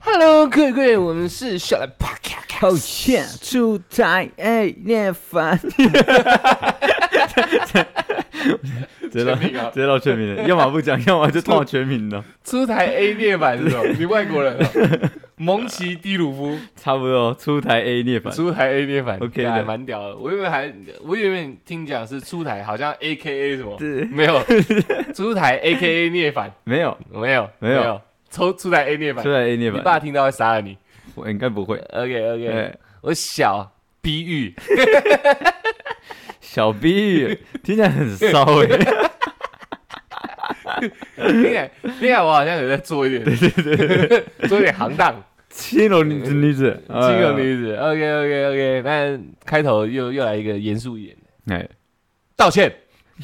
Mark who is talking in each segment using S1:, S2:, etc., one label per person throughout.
S1: Hello，各位各位，我们是小来 Podcast。
S2: Oh,
S3: 抱歉，出台哎，念 烦，直接
S1: 全名
S3: 到
S1: 啊
S3: 直接到 全名了，要么不讲，要么就套全名了，
S1: 出台 A 面版是吧？你外国人、哦， 蒙奇迪鲁夫
S3: 差不多出台 A 涅槃，
S1: 出台 A 面版
S3: OK 的
S1: 还蛮屌的。我原本还我原本听讲是出台，好像 A K A 什么，
S3: 是
S1: 没 有出台 A K A 涅反，
S3: 没有
S1: 没有
S3: 没有
S1: 抽出台 A 涅反
S3: 出，台 A 涅
S1: 你
S3: 槃，
S1: 爸听到会杀了你。
S3: 我应该不会。
S1: OK OK，、
S3: 哎，
S1: 我小逼玉，
S3: 小 B 听起来很骚 哎，
S1: 你看你看我好像有在做一点，对对对， 做一点行当。
S3: 青楼女子女子，哎青
S1: 金个女子，OK OK OK，那开头又又来一个严肃一点的，
S3: 哎
S1: 道歉，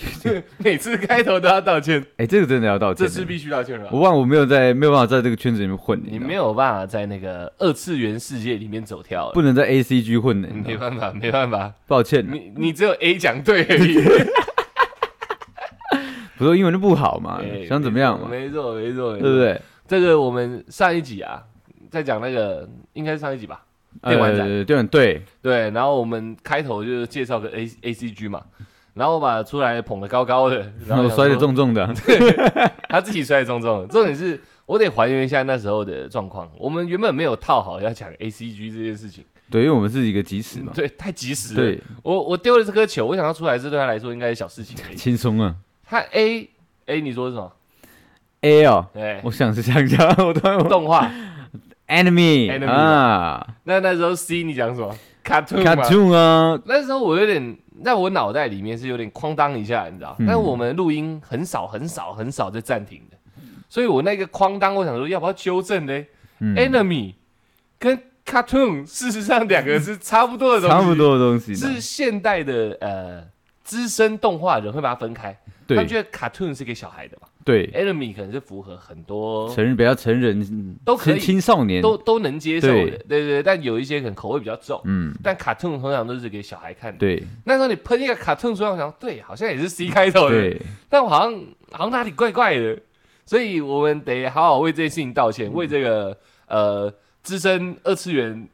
S1: 每次开头都要道歉，
S3: 哎，这个真的要道歉
S1: 这
S3: 的，
S1: 次必须道歉了吧
S3: 我。忘了我没有在没有办法在这个圈子里面混，
S1: 你
S3: 知道
S1: 没有办法在那个二次元世界里面走跳了，
S3: 不能在 A C G 混的，你知
S1: 没
S3: 道吗
S1: 办法，没办法，
S3: 抱歉啊，
S1: 你你只有 A 讲 对而已，
S3: 不是英文就不好嘛
S1: 哎，
S3: 想怎么样嘛，
S1: 没错没错，没
S3: 对不
S1: 错。
S3: 对？
S1: 这个我们上一集啊，在讲那个应该是上一集吧，电玩展
S3: 呃，电玩对，
S1: 对，然后我们开头就是介绍个 A A C G 嘛，然后我把出来捧得高高的，
S3: 然后
S1: 想
S3: 摔得
S1: 说
S3: 重重的，
S1: 他自己摔得重重的。重点是我得还原一下那时候的状况。我们原本没有套好要讲 A C G 这件事情，
S3: 对，因为我们是一个即时 嘛，
S1: 对，太及时了。
S3: 对，
S1: 我我丢了这颗球，我想要出来，这对他来说应该是小事情而已。
S3: 轻松啊。
S1: 他 A A 你说是什么？
S3: A 哦，
S1: 哎，
S3: 我想是想想，我突然
S1: 动画。
S3: enemy
S1: Enemy
S3: 啊
S1: 那那时候 C 你讲什么？cartoon 嘛。
S3: ，cartoon 啊，
S1: 那时候我有点，在我脑袋里面是有点哐当一下，你知道？
S3: 嗯
S1: 但我们录音很少很少很少在暂停的，所以我那个哐当，我想说要不要纠正呢？
S3: 嗯
S1: 哎 enemy 跟 cartoon 事实上两个是差不多的东西，
S3: 差不多的东西呢
S1: 是，现代的呃资深动画人会把它分开，他们觉
S3: 对
S1: 得哎 cartoon 是给小孩的嘛
S3: 对，
S1: ，enemy 可能是符合很多
S3: 成人比较成人，
S1: 都可以
S3: 青青少年，
S1: 都都能接受的，
S3: 对
S1: 对对对，但有一些可能口味比较重。
S3: 嗯，
S1: 但 cartoon 通常都是给小孩看的。
S3: 对
S1: 那时候你喷一个 cartoon 出来，我想对，好像也是 C 开头的，
S3: 对，
S1: 但我好像好像哪里怪怪的，所以我们得好好为这件事情道
S3: 嗯
S1: 歉，为这个呃资深二次元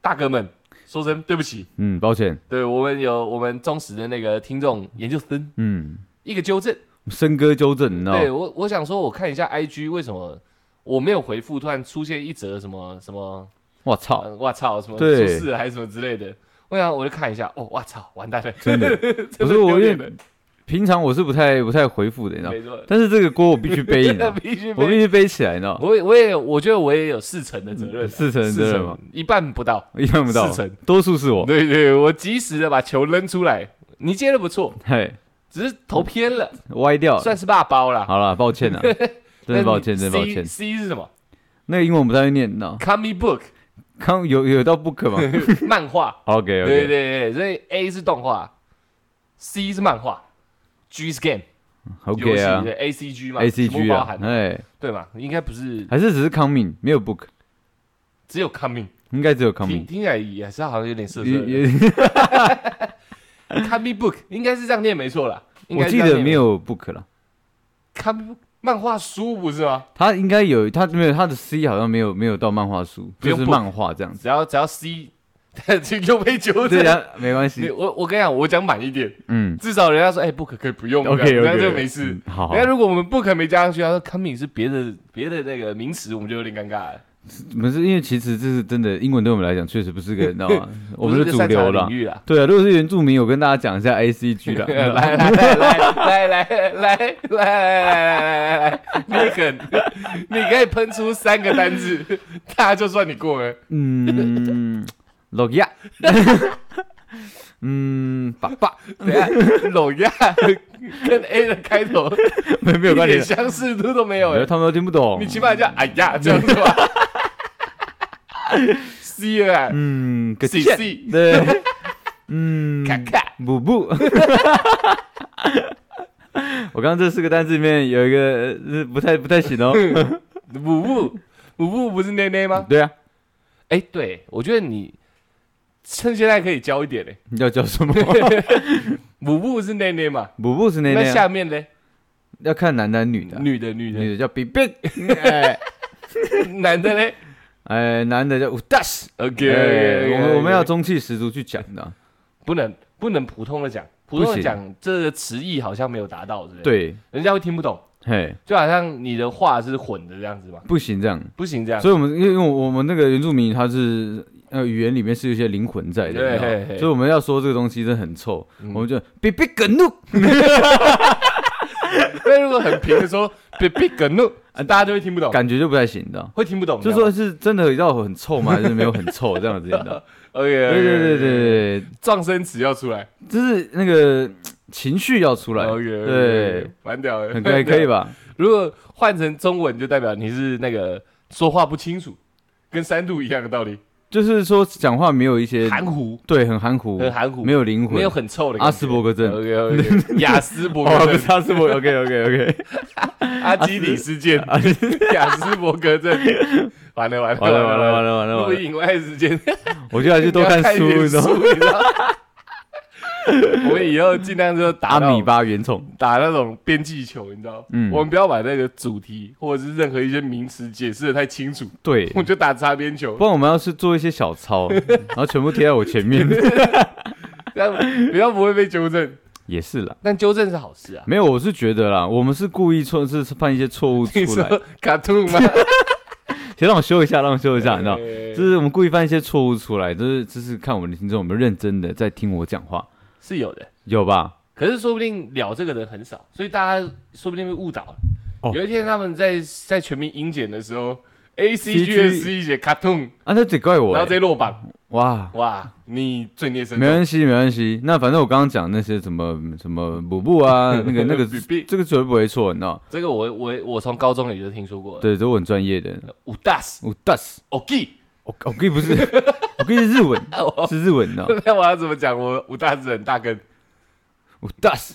S1: 大哥们说声对不起。
S3: 嗯，抱歉，
S1: 对我们有我们忠实的那个听众研究生
S3: 嗯，
S1: 一个纠正，
S3: 森哥纠正，你知道
S1: 对
S3: 吗，
S1: 我我想说，我看一下 IG 为什么我没有回复，突然出现一则什么什么，
S3: 我操，
S1: 呃我操，什么出
S3: 哦对
S1: 事还是什么之类的。我想我就看一下，哦，我操，完蛋了，
S3: 真 的
S1: 真
S3: 不
S1: 的
S3: 是我
S1: 丢脸
S3: 也
S1: 了，
S3: 平常我是不太不太回复的，你知道吗，
S1: 没错，
S3: 但是这个锅我必须背，你知道吗
S1: 必须
S3: 我必
S1: 被。
S3: 须背起来，你知道吗，
S1: 我也我也我觉得我也有四成的责任啊，
S3: 嗯四成的责任吗
S1: 四成一半不到，
S3: 一般不到
S1: 四，成。
S3: 多数是我，
S1: 对对，我及时的把球扔出来，你接的不错，
S3: 嘿，
S1: 只是投偏了，
S3: 歪掉了，
S1: 算是骂包啦。
S3: 哦好了，抱 歉了，真的抱歉，真的抱歉
S1: C。
S3: 哦
S1: C 是什么
S3: 那个英文我不太会念，你知道吗
S1: ？Comic book
S3: 刚有有到 book 吗
S1: 漫画，
S3: ？OK
S1: 对对
S3: OK，
S1: 对，所以 A 是动画，C 是漫画，G 是 game 游
S3: OK
S1: 戏
S3: 啊
S1: 对 A C G 嘛
S3: ，A C
S1: 全
S3: G
S1: 部包
S3: 啊
S1: 含，的
S3: 哎，
S1: 对嘛？应该不是
S3: 还是只是 coming 没有 book，
S1: 只有 coming，
S3: 应该只有
S1: 听
S3: coming，
S1: 听起来也是好像有点涩涩
S3: 也
S1: 的。
S3: 也
S1: Comic book 应该是这样念没错啦，应
S3: 我
S1: 该是
S3: 记
S1: 这样
S3: 得
S1: 念
S3: 没有 book 了，
S1: comic book 漫画书不是吗？
S3: 他应该有他没有他的 C 好像没有没有到漫画书，
S1: 不
S3: 就
S1: 用
S3: 是
S1: book
S3: 漫画这样子。
S1: 只要只要 C，就又被纠
S3: 对
S1: 正。
S3: 啊，没关
S1: 你
S3: 系，
S1: 我我跟你讲，我讲满一点，
S3: 嗯
S1: 至少人家说哎 book 可以不用
S3: ，OK
S1: 这样
S3: OK，
S1: 那就没事。
S3: 好好
S1: 人，家如果我们不可没加上去，他说 coming 是别的别的那个名词，我们就有点尴尬了。
S3: 不是因为其实这是真的，英文对我们来讲确实不是个，你知道 吗？我们
S1: 不
S3: 的
S1: 是
S3: 主
S1: 擅长
S3: 流
S1: 的
S3: 了
S1: 领。域啦。
S3: 对啊，如果是原住民，我跟大家讲一下 A C G 了。
S1: 来来来来来来来来来来来来，你肯，你可以喷出三个单字，大家就算你过了。
S3: 嗯，老亚，嗯，爸爸，
S1: 等一下，聋哑跟 A 的开头
S3: 没没
S1: 一
S3: 有关系
S1: 点
S3: 的，
S1: 相似度都没有
S3: 我觉得
S1: 哎，
S3: 他们都听不懂
S1: 你。起码叫哎呀这样子 吧。C 啊，
S3: 嗯，个
S1: C
S3: 贱
S1: C
S3: 对， 嗯，
S1: 卡卡，
S3: 不不。 我刚刚这四个单字里面有一个呃是不太不太行 哦。
S1: 五步五步不是内内吗？
S3: 对啊，
S1: 哎，对，我觉得你趁现在可以教一点嘞。
S3: 你要叫 什么？
S1: 五步是内内嘛？
S3: 不不是那
S1: 那
S3: 那
S1: 下
S3: 样，
S1: 面嘞，
S3: 要看男男女的啊，
S1: 女的女的
S3: 女的叫 B B，哎，
S1: 男的嘞，
S3: 哎，男的叫 u d a s
S1: OK，
S3: 对，哎我们我们要中气十足去讲的啊，
S1: 不能不能普通的讲，普通的讲这个词义好像没有达到，是不是？，
S3: 对，
S1: 人家会听不懂，
S3: 嘿，
S1: 就好像你的话是混的这样子嘛，
S3: 不行这样，
S1: 不行这样。
S3: 所以我们因为因为我们那个原住民他是呃语言里面是有一些灵魂在的，
S1: 对
S3: 你知道吗
S1: 嘿嘿
S3: 所以我们要说这个东西真的很臭，我们就 b b 梗路，
S1: 那如果很平的说 “baby 梗路”，大家就会听不懂，
S3: 啊感觉就不太行，你知道吗。
S1: 会听不懂。
S3: 就说是真的味道很臭吗？还是没有很臭这样子，你知道吗？
S1: OK，对
S3: 对对对对对，
S1: 撞声词要出来，
S3: 就是那个情绪要出来，
S1: OK，
S3: 对，
S1: 蛮屌的，啊
S3: 很可以可 以吧？
S1: 如果换成中文，就代表你是那个说话不清楚，跟三度一样的道理，
S3: 就是说讲话没有一些
S1: 含糊，
S3: 对，很含糊，
S1: 很含糊，
S3: 没有灵魂，
S1: 没有很臭的感觉。
S3: 阿斯伯格症。
S1: OK，雅斯伯
S3: 哦，
S1: 格
S3: 不
S1: 症，
S3: 是阿斯伯格，OK OK OK，
S1: 阿基里斯腱， 雅斯伯格症，完了完了
S3: 完了完了完
S1: 了，
S3: 了完了
S1: 录
S3: 完了，
S1: 影外时间，
S3: 我就 要去多看书，
S1: 你
S3: 你知
S1: 知道
S3: 道吗？
S1: 吗？ 我们以后尽量就打
S3: 阿
S1: 那种
S3: 米巴原虫，
S1: 打那种边际球，你知道？
S3: 嗯
S1: 我们不要把那个主题或者是任何一些名词解释的太清楚，
S3: 对，
S1: 我们就打擦边球
S3: 不，然我们要是做一些小抄，然后全部贴在我 前面，
S1: 这样比较不会被纠正。
S3: 也是啦。
S1: 但纠正是好事啊。
S3: 没有，我是觉得啦，我们是故意错，是犯一些错 误出
S1: 你说
S3: 来，
S1: 卡通 吗？
S3: 先让我修一下，让我修一下，你知 道。
S1: 哎
S3: 就是我们故意犯一些错误出来，就是就是看我们的听众有没有认真的在听我讲话，
S1: 是有的，
S3: 有吧？
S1: 可是说不定聊这个人很少，所以大家说不定被误导了。
S3: 哦
S1: 有一天他们在在全民英检的时候，A C G S 一节卡通，
S3: 啊，那得怪我、
S1: 然后直
S3: 欸。
S1: 接落榜，
S3: 哇，
S1: 哇，你罪孽深
S3: 没
S1: 重。
S3: 关系，没关系。那反正我刚刚讲那些什么什么补布啊，那个那个
S1: 比比
S3: 这个绝对不会错，你知道？
S1: 这个我我我从高中也就听说过了。
S3: 对，这我很专业的。
S1: 五大 s
S3: 我 das，
S1: o k
S3: 我我可以 不是，我可以日文，
S1: 哦
S3: 是日文哦你知道？
S1: 那我要怎么讲？我五大是很大根，
S3: 我 das，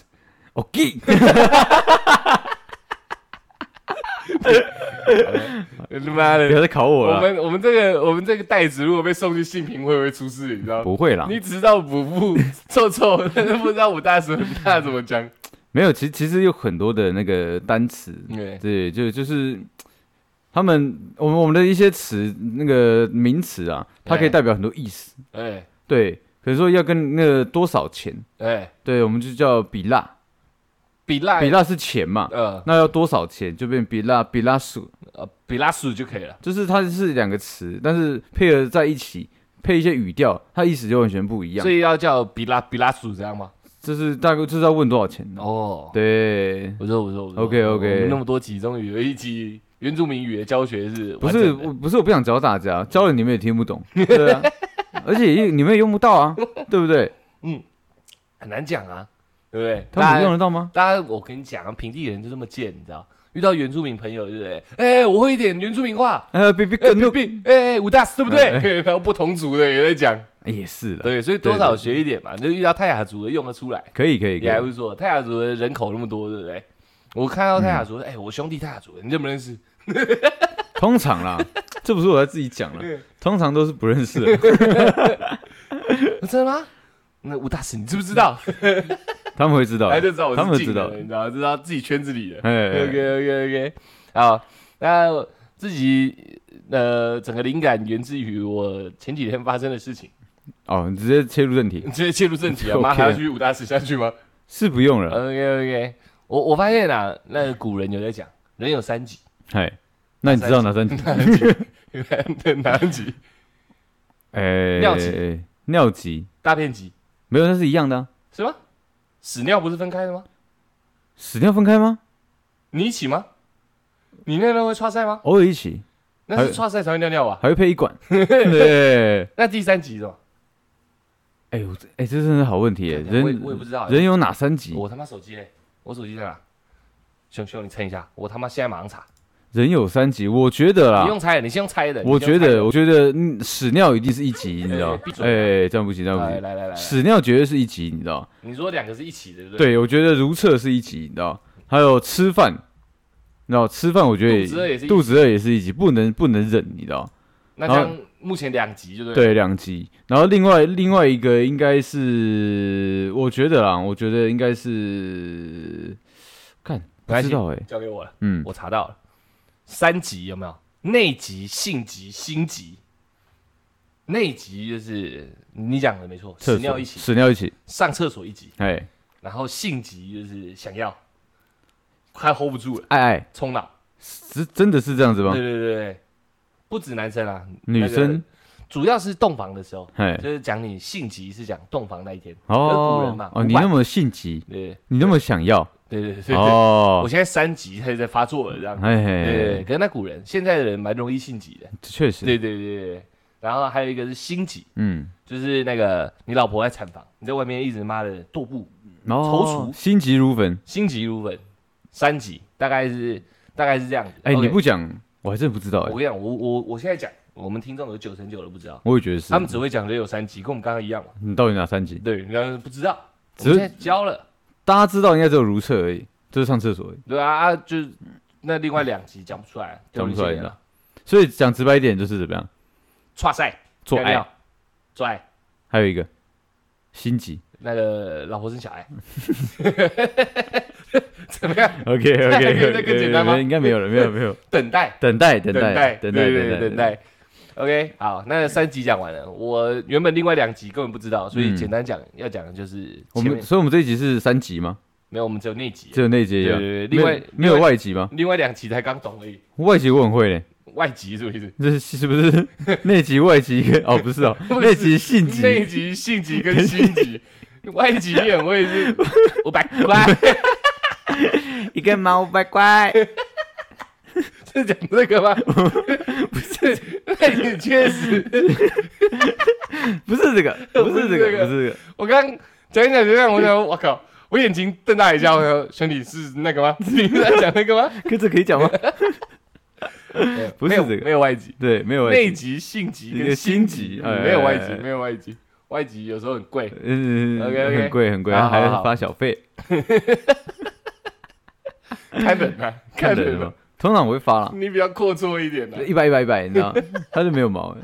S3: 我 g
S1: 他妈
S3: 不
S1: 的！
S3: 要再考我
S1: 我
S3: 了，
S1: 们我们这个我们这个袋子如果被送去性平会会出事，你知道吗？
S3: 不啊会啦。
S1: 你只知道补布 臭臭，但是不知道五大是五大怎么讲。
S3: 没有，其其实有很多的那个单词，
S1: 嗯对，
S3: 对，就就是他们我们我们的一些词，那个名词啊，它可以
S1: 对
S3: 代表很多意思。
S1: 哎
S3: 对，比如说要跟那个多少钱，
S1: 哎，
S3: 对，我们就叫比拉，
S1: 比拉
S3: 比拉是钱嘛，
S1: 呃
S3: 那要多少钱就变比拉比拉数，
S1: 呃比拉鼠就可以了。
S3: 就是它是两个词，但是配合在一起，配一些语调，它意思就完全不一样
S1: 所。以要叫比拉比拉鼠这样吗？
S3: 就是大概就是要问多少钱哦。
S1: 哦，
S3: 对，
S1: 不错不错不错。
S3: OK，OK
S1: 我们那么多集中有一集原住民语的教学是
S3: 不
S1: 完整
S3: 是
S1: 啊的
S3: 我不是我不想教 大家，教了你们也听不懂，对啊，而且也你们也用不到 啊，对不对？
S1: 很难讲啊，对不对？
S3: 他
S1: 大
S3: 们
S1: 家
S3: 用得到吗？
S1: 大家，我跟你讲啊，平地人就这么贱，你知道？遇到原住民朋友，对不对？哎、我会一点原住民话，
S3: 呃，比比
S1: 哎、
S3: 更多
S1: 病，哎、哎五大师对不对？ 然后不同族的也在讲，
S3: 哎也是的，
S1: 对，所以多少学一点嘛。就遇到泰雅族的用得出来，
S3: 可以可以
S1: 也还
S3: 可以，
S1: 不错。泰雅族的人口那么多，对不对？我看到泰雅
S3: 嗯
S1: 族，哎、我兄弟泰雅族，你认不认识？
S3: 通 常啦，这不是我在自己讲了，通常都是不认 识的，
S1: 啊真的吗？那吴大师你知不知道？
S3: 他们会知道 啊
S1: 哎，，就知道
S3: 嗯他
S1: 我
S3: 们
S1: 是近
S3: 知道
S1: 的，你知道，知道自己圈子里的。OK
S3: 哎，
S1: OK OK，好，那自己呃，整个灵感源自于我前几天发生的事情。
S3: 哦，你直接切入正题
S1: 你直接切入正题啊，
S3: OK
S1: 妈还要去五大十下去吗
S3: 是不用了，
S1: ？OK OK，我我发现啊，那个古人有在讲，人有三急，
S3: 哎，那你知道哪 三集？
S1: 哪三急？
S3: 哎，
S1: 尿急
S3: 哎尿急，
S1: 大便急
S3: 没有，那是一样的啊，
S1: 是吗？屎尿不是分开的吗？
S3: 屎尿分开吗？
S1: 你一起吗？你那边会刷塞吗？
S3: 偶尔一起，
S1: 那是刷塞才会尿尿吧？
S3: 还会配一 管，对。
S1: 那第三集是吧？
S3: 哎呦，这哎，这真是好问题耶！
S1: 我也
S3: 人
S1: 我也不知道
S3: 人有哪三级？
S1: 我他妈手机嘞，我手机在哪？熊熊，你称一下，我他妈现在马上查。
S3: 人有三级，我觉得
S1: 你
S3: 啦，
S1: 用猜的，你先用猜的。
S3: 啊我
S1: 你先
S3: 觉
S1: 用猜的
S3: 得，我觉得嗯屎尿一定是一级，你知道
S1: 哎闭？嘴
S3: 哎，这样不行，这样不
S1: 来
S3: 行，
S1: 来来来，来
S3: 屎尿绝对是一级，你知道？
S1: 你说两个是一起的，对不对？
S3: 对，我觉得如厕是一级，你知道？还有吃饭，你知道吃饭，我觉
S1: 肚子饿也是
S3: 得
S1: 一
S3: 肚子饿也是一级，不能不能忍，你知道？
S1: 那这样目前两集就对了。
S3: 对，两级。然后另外另外一个应该是，我觉得啦，我觉得应该是，看
S1: 没
S3: 不
S1: 关系
S3: 知道哎，
S1: 交给我了，
S3: 嗯，
S1: 我查到了，三级有没有？内急、性急、心急。内急就是你讲的没错，
S3: 厕
S1: 屎
S3: 所
S1: 尿一起，
S3: 屎尿一起，
S1: 上厕所一急，
S3: 哎，
S1: 然后性急就是想要，快 hold 不住了，
S3: 爱爱，
S1: 冲脑。
S3: 是真的是这样子吗
S1: 对？对对对，不止男生啊，
S3: 女
S1: 那
S3: 生
S1: 个，主要是洞房的时候，
S3: 哎，
S1: 就是讲你性急是讲洞房那一天。就是古人
S3: 哦
S1: 嘛
S3: 哦，
S1: 古
S3: 你
S1: 板
S3: 那么性急，
S1: 对
S3: 你那么想要，
S1: 对对对对，我
S3: 哦，
S1: 现在三级，他就在发作了这样。
S3: 哎
S1: 对对，对
S3: 嘿，
S1: 可是那古人现在的人蛮容易性急的。
S3: 确实，
S1: 对对对对，然后还有一个是心急，
S3: 嗯，
S1: 就是那个你老婆在产房，你在外面一直妈的踱步，
S3: 然后
S1: 除
S3: 哦心急如焚。
S1: 心急如焚，三级大概是大概是这样子。
S3: 哎，
S1: OK，
S3: 你不讲，我还真不知道
S1: 我
S3: 哎
S1: 跟，你讲，我我我现在讲，我们听众有九成九都不知道，
S3: 我也觉得是
S1: 他。们只会讲人有三级，跟我们刚刚一样嘛。
S3: 你到底哪三级？
S1: 对，你刚刚不知道，我
S3: 只
S1: 们
S3: 是
S1: 现在教了，
S3: 大家知道应该只有如厕而已，就是上厕所而已。
S1: 对啊啊，就是那另外两级讲不出来，
S3: 讲不出
S1: 丢人
S3: 来
S1: 现眼了
S3: 的。所以讲直白一点就是怎么样
S1: 踹赛
S3: 做
S1: 干
S3: 爱
S1: 掉，，做爱。
S3: 还有一个心急。
S1: 那个老婆生小孩， 怎么样？
S3: OK OK，
S1: 还可以再更简单吗
S3: 应该没有了，没有没有，
S1: 等待，
S3: 等待等
S1: 待，
S3: 待
S1: 对
S3: 等
S1: 对
S3: 待
S1: 对，等。待。OK，好，那三集讲完了，我原本另外两集根本不知道，所以
S3: 嗯
S1: 简单讲，要讲的就是
S3: 我
S1: 前
S3: 们
S1: 面
S3: 所以我们这一集是三级吗？
S1: 没有，我们只有那集
S3: 只，有那一集
S1: 对
S3: 有，
S1: 对对
S3: 没有
S1: 另外
S3: 没有
S1: 另外
S3: 外籍吗？
S1: 另外两集才刚懂而已。
S3: 外籍我很会嘞，
S1: 外集是不是？
S3: 这是是不 是内籍外籍跟？哦，不是哦，
S1: 不是
S3: 内籍性籍
S1: 内集、性集跟心 集，外集也很会是五百块，
S3: 一个毛乖乖，
S1: 是讲这个 吗？不 是，那你确实
S3: 不 是这个，不是这个，不是这个，
S1: 我刚讲一讲就让我想说，我靠，我眼睛瞪大一下，我说兄弟是那个吗？ 你是在讲那个吗？
S3: 可这可以 讲吗？哎不是
S1: 没有
S3: 这个
S1: 没有外籍，
S3: 对，没有外
S1: 内
S3: 籍，
S1: 籍、性籍
S3: 一
S1: 跟
S3: 个
S1: 新
S3: 新
S1: 籍
S3: 籍，
S1: 嗯
S3: 哎
S1: 没有外籍
S3: 哎，哎
S1: 没有外籍，外籍有时候很贵。
S3: 嗯
S1: OK，OK
S3: 很贵很贵，
S1: 好好
S3: 还
S1: 好
S3: 要发小费，
S1: 开门 啊，开
S3: 看
S1: 门
S3: 人
S1: 啊
S3: 吗？通常我会发啦，
S1: 你比较阔绰一点的，
S3: 一百一百一百，你知道， 他就没有毛，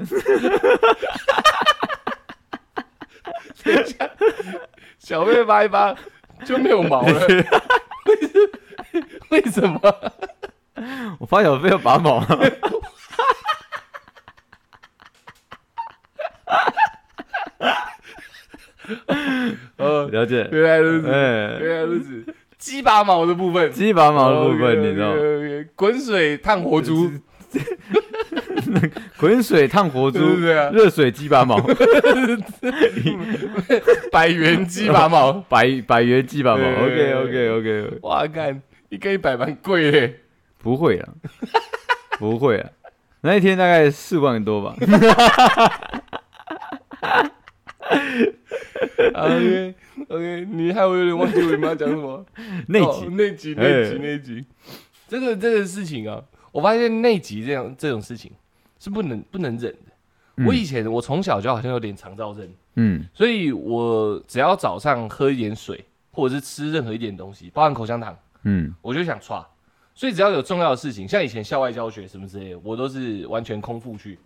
S1: 小妹扒一扒就没有毛 了。为什么？
S3: 我发小费要拔毛，啊
S1: 呃，
S3: 了解？
S1: 原来如此，
S3: 哎，
S1: 原来如此。鸡拔毛的部分，
S3: 鸡拔毛的部分，你知道吗，
S1: 道？滚水烫活 猪，
S3: 滚水烫活猪
S1: 对不，对啊？
S3: 热水鸡拔毛，
S1: 百元鸡拔毛，
S3: 百百元鸡拔毛
S1: 对对
S3: ，OK
S1: 对
S3: OK OK，
S1: 哇，干一根一百蛮贵 嘞，
S3: 不会啊，不会啊，那一天大概四万多 吧，
S1: 啊 OK OK，你害我有点忘记我们要讲什 么。
S3: 内
S1: 哦
S3: 急，
S1: 内急，内急，
S3: 哎
S1: 内急。这个这个事情啊，我发现内急这样这种事情是不能不能忍的。
S3: 嗯
S1: 我以前我从小就好像有点肠燥症，
S3: 嗯
S1: 所以我只要早上喝一点水，或者是吃任何一点东西，包含口香糖，
S3: 嗯，
S1: 我就想刷。所以只要有重要的事情，像以前校外教学什么之类的，我都是完全空腹去。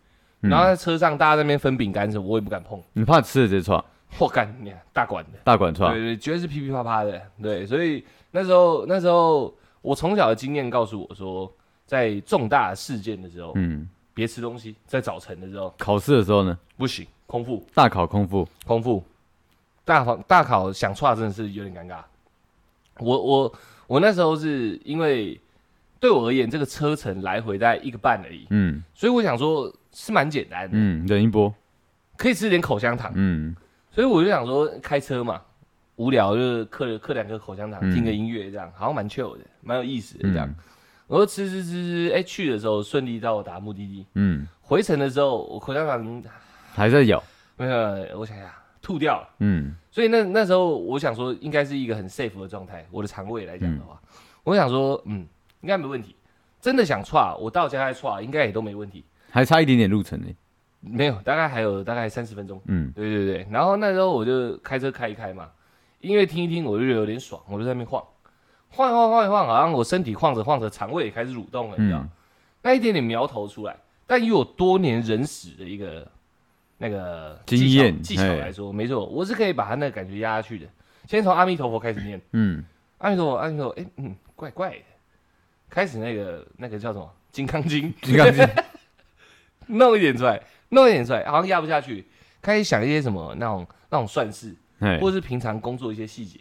S3: 嗯
S1: 然后在车上大家在那边分饼干什么，我也不敢碰。
S3: 你怕吃了直接窜，
S1: 我干你啊大管的，
S3: 大管窜，
S1: 对对，绝对是噼噼啪啪的，对，所以那时候那时候我从小的经验告诉我说，在重大事件的时候，
S3: 嗯，
S1: 别吃东西，在早晨的时候
S3: 考试的时候呢，
S1: 不行，空腹
S3: 大考空腹，
S1: 空腹，大考大考想岔真的是有点尴尬。我我我那时候是因为对我而言，这个车程来回大概一个半而已，
S3: 嗯
S1: 所以我想说是蛮简单的，
S3: 嗯，忍一波，
S1: 可以吃点口香糖。
S3: 嗯
S1: 所以我就想说，开车嘛，无聊就是嗑嗑两颗口香糖，
S3: 嗯
S1: 听个音乐，这样好像蛮 chill 的，蛮有意思的
S3: 嗯
S1: 这样。我就吃吃吃吃，哎、去的时候顺利到达目的地，
S3: 嗯，
S1: 回程的时候我口香糖
S3: 还在咬，
S1: 没有，我想想吐掉了。
S3: 嗯
S1: 所以那那时候我想说，应该是一个很 safe 的状态，我的肠胃来讲的话，我想说，嗯，应该没问题。真的想岔，我到家再岔，应该也都没问题。
S3: 还差一点点路程呢，
S1: 没有，大概还有大概三十分钟。
S3: 嗯
S1: 对对对，然后那时候我就开车开一开嘛，音乐听一听，我就觉得有点爽，我就在那边晃，晃一晃晃一晃，好像我身体晃着晃着，肠胃也开始蠕动了，你知道，
S3: 嗯
S1: 那一点点苗头出来。但以我多年人史的一个那个
S3: 经
S1: 技巧
S3: 验
S1: 技巧
S3: 嘿
S1: 来说，没错，我是可以把他那个感觉压下去的。先从阿弥陀佛开始念，
S3: 嗯，
S1: 阿弥陀佛，阿弥陀佛，哎、嗯，怪怪的，开始那个那个叫什么金刚经
S3: 金刚经，
S1: 弄一点出来，弄一点出来，好像压不下去，开始想一些什么那种那种算式，
S3: 哎，
S1: 或是平常工作一些细节，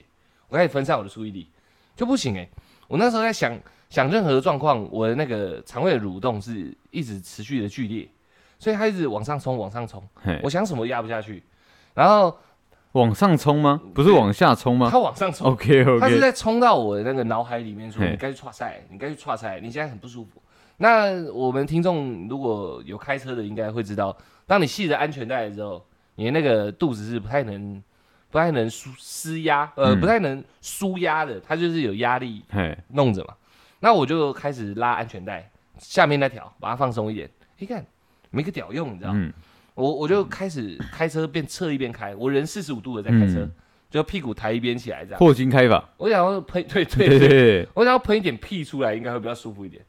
S1: 我开始分散我的注意力，就不行哎、我那时候在想想任何状况，我的那个肠胃的蠕动是一直持续的剧烈，所以它一直往上冲，往上冲，
S3: 嘿
S1: 我想什么都压不下去，然后
S3: 往上冲吗？不是往下冲吗
S1: 它往上 冲，
S3: ？OK
S1: 它是
S3: OK，
S1: 在冲到我的那个脑海里面说，
S3: 嘿
S1: 你该去岔赛，你该去岔赛，你现在很不舒服。那我们听众如果有开车的，应该会知道，当你系着安全带的时候，你的那个肚子是不太能、不太能舒施压，呃，
S3: 嗯
S1: 不太能舒压的，它就是有压力
S3: 嘿，
S1: 弄着嘛。那我就开始拉安全带下面那条，把它放松一点。你看没个屌用，你知道吗？
S3: 嗯，
S1: 我我就开始开车变侧一边开，我人四十五度的在开车，
S3: 嗯
S1: 就屁股抬一边起来这样。
S3: 霍金开法，
S1: 我想要喷，对 对对
S3: 对对对，
S1: 我想要喷一点屁出来，应该会比较舒服一点。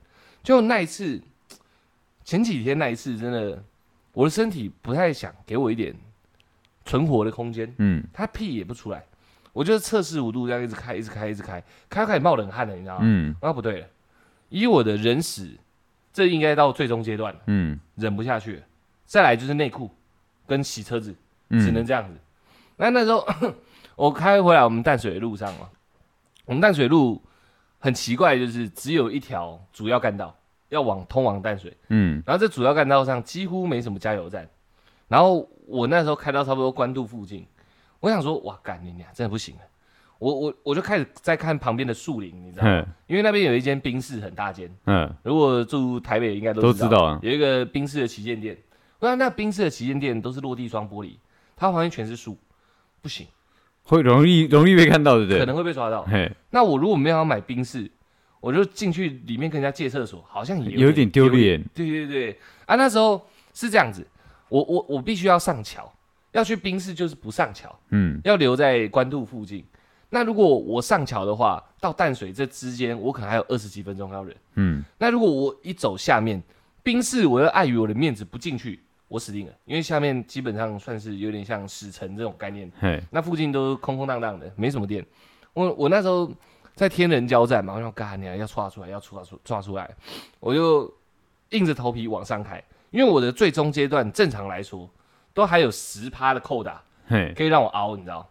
S1: 就那一次，前几天那一次，真的，我的身体不太想给我一点存活的空间，
S3: 嗯，
S1: 它屁也不出来，我就是测试五度这样一直开，一直开，一直开，开到开始冒冷汗了，你知道吗？
S3: 嗯
S1: 啊，不对了，以我的人史，这应该到最终阶段了，
S3: 嗯
S1: 忍不下去了。再来就是内裤跟洗车子，
S3: 嗯，
S1: 只能这样子。那那时候我开回来，我们淡水的路上嘛，我们淡水路很奇怪，就是只有一条主要干道要往通往淡水，
S3: 嗯
S1: 然后这主要干道上几乎没什么加油站。然后我那时候开到差不多关渡附近，我想说，哇，干你娘，真的不行了。我我我就开始在看旁边的树林，你知道吗，
S3: 嘿
S1: 因为那边有一间冰室很大间，
S3: 嗯，
S1: 如果住台北应该
S3: 都
S1: 都
S3: 知道啊，
S1: 有一个冰室的旗舰店，那那冰室的旗舰店都是落地窗玻璃，它旁边全是树，不行，
S3: 会容易容易被看到，对不对？
S1: 可能会被抓到。
S3: 嘿，
S1: 那我如果没有要买冰室，我就进去里面跟人家借厕所，好像也
S3: 有点丢。脸，
S1: 对对对，啊，那时候是这样子，我我我必须要上桥，要去冰室就是不上桥，
S3: 嗯
S1: 要留在关渡附近。那如果我上桥的话，到淡水这之间，我可能还有二十几分钟要忍。
S3: 嗯，
S1: 那如果我一走下面，冰室我又碍于我的面子不进去，我死定了，因为下面基本上算是有点像死城这种概念，
S3: 嘿，
S1: 那附近都空空荡荡的，没什么店。我我那时候在天人交战嘛，我想干你要窜出来，要窜出窜出来，我就硬着头皮往上开，因为我的最终阶段正常来说都还有十趴的扣打
S3: 嘿，
S1: 可以让我熬，你知道？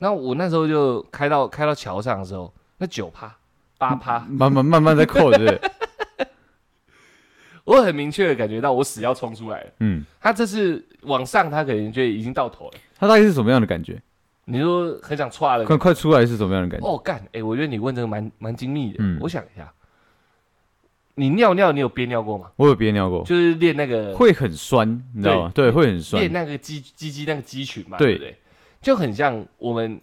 S1: 那我那时候就开到开到桥上的时候，那九趴八趴，
S3: 慢慢慢慢在扣，对不 对？
S1: 我很明确的感觉到我死要冲出来了。
S3: 嗯，
S1: 他这次往上，他可能就已经到头了。
S3: 他大概是什么样的感觉？
S1: 你说很想歘了，
S3: 快快出来是什么样的感觉？
S1: 哦干，哎、我觉得你问这个蛮蛮精密的。
S3: 嗯
S1: 我想一下，你尿尿你有憋尿过吗？
S3: 我有憋尿过，
S1: 就是练那个
S3: 会很酸，你知道吗？呃对，会很酸
S1: 练，那个肌肌肌那个肌群嘛，对
S3: 对
S1: 不对？就很像我们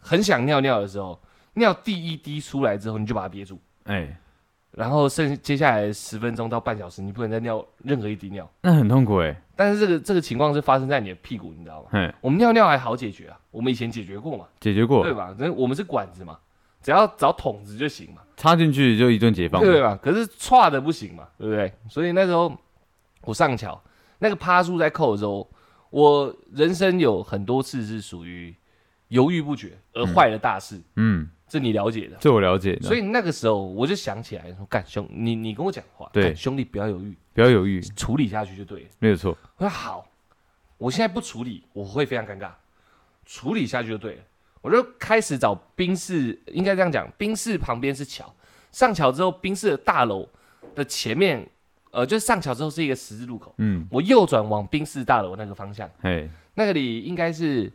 S1: 很想尿尿的时候，尿第一滴出来之后，你就把它憋住，
S3: 哎，
S1: 然后剩接下来十分钟到半小时，你不能再尿任何一滴尿。
S3: 那很痛苦哎，
S1: 但是这个这个情况是发生在你的屁股，你知道吗？
S3: 嘿，
S1: 我们尿尿还好解决啊，我们以前解决过嘛。
S3: 解决过
S1: 对，吧？那我们是管子嘛，只要找筒子就行嘛，
S3: 插进去就一顿解放，
S1: 对吧？可是歘的不行嘛，对不对？所以那时候我上桥，那个趴树在扣的时候，我人生有很多次是属于犹豫不决而坏了大事，
S3: 嗯，
S1: 这你了解的。
S3: 这我了解，
S1: 所
S3: 以
S1: 以那个时候我就想起来说，干兄，你你跟我讲话，
S3: 对
S1: 干兄弟不要犹豫，
S3: 不要犹豫，
S1: 处理下去就对了。
S3: 没有错，
S1: 我说好，我现在不处理，我会非常尴尬。处理下去就对了，我就开始找冰室，应该这样讲，冰室旁边是桥，上桥之后，冰室的大楼的前面，呃，就是上桥之后是一个十字路口，
S3: 嗯，
S1: 我右转往冰室大楼那个方向，
S3: 嘿，
S1: 那里应该是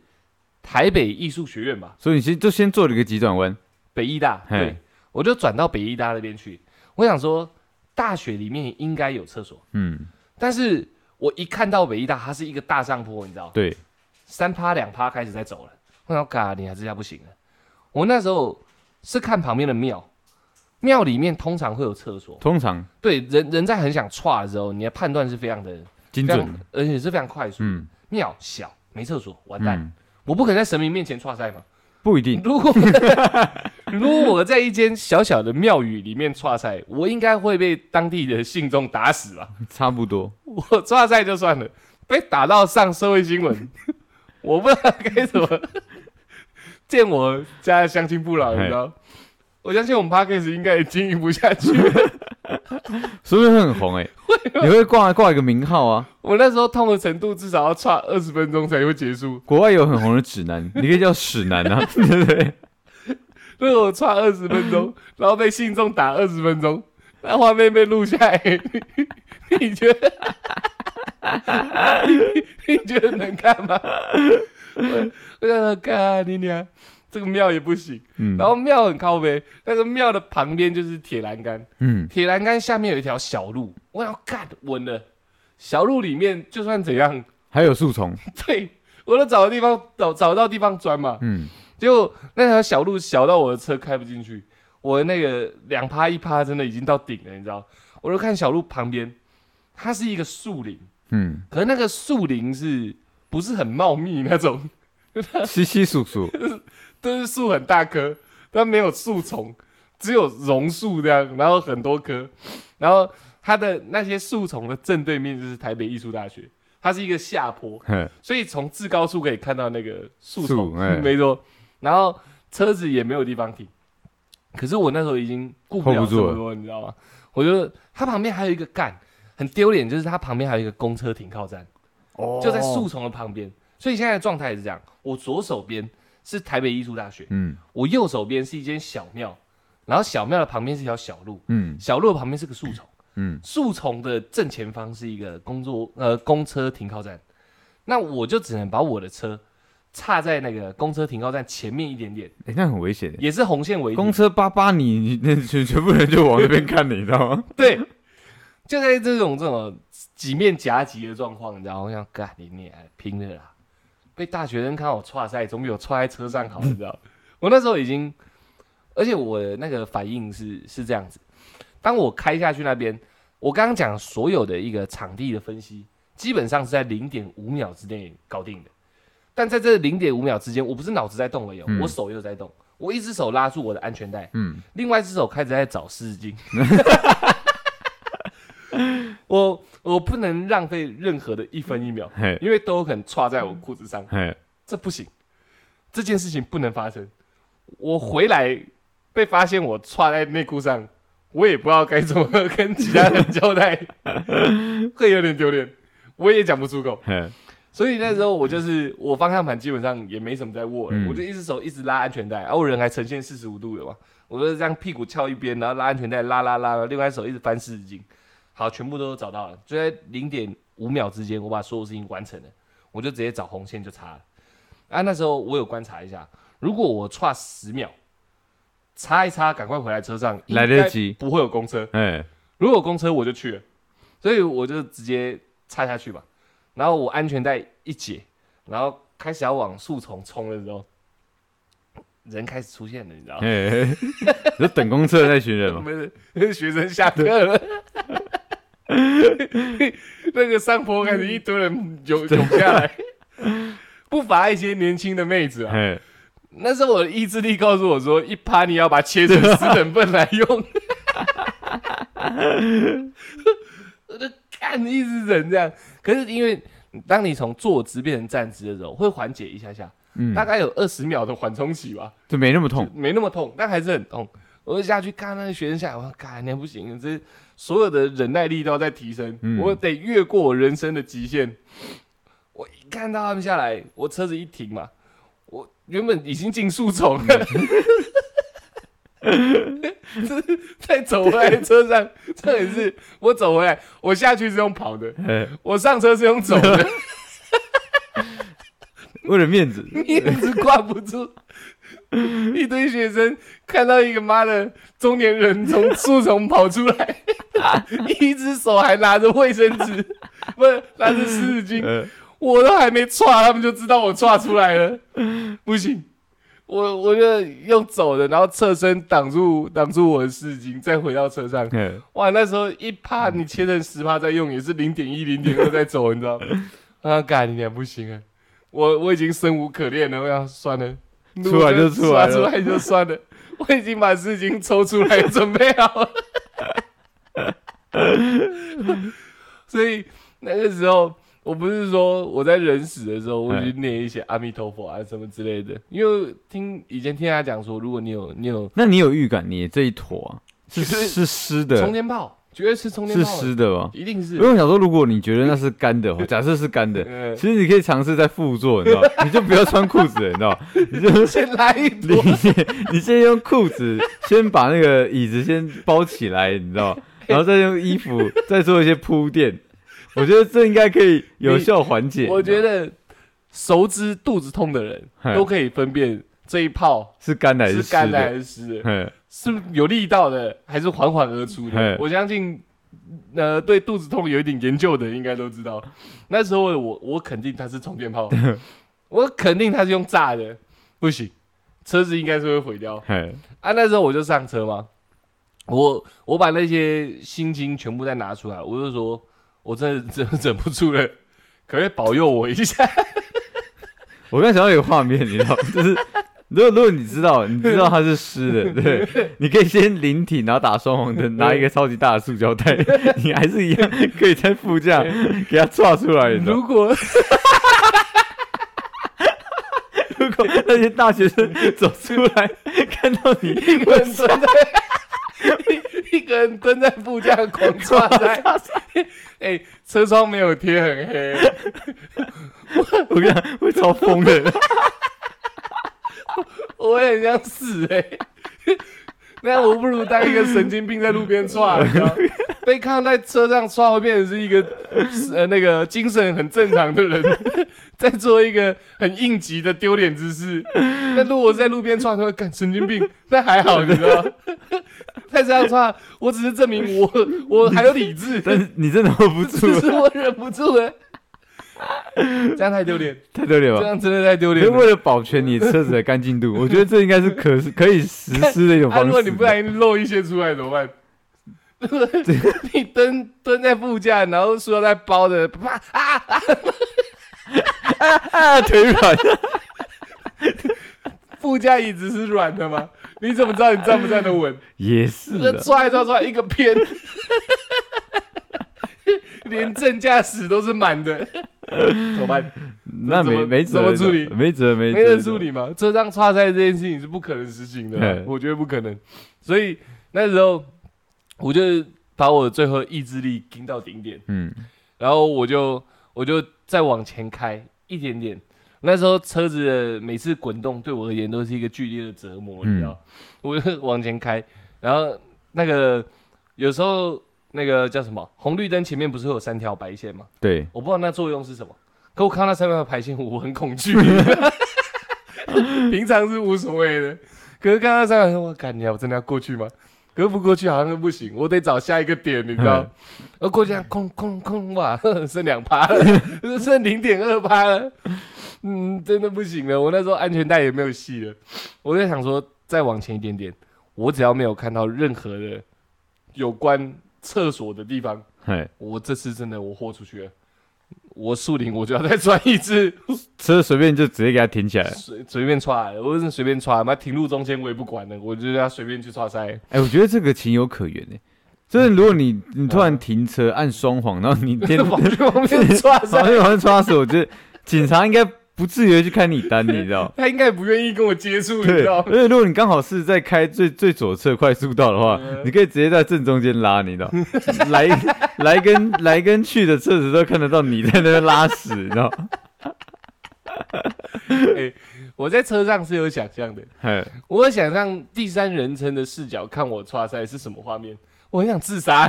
S1: 台北艺术学院吧，
S3: 所以你先就先做了一个急转弯，
S1: 北艺大，
S3: 嘿
S1: 对，我就转到北艺大那边去。我想说，大学里面应该有厕所，
S3: 嗯，
S1: 但是我一看到北艺大，它是一个大上坡，你知道，
S3: 对，
S1: 三趴两趴开始在走了。我想，嘎，你还这下不行了。我那时候是看旁边的庙，庙里面通常会有厕所。
S3: 通常
S1: 对，人人在很想歘的时候，你的判断是非常的
S3: 精
S1: 非
S3: 准
S1: 常，，而且是非常快速。
S3: 嗯
S1: 庙小没厕所，完蛋，
S3: 嗯，
S1: 我不可能在神明面前歘赛嘛。
S3: 不一 定，
S1: 如果如果我在一间小小的庙宇里面歘赛，我应该会被当地的信众打死吧？
S3: 差不多，
S1: 我抓赛就算了，被打到上社会新闻， 我不知道该怎么见我家的乡亲父老，你知道？我相信我们 p a c k a s 应该也经营不下去了。
S3: 说不定会很红哎、你 会挂挂一个名号啊。
S1: 我那时候痛的程度至少要差二十分钟才会结束，
S3: 国外有很红的指南，你可以叫屎男啊， 对不对？
S1: 如果我差二十分钟，然后被信众打二十分钟，那画面被录下来， 你你觉得 你你觉得能看吗？ 我我想说，干你娘，这个庙也不行。
S3: 嗯
S1: 然后庙很靠北，那个庙的旁边就是铁栏杆，
S3: 嗯，
S1: 铁栏杆下面有一条小路，我想干稳了。小路里面就算怎样，
S3: 还有树丛，
S1: 对我都找个地方找找到地方钻嘛。
S3: 嗯，
S1: 结果那条小路小到我的车开不进去，我的那个两趴一趴真的已经到顶了，你知道？我就看小路旁边，它是一个树林，
S3: 嗯，
S1: 可是那个树林是不是很茂密那种？
S3: 稀稀疏疏，
S1: 都是树很大棵，但没有树丛，只有榕树这样，然后很多棵，然后它的那些树丛的正对面就是台北艺术大学，它是一个下坡，
S3: 嘿
S1: 所以从至高处可以看到那个树丛
S3: 树，哎
S1: 没错。然后车子也没有地方停，可是我那时候已经顾不
S3: hold
S1: 了
S3: 不
S1: 这
S3: 住
S1: 么多，你知道吗？我就它旁边还有一个干，很丢脸，就是它旁边还有一个公车停靠站，
S3: 哦
S1: 就在树，丛的旁边。所以现在的状态是这样：我左手边是台北艺术大学，
S3: 嗯
S1: 我右手边是一间小庙，然后小庙的旁边是一条小路，
S3: 嗯
S1: 小路的旁边是个树丛。
S3: 嗯，
S1: 树丛的正前方是一个工作呃公车停靠站，那我就只能把我的车插在那个公车停靠站前面一点点，
S3: 哎、那很危险耶。
S1: 也是红线为
S3: 公
S1: 定。
S3: 车叭叭你，你那全全部人就往那边看你，你知道吗？
S1: 对，就在这种这种几面夹击的状况，你知道吗，我想干你你拼了啦！被大学生看到我踹赛，总比我踹在车上好，你知道吗？我那时候已经，而且我的那个反应是是这样子，当我开下去那边，我刚刚讲所有的一个场地的分析，基本上是在零点五秒之内搞定的。但在这零点五秒之间，我不是脑子在动而已哦，
S3: 嗯
S1: 我手又在动，我一只手拉住我的安全带，
S3: 嗯
S1: 另外一只手开始在找湿 巾。我我不能浪费任何的一分一秒，
S3: 嘿
S1: 因为都有可能歘在我裤子上，
S3: 嘿，
S1: 这不行，这件事情不能发生。我回来被发现我歘在内裤上，我也不知道该怎么 跟其他人交代， 会有点丢脸，我也讲不出口。
S3: 嘿，
S1: 所以那时候我就是我方向盘基本上也没什么在握了，
S3: 嗯
S1: 我就一只手一直拉安全带，然、啊后我人还呈现四十五度的嘛，我就这样屁股翘一边，然后拉安全带拉拉拉，然后另外一手一直翻四十斤，好，全部都找到了，就在零点五秒之间，我把所有事情完成了，我就直接找红线就插了。啊，那时候我有观察一下，如果我差十秒，擦一擦，赶快回来车上，
S3: 来得及，
S1: 不会有公车。
S3: 嘿，
S1: 如果公车我就去了，所以我就直接插下去吧。然后我安全带一解，然后开始要往树丛冲的时候，人开始出现了，你知道吗？
S3: 嘿，嘿你就等公车的那群人嘛，
S1: 不是，是学生下课了。 那个上坡开始一堆人涌涌下来，不乏一些年轻的妹子啊。
S3: 嘿，
S1: 那时候我的意志力告诉我说，一趴你要把它切成四等份来用。 我就看一直忍这样，可是因为当你从坐姿变成站姿的时候，会缓解一下下，
S3: 嗯
S1: 大，概有二十秒的缓冲期吧，
S3: 就没那么痛，
S1: 没那么痛，但还是很痛。我就下去看那个学生下来，我说：“干，那不行，这所有的忍耐力都要在提升，
S3: 嗯
S1: 我得越过我人生的极限。”我一看到他们下来，我车子一停嘛，我原本已经进树丛了， 再走回来的车上，这也是我走回来，我下去是用跑的，
S3: 嘿，
S1: 我上车是用走的，
S3: 为了面子，
S1: 面子挂不住。一堆学生看到一个妈的中年人从树丛跑出来，一只手还拿着卫生纸，不是拿着湿纸巾，
S3: 呃，
S1: 我都还没歘，他们就知道我歘出来了。不行，我我就用走的，然后侧身挡住挡住我的湿纸巾，再回到车上。
S3: 嘿，
S1: 哇，那时候一趴
S3: 嗯
S1: 你切成十趴再用，也是零点一、零点二再走，你知道吗？啊，干你俩不行啊！我我已经生无可恋了，我想算了，
S3: 出来就出来了
S1: 出来就算了。我已经把事情抽出来准备好了， 所以那个时候我不是说我在人死的时候，
S3: 哎
S1: 我就念一些阿弥陀佛啊什么之类的，因为听以前听他讲说，如果你有你有
S3: 那你有预感，你这一坨啊、
S1: 就
S3: 是
S1: 是
S3: 是湿
S1: 冲
S3: 的，
S1: 天炮，绝对吃充电
S3: 是
S1: 炮的，
S3: 湿的吗？
S1: 一定是
S3: 因。为我想说，如果你觉得那是干的，假设是干的，
S1: 呃
S3: 其实你可以尝试在副座，你知道吗，你就不要穿裤子了，你知道吗，你就
S1: 先来一
S3: 你
S1: 坨，
S3: 你先用裤子先把那个椅子先包起来，你知 道吗，然后再用衣服再做一些铺垫，我觉得这应该可以有效缓解。
S1: 我觉
S3: 得
S1: 得熟知肚子痛的人
S3: 嘿
S1: 都可以分辨这一炮
S3: 是干哎的还
S1: 是
S3: 是
S1: 干
S3: 湿
S1: 的还
S3: 的。
S1: 是湿的，
S3: 嘿
S1: 是有力道的还是缓缓而出的
S3: 嘿。
S1: 我相信，呃，对肚子痛有一点研究的人应该都知道，那时候的我我肯定他是充电 炮，我肯定他是用炸的，不行，车子应该是会毁掉。
S3: 嘿，
S1: 啊，那时候我就上车嘛，我我把那些心经全部再拿出来，我就说，我真的真的忍不住了，可不可以保佑我一下？
S3: 我刚想到一个画面，你 知道吗，就是如果如果你知道你知道它是湿 的，对，你可以先临停，然后打双黄灯，拿一个超级大的塑 胶袋，你还是一样可以在副驾给它抓出来，你知道 吗。
S1: 如果
S3: 如果那些大学生走出 来看到你，
S1: 一个人蹲在一一个人蹲在副驾狂抓塞， 哎、车窗没有贴很黑，
S3: 我跟你讲会超 疯的。
S1: 我会很想死哎、 那我不如当一个神经病在路边抓，你知道 吗被看到在车上刷，会变成是一个呃那个精神很正常的人， 在做一个很应急的丢脸之事。那如果在路边刷，他会干神经病，那还好，你知道吗？ 在车上刷，我只是证明我我还有理智，
S3: 但是你真的 hold 不住
S1: 只，是我忍不住 了。这样太丢脸，
S3: 太丢脸
S1: 这
S3: 了。
S1: 样真的太丢
S3: 因
S1: 脸
S3: 为
S1: 了。
S3: 为了保全你车子的干净度，我觉得这应该是可可以实施的一 种
S1: 啊，
S3: 方
S1: 如果你不
S3: 式。
S1: 小心漏一些出来怎么办？你蹲蹲在副驾，然后塑料袋包着，啪啊啊！
S3: 啊，腿软，
S1: 副驾椅子是软的吗？你怎么知道你站不站得稳？
S3: 也是
S1: 这
S3: 的。
S1: 抓一抓抓一个 偏，连正驾驶都是满的，怎么办？
S3: 那
S1: 怎
S3: 没
S1: 么
S3: 没辙
S1: 怎么
S3: 的
S1: 处理
S3: 没辙没
S1: 没人
S3: 辙
S1: 处
S3: 的。
S1: 理嘛？车上插塞这件事情是不可能实行的啊
S3: 嗯，
S1: 我觉得不可能。所以那时候我就把我最后意志力盯到顶点，
S3: 嗯，
S1: 然后我就我就再往前开一点点。那时候车子的每次滚动对我而言都是一个剧烈的折磨，
S3: 嗯
S1: 你知道？我就往前开，然后那个有时候那个叫什么红绿灯前面不是会有三条白线吗？
S3: 对，
S1: 我不知道那作用是什么，可我看到那三条白线我很恐惧， 平常是无所谓的，可是看到那三条，我感觉我真的要过去吗？可是不过去好像不行，我得找下一个点，你知道？而过去这样空空空哇， 剩两趴了， 剩零点二趴了，嗯，真的不行了。我那时候安全带也没有系了，我在想说再往前一点点，我只要没有看到任何的有关厕所的地方，
S3: 嘿，
S1: 我这次真的我豁出去了，我树林我就要再穿一次，
S3: 车随便就直接给它停起来。
S1: 随 随便穿，我真的随便穿，妈停路中间我也不管了，我就要随便去穿塞。
S3: 哎，我觉得这个情有可原诶。就是如果你
S1: 嗯
S3: 你突然停车按双黄，然后 你天
S1: 往这方面穿
S3: 好
S1: 塞，？
S3: 像好像抓死，我觉得警察应该不至于会去看你单，你知道
S1: 他应该 也不愿意跟我接触，你
S3: 对，
S1: 知道
S3: 而
S1: 吗？
S3: 且如果你刚好是在开最最左侧快速道的话，
S1: 嗯
S3: 你可以直接在正中间拉，你知道？ 来来跟来跟去的车子都看得到你在那边拉屎，你知道？
S1: 我在车上是有想象的，
S3: 嘿，
S1: 我有想象第三人称的视角看我穿塞是什么画面，我很想自杀，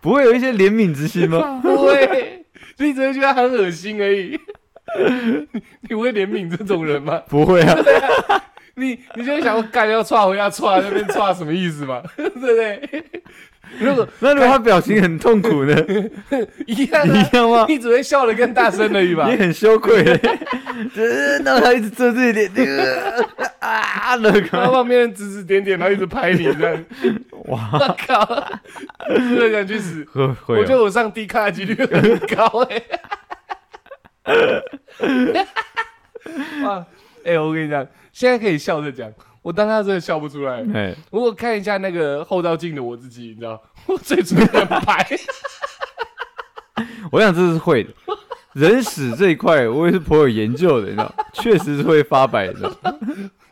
S3: 不会有一些怜悯之 心吗？
S1: 不会，就只是觉得很恶心而已。 你你会怜悯这种人吗？
S3: 不会啊，
S1: 你你就会想说，干要踹回要踹，那边踹什么意思嘛？ 对不对？如果
S3: 那如果他表情很痛苦 呢？
S1: 一样、啊，
S3: 一样 吗
S1: 你只会笑得更大声而已吧
S3: 也？很羞愧， 就是那他一直遮自己脸，呃 啊，那
S1: 然后
S3: 个
S1: 旁边人指指点点，然后一直拍你这样，
S3: 哇，
S1: 我靠，真的想去死。
S3: 会
S1: 我
S3: 会
S1: 觉
S3: 啊，
S1: 得我上 D 卡的几率很高哎、哇，哎、我跟你讲，现在可以笑着讲，我当他真的笑不出来。
S3: 哎，
S1: 如果看一下那个后照镜的我自己，你知道，我嘴唇很白。
S3: 我想这是会的。人屎这一块，我也是颇有研究的，你知 道，确实是会发白的。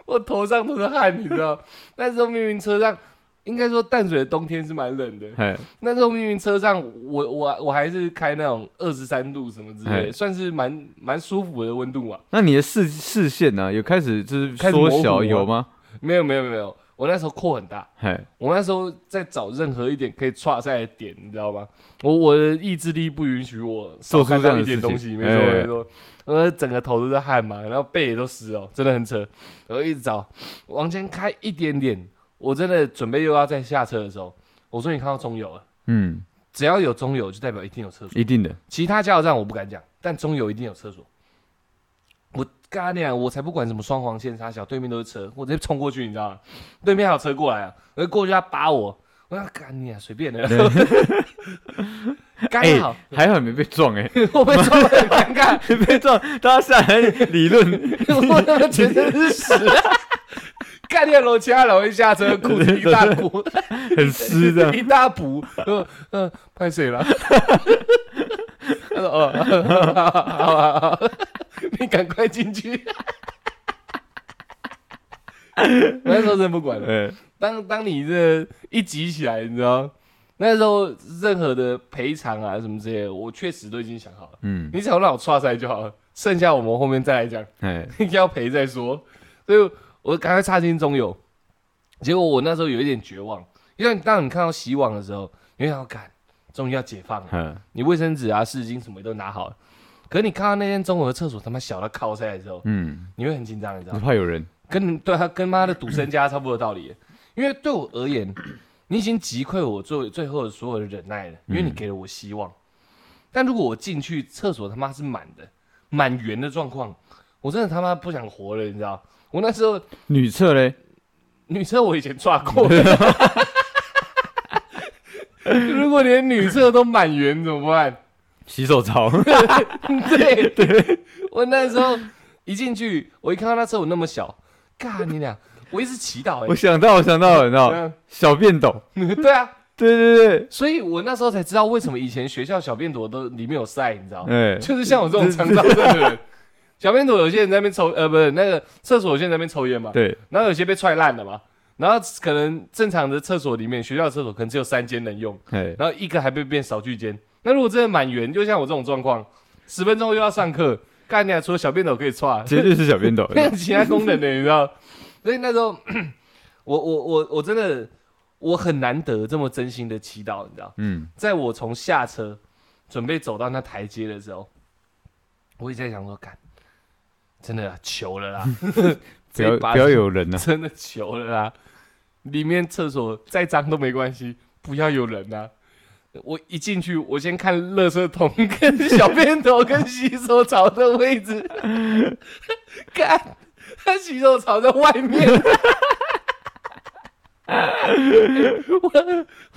S1: 我头上都是汗，你知道？那时候明明车上，应该说淡水的冬天是蛮冷的。
S3: 哎，
S1: 那时候明明车上我我我还是开那种二十三度什么之类的，
S3: 哎
S1: 算是蛮蛮舒服的温度啊。
S3: 那你的视视线呢、有开始啊就是
S1: 开始
S3: 缩
S1: 模糊
S3: 小
S1: 吗
S3: 有吗？
S1: 没有没有没有，我那时候扩很大，
S3: 哎，
S1: 我那时候在找任何一点可以岔赛的点，你知道吗？我我的意志力不允许我少
S3: 做出
S1: 看
S3: 这
S1: 到
S3: 样的
S1: 一点
S3: 事情
S1: 东西，没
S3: 哎
S1: 错没错。我整个头都是汗嘛，然后背也都湿了，真的很扯。我一直找，往前开一点点，我真的准备又要再下车的时候，我说你看到中油了，
S3: 嗯，
S1: 只要有中油就代表一定有厕所。
S3: 一定的，
S1: 其他加油站我不敢讲，但中油一定有厕所。我干你啊！我才不管什么双黄线啥小，对面都是车，我直接冲过去，你知道吗？对面还有车过来啊，我就过去他扒我，我要干你啊，随便的。刚好、
S3: 还好你没被 撞哎、
S1: 我被撞得很尴尬，
S3: 被撞，大家下来理论，
S1: 我他妈全身是屎、干你啊！楼其他老一下车，裤子一大股，
S3: 很湿的，
S1: 一大补，呃呃，拍水了。他说：“哦，好好好好好，你赶快进去。”我那时候真不管了。
S3: 哎，
S1: 当当你这一急起来，你知道，那时候任何的赔偿啊什么之类的，我确实都已经想好了。
S3: 嗯，
S1: 你只要让我刷赛就好了，剩下我们后面再来讲。
S3: 哎，
S1: 要赔再说。所以我赶快插进中友，结果我那时候有一点绝望，因为当你看到洗网的时候，你会想要赶，终于要解放了，
S3: 嗯
S1: 你卫生纸啊、湿巾什么都拿好了。可是你看到那间中友的厕所他妈小到靠塞的时候，
S3: 嗯，
S1: 你会很紧张，你知道
S3: 不
S1: 吗？
S3: 怕有人，
S1: 跟 对他跟妈的赌身家差不多的道理，因为对我而言，你已经击溃我最最后的所有的忍耐了，因为
S3: 嗯
S1: 你给了我希望。但如果我进去厕所他妈是满的，满员的状况，我真的他妈不想活了，你知道？我那时候
S3: 女厕嘞，
S1: 女厕我以前抓过， 如果连女厕都满员怎么办？
S3: 洗手槽，
S1: 对对，我那时候一进去，我一看到那厕所那么小，干你俩，我一直祈祷、
S3: 我
S1: 欸，
S3: 想到，我想到了，你 知道，
S1: 嗯
S3: 小便斗，
S1: 对啊。
S3: 对对
S1: 所以我那时候才知道为什么以前学校小便斗都里面有塞，你知道吗？
S3: 对，哎，
S1: 就是像我这种肠燥症的人，小便斗有些人在那边抽，呃，不是那个厕所有些人在那边抽烟嘛，
S3: 对，
S1: 然后有些被踹烂了嘛，然后可能正常的厕所里面，学校的厕所可能只有三间能用，
S3: 哎，
S1: 然后一个还被变少聚间。那如果真的满员，就像我这种状况，十分钟又要上课，干你、啊、除了小便斗可以踹，
S3: 绝对是小 便斗，
S1: 没有其他功能的，你知道？ 所以那时候， 我我我我真的我很难得这么真心的祈祷，你知道？
S3: 嗯，
S1: 在我从下车准备走到那台阶的时候，我也在想说，干，真的啊求了啦，
S3: 不
S1: 这
S3: 要
S1: 一把
S3: 不要有人啊呐，
S1: 真的求了啦，里面厕所再脏都没关系，不要有人啊。我一进去，我先看垃圾桶、跟小便头、跟洗手槽的位置， 看他洗手槽在外面， 我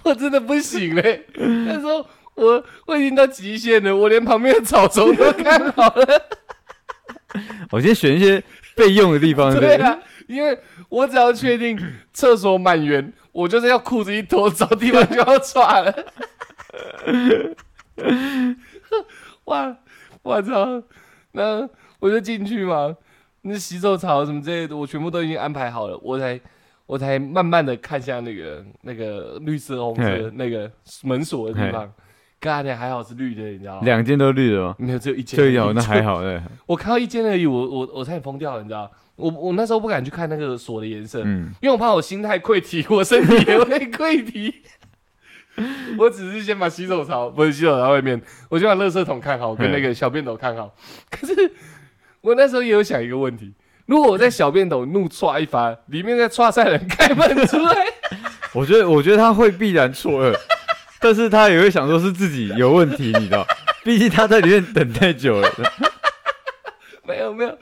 S1: 我真的不行嘞。那时候我我已经到极限了，我连旁边的草丛都看好了。
S3: 我先选一些备用的地方，
S1: 对
S3: 不
S1: 啊，因为我只要确 定厕所满员，我就是要裤子一脱，找地方就要抓了。 哇，我操！那我就进去嘛，那洗手槽什么之类的，我全部都已经安排好了，我才我才慢慢的看向那个那个绿色红色
S3: 嘿
S1: 那个门锁的地方，刚才还好是绿的，你知道吗？
S3: 两间都绿的吗？
S1: 没有，只有一间而
S3: 对
S1: 已，
S3: 呀，那
S1: 就
S3: 还好，对，啊
S1: 我看到一间而已，我我我差点疯掉了，你知道？我我那时候不敢去看那个锁的颜色，
S3: 嗯，
S1: 因为我怕我心态溃堤，我身体也会溃堤。 我只是先把洗手槽，不是洗手槽外面，我先把垃圾桶看好，跟那个小便斗看好。 可是我那时候也有想一个问题：如果我在小便斗怒踹一发，里面在踹赛人开门出来，
S3: 我觉得，我觉得他会必然错愕， 但是他也会想说是自己有问题，你知道，毕竟他在里面等太久了。
S1: 没有没有，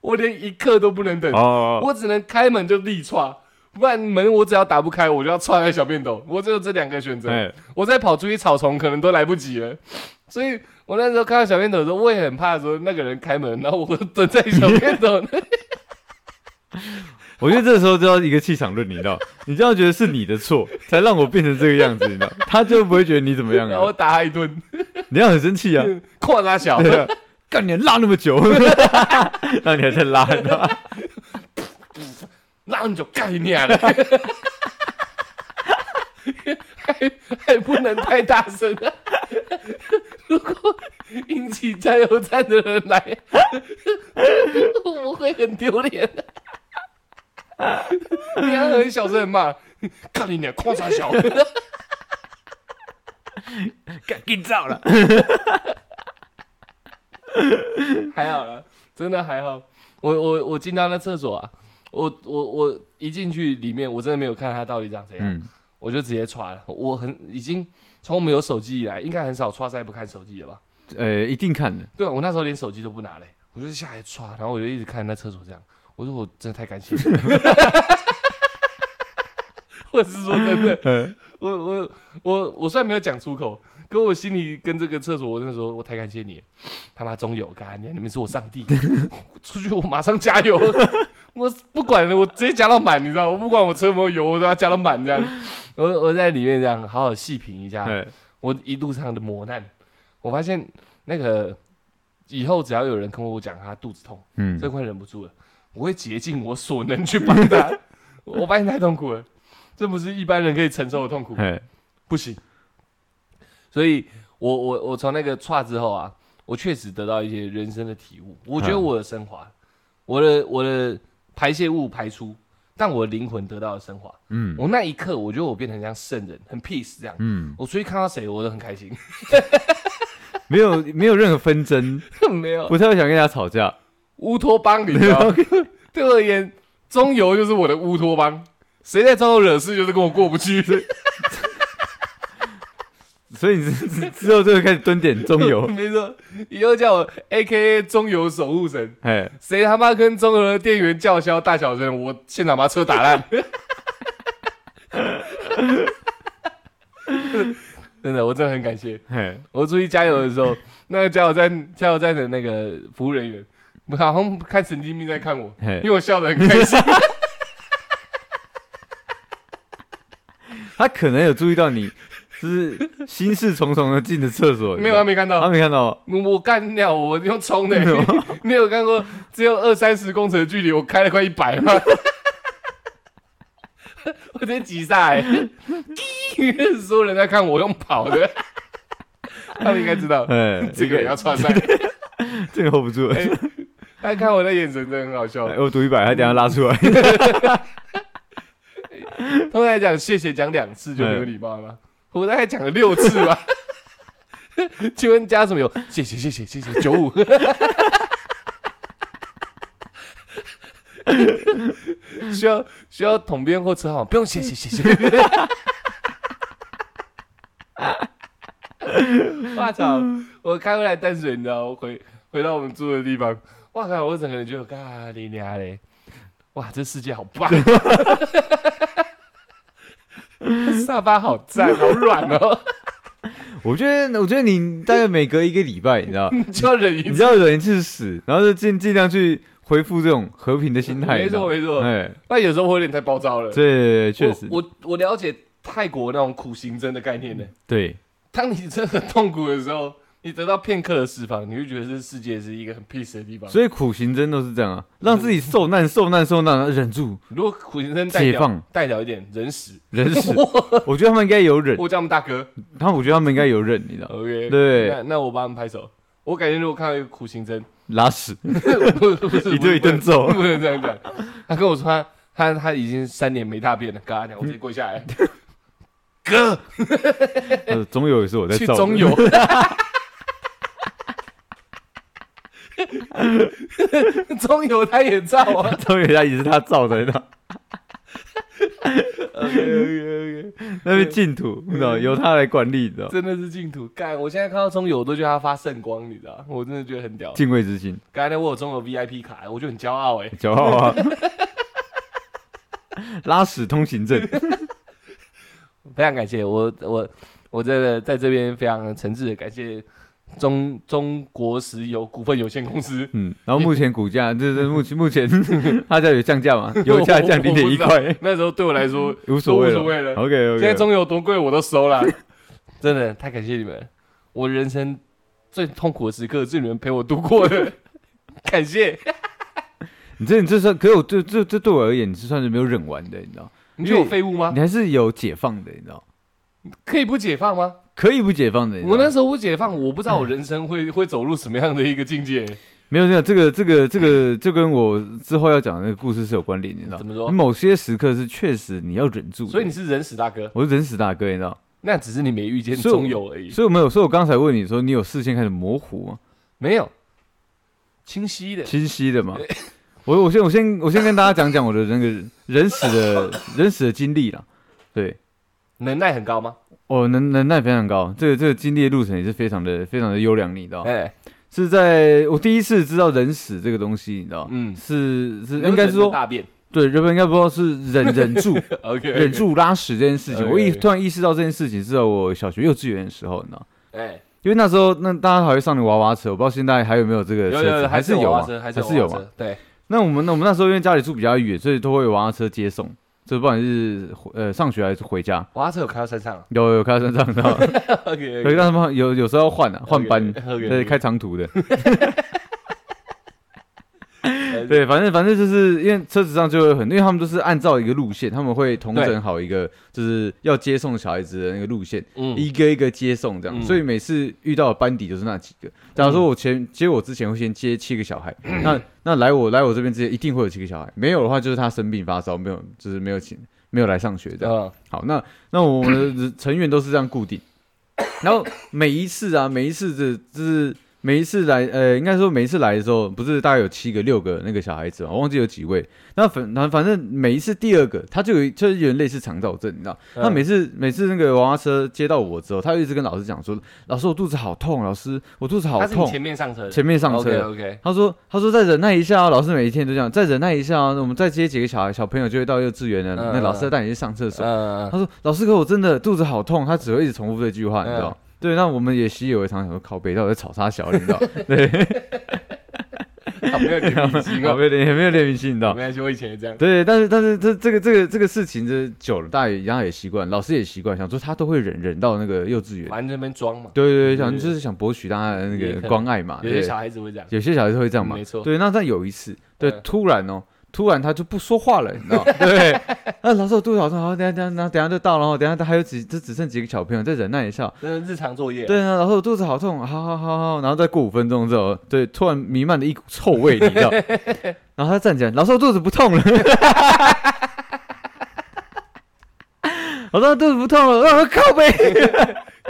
S1: 我连一刻都不能等，
S3: 哦，
S1: 我只能开门就力踹，不然门我只要打不开，我就要踹在小便斗，我只有这两个选择。
S3: 哎，
S1: 我再跑出去草丛可能都来不及了。所以我那时候看到小便斗的时候，我也很怕说那个人开门，然后我蹲在小便斗 那。
S3: 我觉得这时候就要一个气场论，你知道，你这样觉得是你的错，才让我变成这个样子，你知道，他就不会觉得你怎么样
S1: 然后
S3: 啊，
S1: 打他一顿，
S3: 你要很生 气啊，
S1: 跨他小，
S3: 对啊，干你拉那么久， 那你还在拉，你知道 吗
S1: 那你就干你娘了。 还不能太大声啊！如果引起加油站的人来，我会很丢 脸的。你要很小声地骂，看你俩夸啥小，
S3: 干干燥了。
S1: 还好啦，真的还好。我我我进到那厕所啊，我我我一进去里面，我真的没有看他到底长怎样。
S3: 嗯，
S1: 我就直接刷了。我很已经从我们有手机以来，应该很少刷赛不看手机了吧？
S3: 呃，一定 看的。
S1: 对啊，我那时候连手机都不拿嘞、我就下来刷，然后我就一直看那厕所这样。我说我真的太感谢你了，我是说真的，
S3: 呃，
S1: 我我我我虽然没有讲出口，可我心里跟这个厕所，我那时候我太感谢你了，他妈中友，干你你们是我上帝， 我出去我马上加油， 我不管了，我直接加到满，你知道，我不管我车有没有油，我都要加到满这样，我我在里面这样好好细品一下，
S3: 呃
S1: 我一路上的磨难，我发现那个以后只要有人跟我讲他肚子痛，
S3: 嗯
S1: 这，快忍不住了，我会竭尽我所能去帮他。 我发现太痛苦了，这不是一般人可以承受的痛苦，
S3: 哎，
S1: 不行。所以我我我从那个岔之后啊，我确实得到一些人生的体悟。我觉得
S3: 嗯
S1: 我的升华，我的我的排泄物排出，但我的灵魂得到了升华。
S3: 嗯
S1: 我那一刻，我觉得我变成像圣人，很 peace 这样。
S3: 嗯，
S1: 我出去看到谁，我都很开心。
S3: 没有没有任何纷争，
S1: 没有
S3: 不太会想跟人家吵架。
S1: 乌托邦，你知道吗？对我而言，中油就是我的乌托邦。谁在中油惹事，就是跟我过不去。
S3: 所以你 之之之后就会开始蹲点中 游，
S1: 没错，以后叫我 A K A 中油守护神。
S3: 哎，
S1: 谁他妈跟中油的店员叫嚣大小声，我现场把车打烂。 真的，我真的很感谢。
S3: 嘿，
S1: 我出去加油的时候，那个加油站加油站的那个服务人员，好像看神经病在看我，
S3: 嘿
S1: 因为我笑得很开心。
S3: 他可能有注意到你，就是心事重重的进的厕所，
S1: 没有，啊他没看到。
S3: 他没看到吗，
S1: 我干掉，我用冲的、
S3: 没有
S1: 你有看过只有二三十公尺的距离，我开了快一百吗？ 我直接急刹、欸，滴 所有人在看我用跑的， 他们应该知 道
S3: 哎，
S1: 这个也要串赛，
S3: 这个 hold 不住了。
S1: 他看我的眼神真的很好笑。
S3: 哎我赌一百，他等一下拉出来。
S1: 通常来讲，谢谢讲两次就没有礼貌了吗，我大概讲了六次吧。 请问加什么油？谢谢谢谢谢谢九五。 需要需要统编或车号？不用谢谢谢谢。 哇操！我开回来淡水，你知道，我回回到我们住的地方，哇靠！我整个人就咖喱娘嘞，哇，这世界好棒！啊
S3: 嗯
S1: 沙发好赞，好软 哦，
S3: 我觉得，我觉得你大概每隔一个礼拜，你 知道，
S1: 就要忍一
S3: 你
S1: 次。
S3: 知道忍一次屎，然后就尽尽量去恢复这种和平的心态。
S1: 没
S3: 你知道
S1: 错没错，
S3: 哎，
S1: 那有时候我有点太暴躁了。
S3: 对，确实，
S1: 我我我了解泰国那种苦行僧的概念呢。
S3: 对，
S1: 当你真的很痛苦的时候，你得到片刻的释放，你会觉得这世界是一个很 peace 的地方。
S3: 所以苦行僧都是这样啊，让自己受难、受难、受难，然后忍住，
S1: 如果苦行僧代
S3: 解
S1: 表
S3: 放
S1: 代表一点人屎，
S3: 忍死。我觉得他们应该有忍，
S1: 我叫他们大哥。
S3: 他们我觉得他们应该有忍，你知道吗，
S1: OK，
S3: 对
S1: 那那我帮他们拍手。我感觉如果看到一个苦行僧，
S3: 拉 屎，
S1: 不是不是
S3: 一顿一顿揍
S1: 不能这样讲。他跟我说他他他已经三年没大便了，跟他讲我直接跪下来，哥
S3: 呃中友也是我在
S1: 去
S3: 造的
S1: 中 游， 中游他也造 啊。
S3: 中友家也是他造的，你知道吗， 那边净土，你知
S1: 嗯
S3: 道吗，由他来管理，你知道吗，
S1: 真的是净土，干！我现在看到中游，我都觉得他发圣光，你知道吗？我真的觉得很屌。
S3: 敬畏之心，
S1: 刚才我有中游 VIP 卡，我就很骄傲哎、
S3: 骄 傲啊，拉屎通行 证，
S1: 非常感谢我我我真的在这边非常诚挚的感谢中中国石油股份有限公司，
S3: 嗯，然后目前股价，这这目前目前他家有降价嘛，油价降
S1: 我
S3: 零点一，
S1: 我不
S3: 块
S1: 知道，那时候对我来说
S3: 无
S1: 都
S3: 所
S1: 无
S3: 谓
S1: 所
S3: 了
S1: 谓了。
S3: ，OK
S1: 现在
S3: OK，
S1: 中油多贵我都收了， 真的太感谢你们了，我人生最痛苦的时刻是你们陪我度过的， 感谢。
S3: 你这你这算，可是我这这这对我而言，你是算是没有忍完的，你知道吗。
S1: 你觉得我废物吗？
S3: 你还是有解放的，你知道？
S1: 可以不解放吗？
S3: 可以不解放的。你知道
S1: 我
S3: 吗
S1: 那时候不解放，我不知道我人生会会走入什么样的一个境界。
S3: 没有没有，这个这个这个就跟我之后要讲的那个故事是有关联，你知
S1: 嗯
S3: 道
S1: 怎么说
S3: 某些时刻是确实你要忍住的，
S1: 所以你是人死大哥，
S3: 我是忍死大哥，你知道。
S1: 那只是你没遇见
S3: 所以我
S1: 中友而已，
S3: 所以我没有，所以我刚才问你说你有视线开始模糊吗？
S1: 没有清晰的。
S3: 清晰的吗？我我先我先我先跟大家讲讲我的那个人死的人死的经历啦。对，
S1: 能耐很高吗？
S3: 我能能耐非常高，这个这个经历的路程也是非常的非常的优良，你知道。
S1: 哎，
S3: 是在我第一次知道人死这个东西，你知道，
S1: 嗯，
S3: 是是应该
S1: 忍着
S3: 是说
S1: 大便。
S3: 对，人们应该不知道是忍忍住
S1: OK，
S3: 忍住拉屎这件事情，我意
S1: OK
S3: 突然意识到这件事情是在我小学幼稚园的时候，你知道。
S1: 哎，
S3: 因为那时候，那大家还会上的娃娃车，我不知道现在还有没有这个车
S1: 有
S3: 子，
S1: 有有
S3: 还是有
S1: 娃
S3: 啊
S1: 娃车，还
S3: 还是
S1: 有
S3: 有
S1: 娃娃
S3: 嘛。
S1: 车。对，
S3: 那我们那我们那时候因为家里住比较远，所以都会有娃娃车接送，就不管是回呃上学还是回家，
S1: 娃娃车有开到山上 啊。
S3: 有有开山上， 然后
S1: OK，
S3: 可以让他们有有时候要换啊，换班，对，
S1: 对
S3: 开 长途的，对，反正反正就是因为车子上就会很，因为他们都是按照一个路线，他们会统
S1: 对
S3: 整好一个就是要接送小孩子的那个路线，
S1: 嗯
S3: 一个一个接送这样，
S1: 嗯
S3: 所以每次遇到的班底就是那几个。假如说我前接我之前会先接七个小孩，那那来我来我这边之前一定会有七个小孩，没有的话就是他生病发烧，没有就是没有请没有来上学这样。
S1: 嗯
S3: 好，那那我们的 成员都是这样固定，然后每一次啊，每一次的就是每一次来，呃，应该说每一次来的时候，不是大概有七个、六个那个小孩子嘛，我忘记有几位。那反反反正每一次第二个，他就有就是有点类似肠燥症，你知道？
S1: 嗯
S3: 他每次每次那个娃娃车接到我之后，他就一直跟老师讲说：“老师，我肚子好痛，老师，我肚子好
S1: 他是你
S3: 痛。
S1: 前面上车的，”
S3: 前面上车
S1: OK，
S3: 他说：“他说再忍耐一下啊，老师每一天都这样，再忍耐一下啊，我们再接几个小孩小朋友就会到幼稚园了。
S1: 嗯
S3: 那老
S1: 嗯
S3: 师带你去上厕所。”
S1: 嗯，
S3: 他说：“老师，可我真的肚子好痛。”他只会一直重复这句话，
S1: 嗯
S3: 你知道？对，那我们也习以为常，想说靠北到底在吵啥小，你知道？
S1: 嗯好没有点明星
S3: 靠
S1: 啊，
S3: 北的 也没有怜悯心，你知
S1: 没
S3: 道？
S1: 关系，我以前也这样。
S3: 对，但是但是这这个这个这个事情，这久了，大家也大家也习惯，老师也习惯，想说他都会忍忍到那个幼稚园。
S1: 反正这边装嘛，
S3: 对对对，想
S1: 哎对
S3: 就是想博取大家的那
S1: 也可
S3: 个
S1: 能
S3: 关爱嘛。
S1: 有些
S3: 对，
S1: 小孩子会这样。
S3: 有些小孩子会这样嘛
S1: 嗯。没错
S3: 对，那但有一次，对
S1: 嗯，
S3: 突然哦。突然他就不说话了，你知道？ 对，那老师我肚子好痛，好，等一下等一下等一下就到了哦，然后等一下他还有几，这只剩几个小朋友，再忍耐一下，
S1: 那是日常作业。
S3: 对啊，然后我肚子好痛，好好好好，然后再过五分钟之后，对，突然弥漫的一股臭味，你知 道？然后他站起来，老师，我肚子不痛了。 老师，我肚子不痛了，啊，靠背。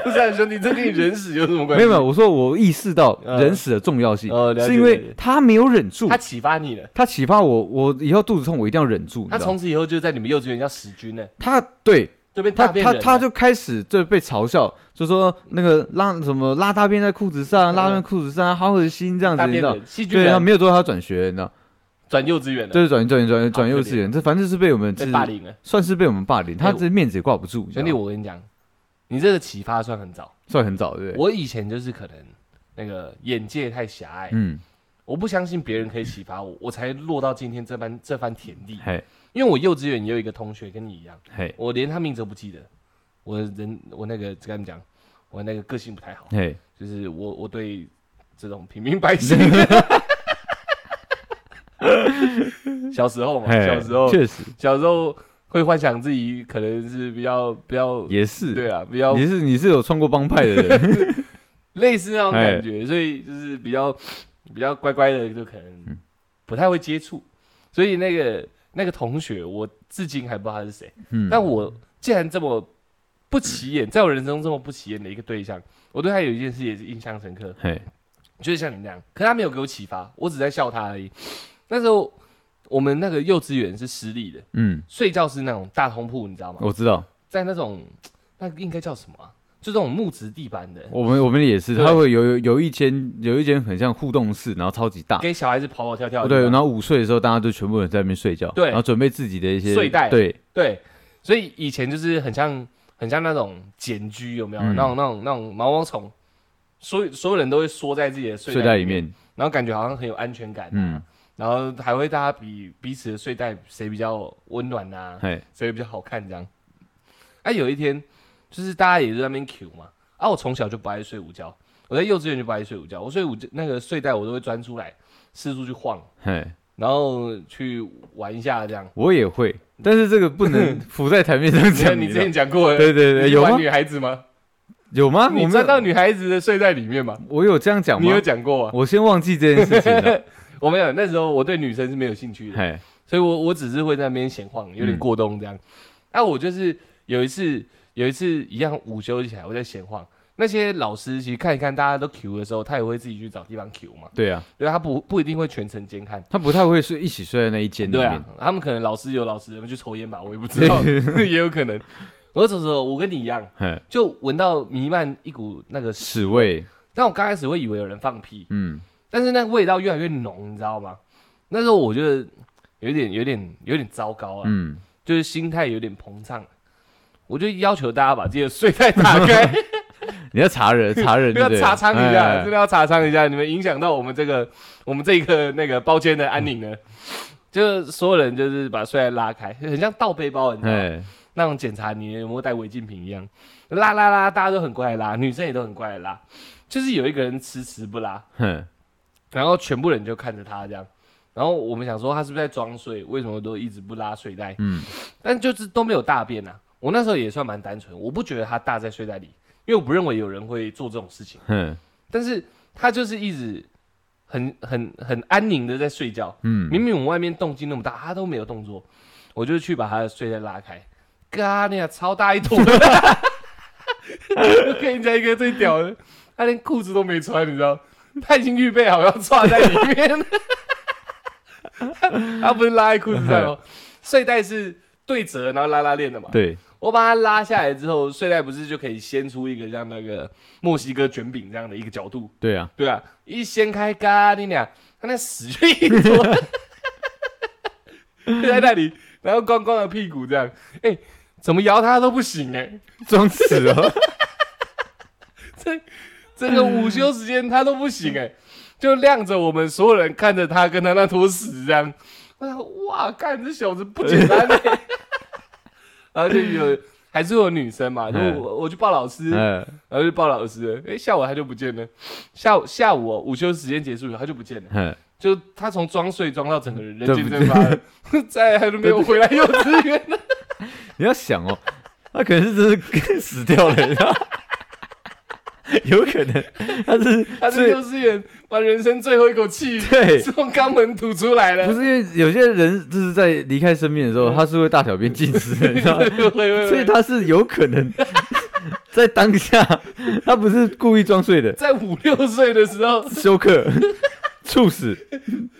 S1: 不是啊兄弟，这跟你人死有什么关
S3: 没
S1: 系？
S3: 有没有，我说我意识到
S1: 嗯
S3: 人死的重要性，
S1: 哦了解
S3: 是因
S1: 了解
S3: 为他没有忍住
S1: 他，启发你了，
S3: 他启发我，我以后肚子痛我一定要忍住，你
S1: 他
S3: 知道
S1: 从？此以后就在你们幼稚园叫史军呢，
S3: 他对
S1: 就变
S3: 他
S1: 大变
S3: 他
S1: 人了。
S3: 他就开始就被嘲笑，就说那个拉什么拉大便在裤子上，拉
S1: 嗯
S3: 在裤子上，好恶心这样子，
S1: 大
S3: 你知
S1: 变
S3: 道？
S1: 人，戏剧
S3: 对，他
S1: 人
S3: 没有做到他转学，你知道？
S1: 转幼稚园了，
S3: 就是转转转
S1: 好
S3: 转幼
S1: 可
S3: 稚园，这反正是被我们
S1: 啊被
S3: 是
S1: 霸凌了。
S3: 算是被我们霸凌，他
S1: 哎
S3: 这面子也挂不住。
S1: 兄弟，
S3: 我
S1: 我跟你讲，你这个启发算很早。
S3: 算很早，对不对？
S1: 我以前就是可能那个眼界太狭隘，
S3: 嗯，
S1: 我不相信别人可以启发我，我才落到今天这番这番田地。
S3: 嘿，
S1: 因为我幼稚园也有一个同学跟你一样，
S3: 嘿，
S1: 我连他名字都不记得。我人我那个跟你讲，我那个个性不太好，
S3: 嘿，
S1: 就是我我对这种平民百姓， 小时候嘛，
S3: 嘿，
S1: 小时候啊
S3: 确实
S1: 小时候会幻想自己可能是比较比较，
S3: 也是，
S1: 对啊，比较
S3: 你是你是有创过帮派的 人，
S1: 类似那种
S3: 哎
S1: 感觉，所以就是比较比较乖乖的，就可
S3: 嗯
S1: 能不太会接触。所以那个那个同学，我至今还不知道他是谁。
S3: 嗯，
S1: 但我既然这么不起眼，在我人生中这么不起眼的一个对象，我对他有一件事也是印象深刻，
S3: 嘿，
S1: 就是像你那样。可他没有给我启发，我只在笑他而已。那时候我们那个幼稚园是私立的，
S3: 嗯，
S1: 睡觉是那种大通铺，你知道吗？
S3: 我知道，
S1: 在那种那应该叫什么、啊？就这种木质地板的，
S3: 我们我们也是，
S1: 对
S3: 他会有有有一间有一间很像互动室，然后超级大。
S1: 给小孩子跑跑跳跳的地
S3: 哦对，
S1: 方。
S3: 然后午睡的时候，大家就全部人在那边睡觉，
S1: 对
S3: 然后准备自己的一些
S1: 睡袋
S3: 对，
S1: 对，所以以前就是很像很像那种茧居，有没有？
S3: 嗯
S1: 那种那种那种毛毛虫，所有所有人都会缩在自己的睡
S3: 睡袋里，面，
S1: 然后感觉好像很有安全感、啊
S3: 嗯，
S1: 然后还会大家比彼此的睡袋谁比较温暖呐、
S3: 嘿，
S1: 谁比较好看这样。哎、有一天就是大家也在那边 Q 嘛，啊，我从小就不爱睡午觉，我在幼稚园就不爱睡午觉，我睡午觉那个睡袋我都会钻出来四处去晃，
S3: 嘿，
S1: 然后去玩一下 这样。
S3: 我也会，但是这个不 能浮在台面上
S1: 你看
S3: 讲。
S1: 你
S3: 知
S1: 之
S3: 道
S1: 前讲过 了，
S3: 对对对，
S1: 你
S3: 有
S1: 玩
S3: 吗？
S1: 女孩子吗？啊
S3: 有吗？
S1: 你
S3: 我没
S1: 沾到
S3: 有，
S1: 女孩子的睡在里面吗？
S3: 我有这样讲
S1: 你
S3: 吗
S1: 有？讲过啊？
S3: 我先忘记这件事情 了。
S1: 我没有，那时候我对女生是没有兴趣的，
S3: 嘿，
S1: 所以我我只是会在那边闲晃，有点过冬这样。那、我就是有一次有一次一样午休起来，我在闲晃。那些老师其实看一看大家都 Q 的时候，他也会自己去找地方 Q 嘛，
S3: 对啊，
S1: 对，他不不一定会全程监看。
S3: 他不太会睡一起睡在那一间里
S1: 对
S3: 面
S1: 啊。，他们可能老师有老师们去抽烟吧，我也不知道， 也有可能。我走走，我跟你一样，
S3: 嘿，
S1: 就闻到弥漫一股那个，
S3: 屎味，
S1: 但我刚开始会以为有人放屁，
S3: 嗯，
S1: 但是那个味道越来越浓，你知道吗？那时候我觉得有点、有点、有点糟糕啊，
S3: 嗯，
S1: 就是心态有点膨胀。我就要求大家把自己的睡袋打开，
S3: 你要 查人，查人 对
S1: 要
S3: 不对，
S1: 查仓一
S3: 哎
S1: 下，啊真的要查仓一下，你们影响到我们这个、我们这个那个包间的安宁
S3: 嗯
S1: 了。就是所有人就是把睡袋拉开，很像倒背包，你知道吗？
S3: 哎，
S1: 那种检查你有没有带违禁品一样，拉拉拉，大家都很乖地拉，女生也都很乖地拉，就是有一个人迟迟不拉，
S3: 哼，
S1: 然后全部人就看着他这样，然后我们想说他是不是在装睡，为什么都一直不拉睡袋？
S3: 嗯，
S1: 但就是都没有大便啊。我那时候也算蛮单纯，我不觉得他大在睡袋里，因为我不认为有人会做这种事情，
S3: 哼，
S1: 但是他就是一直很很很安宁的在睡觉，
S3: 嗯，
S1: 明明我们外面动静那么大，他都没有动作，我就去把他的睡袋拉开，嘎，那超大一坨，跟人家一个最屌的，他连裤子都没穿，你知道，他已经预备好要抓在里面 了，他他不是拉在裤子上哦，睡袋是对折然后拉拉链的嘛，
S3: 对，
S1: 我把它拉下来之后，睡袋不是就可以掀出一个像那个墨西哥卷饼这样的一个角度，
S3: 对啊，
S1: 对啊，一掀开，嘎你俩，他那死去一 坨，就在那里，然后光光的屁股这样，哎、怎么摇他都不行哎、
S3: 装死 哦，
S1: 整个午休时间他都不行哎、就晾着我们所有人看着他跟他那坨屎这样，我想哇，干这小子不简单哎、 然后就有还是有女生嘛，就
S3: 嗯
S1: 我我去报老师，
S3: 哎，
S1: 然后就报老师了，哎、下午他就不见了，下午下午、哦、午休时间结束以后他就不见了。
S3: 哼，
S1: 就他从装睡装到整个人人
S3: 对
S1: 间
S3: 不
S1: 蒸发了， 再还都没有回来幼稚园了。
S3: 你要想哦，他可能是真的死掉了，你知道 有可能他是
S1: 他是
S3: 最
S1: 幼稚园把人生最后一口气
S3: 对。
S1: 从肛门吐出来了，
S3: 不是因为有些人就是在离开生命的时候，他是会大小便尽失的，你知道吗？
S1: 会会会
S3: 所以他是有可能 在当下，他不是故意装睡的，
S1: 在五六岁的时候，
S3: 休克、猝死，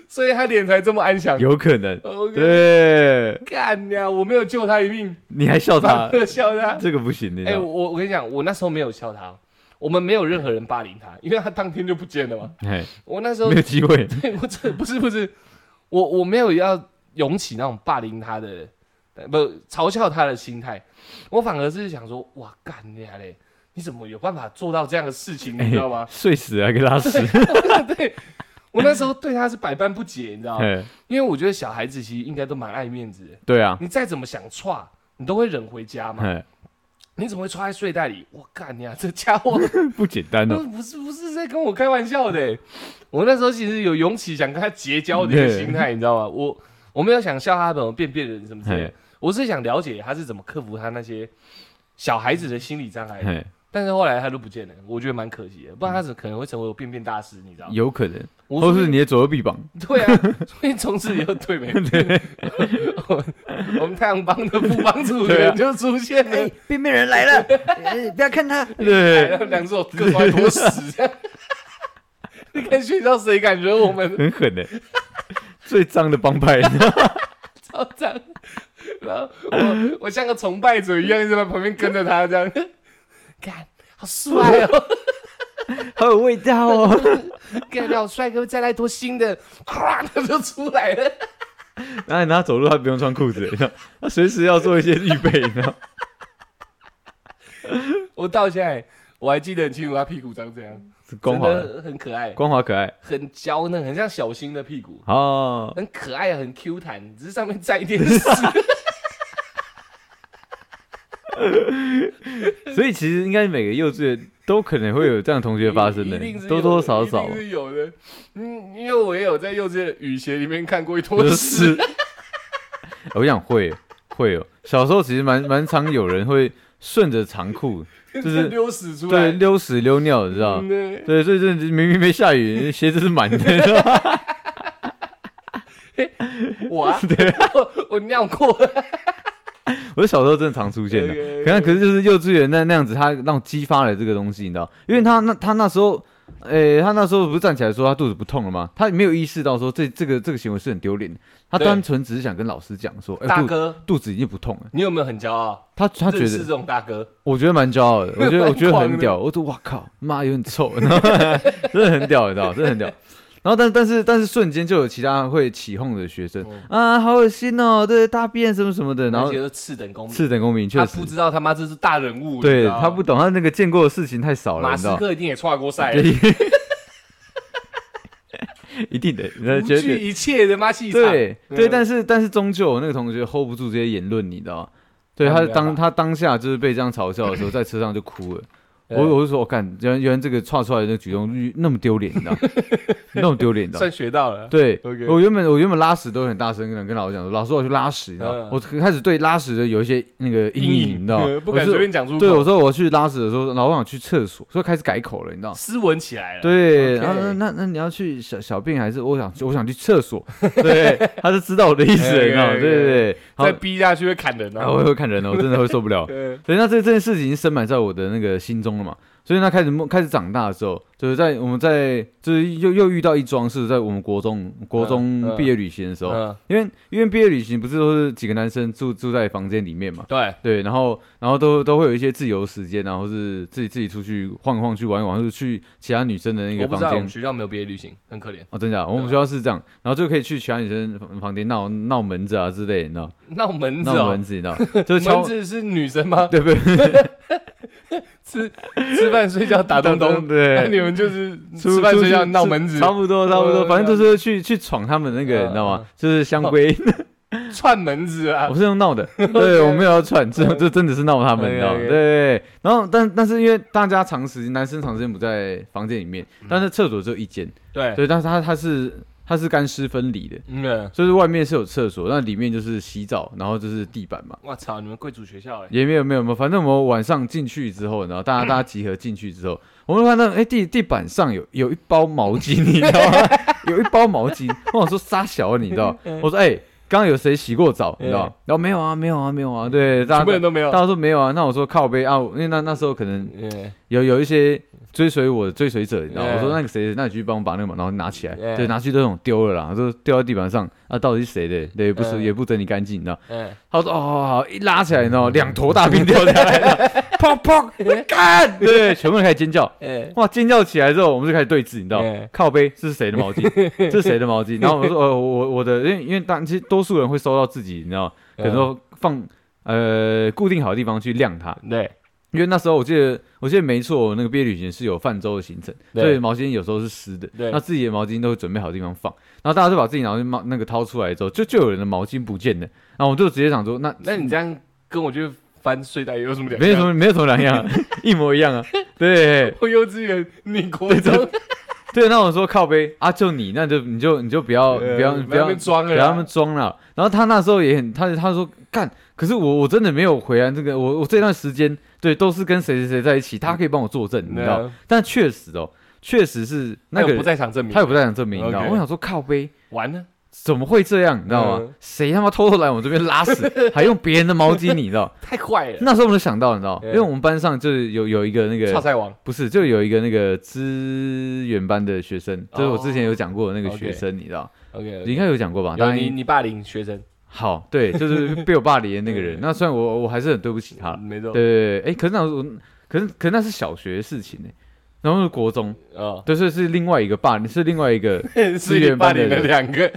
S1: 所以他脸才这么安详。
S3: 有可能。
S1: OK，
S3: 对，
S1: 干呀，我没有救他一命，
S3: 你还笑他，
S1: 笑他。
S3: 这个不行，你知
S1: 哎，
S3: 道吗？
S1: 我我跟你讲，我那时候没有笑他，哦我们没有任何人霸凌他，因为他当天就不见了嘛。
S3: 哎，
S1: 我那时候
S3: 没有机会。
S1: 对我这不是不是，我我没有要涌起那种霸凌他的，呃不嘲笑他的心态，我反而是想说，哇干你啊嘞，你怎么有办法做到这样的事情，你知道 吗？
S3: 睡死还给拉 屎，
S1: 对我那时候对他是百般不解，你知道吗？
S3: 哎，
S1: 因为我觉得小孩子其实应该都蛮爱面子的，
S3: 对啊，
S1: 你再怎么想踹，你都会忍回家嘛，
S3: 哎，
S1: 你怎么会踹在睡袋里？我干你啊，这家伙！
S3: 不简单哦。
S1: 不是不是在跟我开玩笑的欸、我那时候其实有勇气想跟他结交的一个心态，你知道吗？我我没有想笑他怎么变变人什么之类的
S3: 嘿，
S1: 我是想了解他是怎么克服他那些小孩子的心理障碍。
S3: 哎，
S1: 但是后来他都不见了，我觉得蛮可惜的，不然他怎可能会成为我变变大师？你知道吗？
S3: 有可能，
S1: 我
S3: 或 是你的左右臂膀，
S1: 对啊，所以从此以后 对没？我 我们太阳帮的副帮主
S3: 对啊
S1: 人就出现了
S2: 哎，，边边人来 了，哎不要看他，
S3: 对，
S1: 然后哎两只手各抓一坨屎这样。 你看学校谁敢惹我们？
S3: 很狠的，最脏的帮派，
S1: 超脏。然后我我像个崇拜者一样，一直在旁边跟着他这 样，看好帅 哦，
S3: 好有味道哦。
S1: 看好帅哥，再来一坨新 的，咵他就出来了。
S3: 然后你拿他走路，他不用穿裤子，你知道，他随时要做一些预备，你知道。
S1: 我到现在我还记得很清楚他屁股长怎样，
S3: 是光
S1: 真
S3: 滑的，
S1: 的很可爱，
S3: 光滑可爱
S1: 很娇嫩，很像小新的屁股，
S3: 哦，
S1: 很可爱，很 Q 弹，只是上面沾一点屎。
S3: 所以其实应该每个幼稚园都可能 会有这样的同学发生
S1: 一定是
S3: 多
S1: 有
S3: 多
S1: 的
S3: 少
S1: 一
S3: 少
S1: 定是有的。嗯，因为我也有在幼稚园的语协里面看过一坨
S3: 就
S1: 屎。
S3: 是。 哦我想会会哦，小时候其实蛮蛮常有人会顺着长裤，就是
S1: 溜屎出来
S3: 对，，溜屎溜尿，你知道？
S1: 嗯对
S3: 对，所以这明明没下雨，鞋子是满的。
S1: 我 啊，我我尿过，
S3: 呃我小时候真的常出现的。
S1: OK，OK
S3: 可是可是就是幼稚园那那样子，他让我激发了这个东西，你知道？因为他那他那时候，诶、他那时候不是站起来说他肚子不痛了吗？他没有意识到说这这个这个行为是很丢脸的，他
S1: 对
S3: 单纯只是想跟老师讲说，哎、
S1: 大
S3: 肚
S1: 哥，
S3: 肚子已经不痛了。
S1: 你有没有很骄傲？
S3: 他他觉
S1: 认识这
S3: 得，
S1: 种大哥，
S3: 我觉得蛮骄傲的，我觉得
S1: 蛮
S3: 我 觉得
S1: 狂的
S3: 很屌，我说哇靠，妈有点臭， 然后真的很屌，你知道？真的很屌。然后但但是但是瞬间就有其他会起哄的学
S1: 哦
S3: 生、啊，好恶心哦，对大便什么什么的，然
S1: 然
S3: 后
S1: 后觉得次等公民，
S3: 次等公民
S1: 他
S3: 确实
S1: 不知道他妈这是大人物，你知
S3: 对
S1: 道吗
S3: 他不懂，他那个见过的事情太少了，
S1: 马
S3: 你知
S1: 斯
S3: 道？
S1: 克一定也跨过赛，
S3: 一定的，那
S1: 不
S3: 绝
S1: 惧
S3: 对
S1: 一切的妈气场，
S3: 对对，
S1: 嗯
S3: 但是但是终究我那个同学 hold 不住这些言论，你知道吗？对
S1: 他没
S3: 他
S1: 办
S3: 当
S1: 法
S3: 他当下就是被这样嘲笑的时候，在车上就哭了。
S1: 对
S3: 我我就说，我干，原来原来这个创出来的那个举动那么丢脸，你 知道吗？那么丢脸，你知道吗？
S1: 算学到了，
S3: 对
S1: OK
S3: 我原本我原本拉屎都很大声，跟跟老师讲说，老师我去拉屎，你知道吗
S1: 嗯？
S3: 我开始对拉屎的有一些那个阴影，你知道吗
S1: 嗯？ 不
S3: 我
S1: 敢
S3: 是
S1: 随便讲出口，
S3: 对，我说我去拉屎的时候，老师想去厕所，所以开始改口了，你知道吗？
S1: 斯文起来了，
S3: 对，
S1: OK
S3: 然后那那那你要去小小便还是我想我想去 厕所？对，他是知道我的意思了，你知道吗？
S1: OK，OK，OK
S3: 对对对，好
S1: 再，逼下去会砍人
S3: 然后我
S1: 哦，
S3: 会看人了，我真的会受 不了。
S1: 对，
S3: 对，那这这件事情已经深埋在我的那个心中了嘛，所以那开始慢开始长大的时候，就是在我们在就是又又遇到一桩是在我们国中国中
S1: 嗯
S3: 毕业旅行的时候，
S1: 嗯，
S3: 因为因为毕业旅行不是都是几个男生住住在房间里面嘛，
S1: 对，
S3: 对，然后然后都都会有一些自由时间，然后是自己自己出去晃一晃去玩一玩，或者去其他女生的那
S1: 我
S3: 个
S1: 不
S3: 房
S1: 知道我
S3: 间
S1: 们。学校没有毕业旅行，很可怜。
S3: 哦，真假的？我们学校是这样，然后就可以去其他女生房房间闹闹门子啊之类的，你知道？
S1: 闹门子
S3: 闹
S1: 哦
S3: 门，子，你知道？ 就是
S1: 门
S3: 敲，
S1: 子是女生吗？
S3: 对不对？
S1: 吃吃饭睡觉打东东，那
S3: 对。
S1: 你们就是
S3: 出
S1: 吃饭
S3: 出
S1: 睡
S3: 去
S1: 觉闹门子
S3: 差，不多，差不多，
S1: 呃
S3: 反正就是去去闯他们那个，
S1: 呃
S3: 你知道吗
S1: 呃？
S3: 就是 香龟，
S1: 串门子啊
S3: 我，是用 闹的，对我没有要串，这这真的是闹他们，
S1: OK，
S3: 你知道吗？
S1: OK
S3: 对。然后，但但是因为大家长时间，男生长时间不在房间里面，但是厕所只有一间，
S1: 对，
S3: 对，但是它它是它是干湿分离的，
S1: 嗯，
S3: 所以说外面是有厕所，那里面就是洗澡，然后就是地板嘛。
S1: 我操，你们贵族学校哎，
S3: 也没有没有没有，反正我们晚上进去之后，然后大家大家集合进去之后，我们看到哎、地地板上有有一包毛巾，你知道吗？ 有一包毛巾，我想说撒小啊，你知道？
S1: 嗯
S3: 我说哎，刚、刚有谁洗过澡？你知道？然后没有啊，没有啊，没有啊，对，大
S1: 全部
S3: 家
S1: 人都没有
S3: 大，家说没有啊，那我说靠背啊，我因为那那时候可能
S1: 嗯，
S3: 有有一些追随我的追随者，你知道吗？
S1: Yeah.
S3: 我说那个谁，那你去帮我把那个毛然后拿起来
S1: Yeah.
S3: 对，拿去都那种丢了啦，都掉在地板上啊，到底是谁的？对，不是
S1: Yeah.
S3: 也不整理干净，你知道？
S1: 嗯，
S3: 他说哦，好好，一拉起来，你知道吗，两坨大便掉下来了， 砰砰，干，对，全部人开始尖叫。
S1: 哎，
S3: 哇！尖叫起来之后，我们就开始对峙，你知道吗
S1: Yeah.
S3: 靠背这是谁的毛巾？ 这是谁的毛巾？然后我说，呃，我我的，因为因为当其实多数人会收到自己，你知道吗，可能说放呃固定好的地方去晾它，
S1: 对，
S3: 因为那时候我记得，我记得没错，我那个毕业旅行是有泛舟的行程，
S1: 对
S3: 所以毛巾有时候是湿的，
S1: 对
S3: 那自己的毛巾都会准备好地方放，然后大家就把自己毛巾毛那个掏出来之后，就就有人的毛巾不见了，然后我就直接想说，那
S1: 那你这样跟我去翻睡袋有什么两样？
S3: 没有什么没有什么 两样、啊，一模一样啊，对
S1: 我幼稚园，你国中，
S3: 对，那我说靠背啊，就你，那就你就你就 不要不要
S1: 呃
S3: 不要
S1: 在那边装了啊
S3: 给
S1: 啦，
S3: 他们装了。然后他那时候也很，他他说干，可是我我真的没有回来这个，我我这段时间对都是跟谁谁谁在一起，他可以帮我作证，你知道
S1: 嗯？
S3: 但确实哦，确实是
S1: 那
S3: 那
S1: 个
S3: 个
S1: 不
S3: 人
S1: 在场证明，啊
S3: 他也不在场证明，你知道？
S1: OK
S3: 我想说靠背。
S1: 完了，
S3: 怎么会这样？你知道吗
S1: 嗯？
S3: 谁他妈偷偷来我们这边拉屎， 还用别人的毛巾？你知道？
S1: 太快了，
S3: 那时候我们就想到，你知道，因
S1: 嗯
S3: 为我们班上就是有有一个那
S1: 超
S3: 个
S1: 赛王，
S3: 不是，就有一个那个资源班的学生，就是我之前有讲过的那个学生，你知道？
S1: 哦 OK，
S3: 你应该有讲过吧？
S1: 有
S3: 大
S1: 你
S3: 一
S1: 你霸凌学生，
S3: 好，对，就是被我霸凌的那个人。
S1: 嗯
S3: 那虽然我我还是很对不起他，
S1: 没错
S3: 对，对对，哎，可是那时候我，可是可是那是小学的事情呢，然后是国中，
S1: 哦，
S3: 对，所以是另外一个霸凌，是另外一 个
S1: 是你霸凌了两个，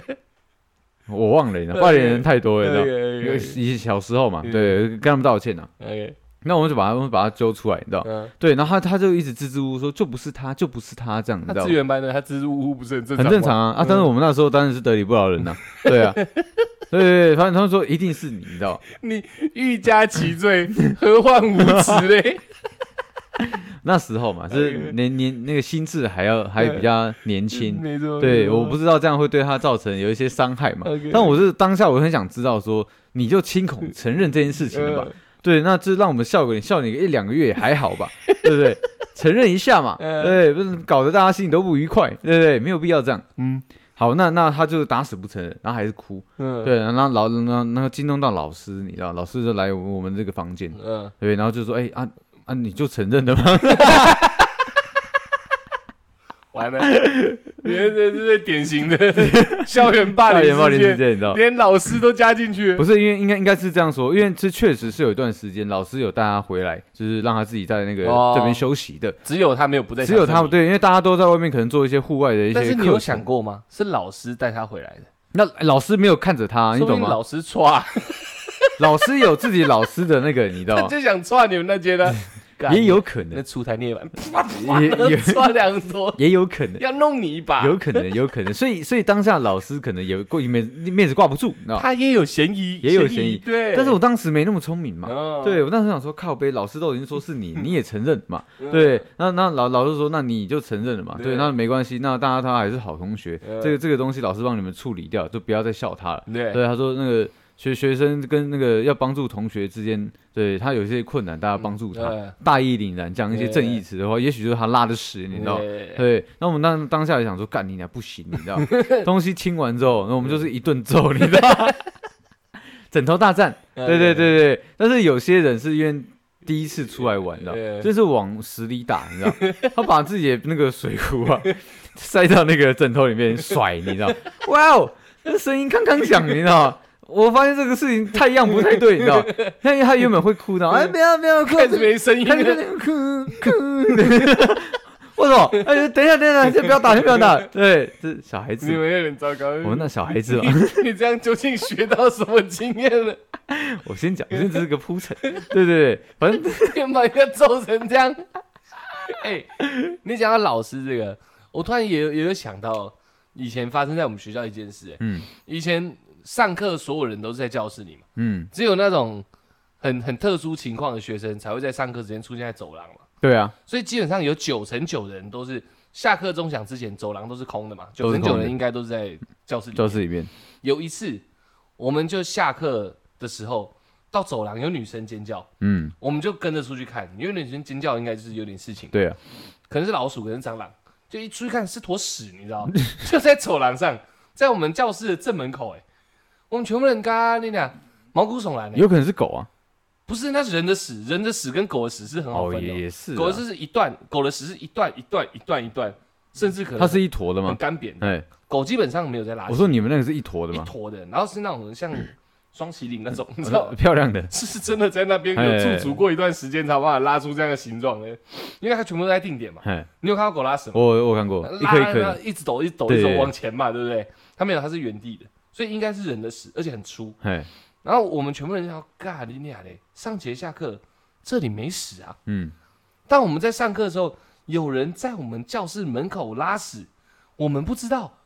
S3: 我忘了，你知道霸凌的人太多了，你 知道？因为
S1: OK，OK，OK，
S3: 以小时候嘛，
S1: 嗯
S3: 对，跟他们道歉啊。
S1: OK，
S3: 那我们就把他我们把他揪出来，你知道？
S1: 嗯，
S3: 对，然后他他就一直支支吾吾说就不是他，就不是他这样，你
S1: 他
S3: 知道
S1: 资？源班的，他支支吾吾不是很正常，
S3: 很正常，啊啊！但是我们那时候当然是得理不饶人呐、对啊。对对对，反正他们说一定是你，你知道？
S1: 你欲加其罪，何患无辞 嘞？
S3: 那时候嘛，是年年那个心智还要还比较年 轻，
S1: 没错，
S3: 对，我不知道这样会对他造成有一些伤害嘛
S1: 嗯 OK。
S3: 但我是当下我很想知道说，你就亲口承认这件
S1: 呃
S3: 事情了吧？对，那这让我们笑个你笑你个一两个月也还 好吧，对不对？承认一下嘛，
S1: 嗯
S3: 对，不是搞得大家心里都不愉快，对不对？没有必要这样。
S1: 嗯
S3: 好，那那他就打死不承认，然后还是哭，
S1: 嗯，
S3: 对，然后老然后然后惊动到老师，你知道，老师就来我们这个房间，
S1: 嗯，
S3: 对，然后就说，哎啊啊，你就承认了吗？
S1: 完了，你这这是典型的 校园霸
S3: 大
S1: 凌
S3: 言暴力
S1: 事
S3: 事
S1: 件，
S3: 件，你知道？
S1: 连老师都加进去
S3: 不。是，因为应该应该是这样说，因为这确实是有一段时间，老师有带他回来，就是让他自己在那个、
S1: 哦
S3: 这边休息的。
S1: 只有他没有不在，
S3: 只有他们。对，因为大家都在外面，可能做一些户外的一些课
S1: 但
S3: 程。
S1: 是你有想过吗？是老师带他回来的，
S3: 那老师没有看着啊他，你
S1: 说不
S3: 懂
S1: 定
S3: 吗？哦
S1: 老师 抓，
S3: 老师有自己老师的那个，你知道吗？
S1: 就想抓你们那 些的，干
S3: 也有可
S1: 那
S3: 能，
S1: 出台涅槃，
S3: 也也
S1: 抓两头，
S3: 也有可能，
S1: 要弄你一把。
S3: 有可能，有可能。所以所以当下老师可能也过面面子挂不住，你知道吗？
S1: 他也有嫌疑，
S3: 也有嫌疑
S1: 对，
S3: 但是我当时没那么聪明嘛，
S1: 哦
S3: 对我当时想说靠背，老师都已经说是 你，你也承认嘛，
S1: 嗯
S3: 对，那那老老师说，那你就承认了嘛，
S1: 对
S3: 对，那没关系，那大家他还是好同学
S1: 嗯，
S3: 这个这个东西老师帮你们处理掉，就不要再笑他了。
S1: 对
S3: 对，他说那个学学生跟那个要帮助同学之间，对他有一些困难，大家帮助他，
S1: 嗯
S3: 大义凛然讲一些正义词的话，也许就是他拉的屎，你知道。
S1: 对
S3: 对，那我们当当下也想说，干你俩不行，你知 道，东西清完之后，那我们就是一顿揍，你知道，枕头大战，
S1: 嗯
S3: 对对对对，但是有些人是因为第一次出来玩
S1: 对
S3: 的，就是往死里打，你知道，他把自己的那个水壶啊塞到那个枕头里面甩，你知道，哇哦，那声音康康响，你知道。我发现这个事情太样不太对，你知道？那他原本会哭的，哎，不要不要哭，
S1: 开始没声音
S3: 他就在
S1: 了，
S3: 那边 哭哭。我操！哎，等一下，等一下，先不要打，先不要打。对，这小孩
S1: 你
S3: 子，
S1: 们有点糟糕。
S3: 我们那小孩子嘛，啊
S1: 你这样究竟学到什么经验 了？
S3: 我先讲，这只是个铺陈。对对对，反正
S1: 天把人家揍成这样。哎、你讲到老师这个，我突然也有也有想到以前发生在我们学校一件事、哎
S3: 嗯
S1: 以前上课所有人都是在教室里嘛，
S3: 嗯，
S1: 只有那种很很特殊情况的学生才会在上课时间出现在走廊嘛。
S3: 对啊，
S1: 所以基本上有九成九的人都是下课钟响之前走廊都是空的嘛，九
S3: 都是
S1: 成
S3: 空的
S1: 九人应该都是在教室里。
S3: 教室里面，
S1: 有一次，我们就下课的时候到走廊有女生尖叫，
S3: 嗯，
S1: 我们就跟着出去看，因为女生尖叫应该就是有点事情，
S3: 对啊，
S1: 可能是老鼠，可能是蟑螂，就一出去看是坨屎，你知道吗， 就在走廊上，在我们教室的正门口、哎，我们全部人嘎你俩毛骨悚然、哎
S3: 有可能是狗啊，
S1: 不是那是人的屎，人的屎跟狗的屎是很好分的、哦
S3: 也也是啊，
S1: 狗的屎是一段，狗的屎是一段一段一段一段，甚至可能
S3: 它是一坨的
S1: 很
S3: 吗？
S1: 干扁的。
S3: 哎，
S1: 狗基本上没有在拉
S3: 我
S1: 屎，
S3: 说你们那个是一坨的
S1: 一
S3: 吗？
S1: 坨的，然后是那种像双麒麟那种，你知道
S3: 哦漂亮的，
S1: 是是真的在那边有
S3: 哎
S1: 驻足过一段时间，才有办法拉出这样的形状的，因为它全部都在定点嘛。
S3: 哎，
S1: 你有看到狗拉屎吗？
S3: 我我看过，哦一
S1: 拉
S3: 颗一颗
S1: 拉
S3: 的，
S1: 一直抖，一直抖，
S3: 对
S1: 一直
S3: 对
S1: 抖
S3: 对
S1: 往前嘛，对不对？它没有，它是原地的，所以应该是人的屎，而且很粗。
S3: 哎，
S1: 然后我们全部人要尬你俩嘞，上节下课这里没屎啊，
S3: 嗯，
S1: 但我们在上课的时候，有人在我们教室门口拉屎，我们不知道，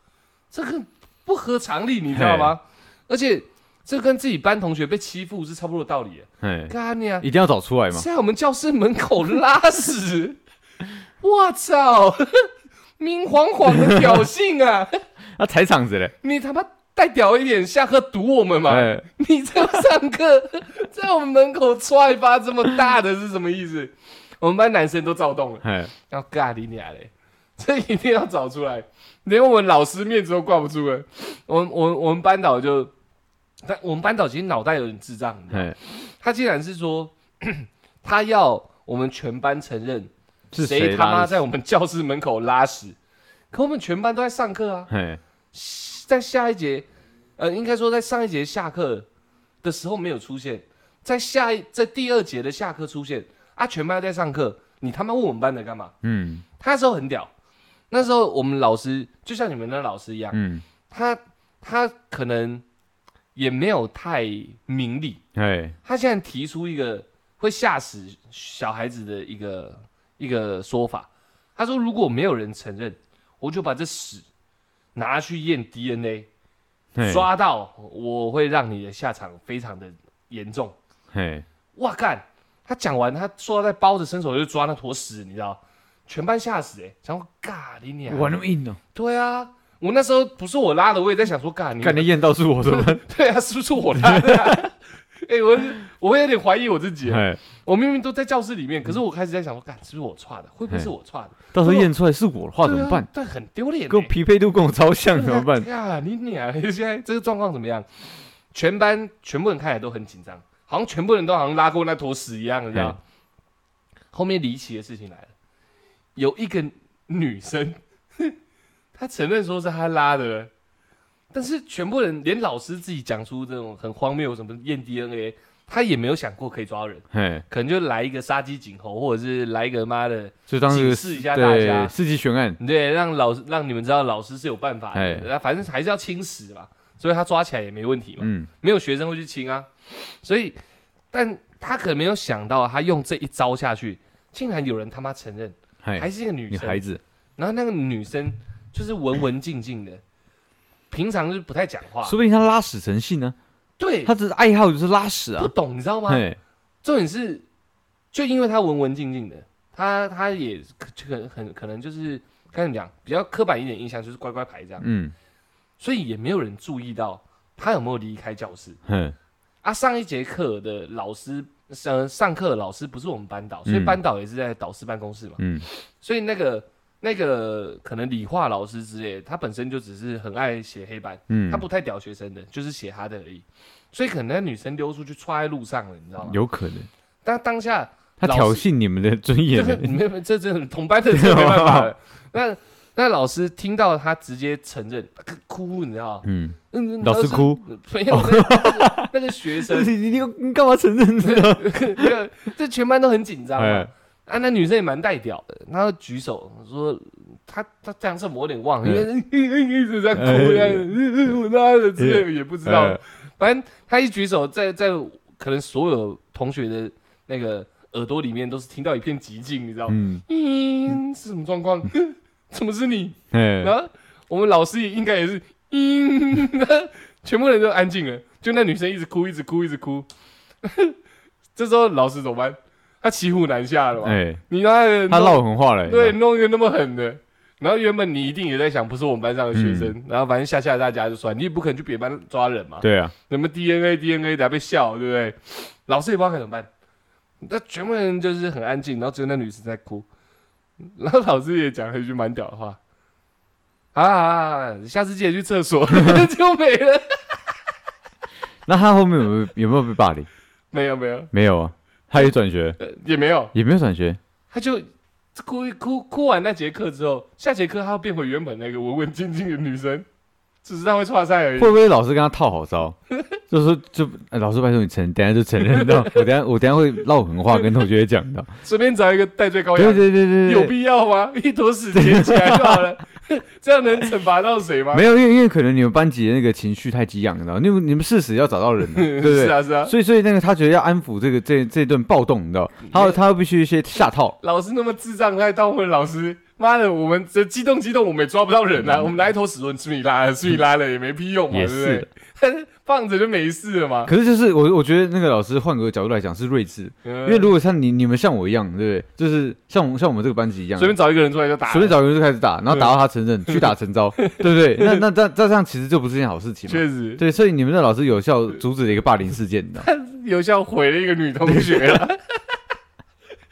S1: 这个不合常理，你知道吗？而且这跟自己班同学被欺负是差不多的道理耶。
S3: 哎，
S1: 干你啊！
S3: 一定要找出来嘛，
S1: 在我们教室门口拉屎， 我操，明晃晃的挑衅啊！
S3: 那踩场子嘞，
S1: 你他妈带屌一点，下课堵我们嘛！
S3: 哎，
S1: 你在上课， 在我们门口踹一巴这么大的是什么意思？我们班男生都躁动了。
S3: 哎，
S1: 要尬你俩嘞， 这一定要找出来，连我们老师面子都挂不住了。我们我们我们班导就，但我们班导其实脑袋有点智障，你知道吗
S3: 哎，
S1: 他竟然是说 他要我们全班承认
S3: 是
S1: 谁
S3: 谁
S1: 他妈
S3: 拉的？
S1: 在我们教室门口拉屎，可我们全班都在上课啊，
S3: 哎，
S1: 在下一节，呃，应该说在上一节下课的时候没有出现，在下一在第二节的下课出现啊，全班都在上课，你他妈问我们班的干嘛？
S3: 嗯
S1: 他那时候很屌，那时候我们老师就像你们的老师一样，
S3: 嗯，
S1: 他他可能也没有太明理，
S3: 哎，
S1: 他现在提出一个会吓死小孩子的一个一个说法，他说如果没有人承认，我就把这屎拿去验 DNA，
S3: 嘿
S1: 抓到，我会让你的下场非常的严重。
S3: 嘿，
S1: 哇干！他讲完，他说在包着伸手就抓那坨屎，你知道，全班吓死哎、欸！想说嘎你娘！
S3: 哇，那么硬哦，
S1: 对啊，我那时候不是我拉的，我也在想说嘎你娘
S3: 看你验到是我怎么办？
S1: 对啊，是不是我拉的、 啊？哎、我我有点怀疑我自己，
S3: 嘿，
S1: 我明明都在教室里面，可是我开始在想说，干是不是我错的？会不会是我错的？
S3: 到时候验出来是我哎的话怎么办
S1: 对啊？？但很丢脸欸、
S3: 跟我匹配度跟我 超像怎么办？
S1: 呀，啊你俩 现在这个状况怎么样？全班全部人看起来都很紧张，好像全部人都好像拉过那坨屎一样，你知道？
S3: 嗯
S1: 后面离奇的事情来了，有一个女生， 她承认说是她拉的，但是全部人连老师自己讲出这种很荒谬什么验 DNA，她也没有想过可以抓人，
S3: 嘿，
S1: 可能就来一个杀鸡儆猴，或者是来一个妈的
S3: 所以当
S1: 警
S3: 时
S1: 示一下大家
S3: 对，四级悬案，
S1: 对，让老师让你们知道老师是有办法的
S3: 哎，
S1: 那反正还是要清洗嘛，所以他抓起来也没问题嘛，
S3: 嗯，
S1: 没有学生会去清啊，所以，但他可能没有想到，他用这一招下去，竟然有人他妈承认，还
S3: 嘿，
S1: 是一个女
S3: 女
S1: 生，
S3: 孩子，
S1: 然后那个女生就是文文静静的，平常就是不太讲话，
S3: 说不定她拉屎成性呢，
S1: 对，
S3: 她的爱好就是拉屎
S1: 不
S3: 啊，
S1: 懂你知道吗？
S3: 嘿，
S1: 重点是，就因为他文文静静的，他他也可可很可能就是该怎么讲，比较刻板一点印象就是乖乖牌这样。
S3: 嗯，
S1: 所以也没有人注意到他有没有离开教室
S3: 嘿，嗯
S1: 啊。上一节课的老师，呃，上课的老师不是我们班导，所以
S3: 嗯
S1: 班导也是在导师办公室嘛。
S3: 嗯，
S1: 所以那个那个可能理化老师之类的，他本身就只是很爱写黑板，
S3: 嗯
S1: 他，不太屌学生的，就是写他的而已。所以可能那女生溜出去踹在路上了，你知道吗？
S3: 有可能，
S1: 但当下
S3: 她
S1: 老
S3: 挑
S1: 师
S3: 衅你们的尊
S1: 这
S3: 严
S1: 个
S3: 呢，
S1: 没有，这这同班的这没办法 了。那那老师听到他直接承认，哭，你知道吗？
S3: 嗯，
S1: 嗯，
S3: 老师哭，
S1: 没有，那个那 个学生，
S3: 你你你干嘛承认呢？
S1: 那个这全班都很紧张嘛
S3: 哎。
S1: 啊，那女生也蛮带屌的，然后举手说她她这样是我有点 忘了，因为一直在哭
S3: 哎
S1: 这样子，嗯嗯我妈的之类的也不知道
S3: 哎，
S1: 反正她一举手，在在可能所有同学的那个耳朵里面都是听到一片寂静，你知道吗？
S3: 嗯，
S1: 嗯，是什么状况？ 怎么是你？
S3: 嘿，
S1: 然后我们老师也应该也是，嗯，全部人都安静了，就那女生一直哭，一直哭，一直哭。 这时候老师怎么办？他骑虎难下了嘛？
S3: 哎，
S1: 你让他
S3: 她
S1: 弄
S3: 唠狠话了，你知道
S1: 对，弄一个那么狠的，然后原本你一定也在想，不是我们班上的学生，然后反正吓吓大家就算，你也不可能去别班抓人嘛，
S3: 嗯对啊，
S1: 什么 DNA DNA 的还被笑，对不对？老师也不知道该怎么办，那全部人就是很安静，然后只有那女生在哭，然后老师也讲了一句蛮屌的话，啊，下次记得去厕所， 就没了，
S3: 那她后面有没有有没有被霸凌？
S1: 没有没有，
S3: 没有啊，她也转学，
S1: 呃也没有，
S3: 也没有转学，
S1: 他就。哭一哭哭完那节课之后，下节课他要变回原本那个文文静静的女生，只是他会岔赛而已
S3: 会。不会老师跟他套 好招？就说就、哎老师拜托你承，等一下就承认到，我等一下我等一下会唠狠话跟同学讲的。
S1: 随便找一个戴罪羔
S3: 对
S1: 羊，
S3: 对对对
S1: 有
S3: 对，
S1: 必要吗？一坨屎捡起来就好 了，这样能惩罚到谁吗？
S3: 没有，因为因为可能你们班级的那个情绪太激昂，你知道，你们你们誓死要找到人 啊，对不对？
S1: 是啊是啊，
S3: 所以所以那个他觉得要安抚这个这这顿暴动，你知道，
S1: 嗯
S3: 他要他要必须先下套，
S1: 老师那么智障，还当我们老师，妈的，我们这激动激动，我们也抓不到人啊，我们拿一坨屎说你是你拉的，是你拉的也没屁用嘛，
S3: 嗯也
S1: 对不对
S3: 是？
S1: 但是 放着就没事了嘛。
S3: 可是就是我我觉得那个老师换个角度来讲是睿智，
S1: 因
S3: 因为如果像你你们像我一样，对不对？就是像我们像我们这个班级一样，
S1: 随便找一个人出来就打嗯了，
S3: 随便找个人就开始打，然后打到他承认，屈打成招， 对不对？那那这这这样其实就不是件好事情嘛。
S1: 确实
S3: 对，所以你们的老师有效阻止了一个霸凌事件，你 知道？
S1: 有效毁了一个女同学了，嘿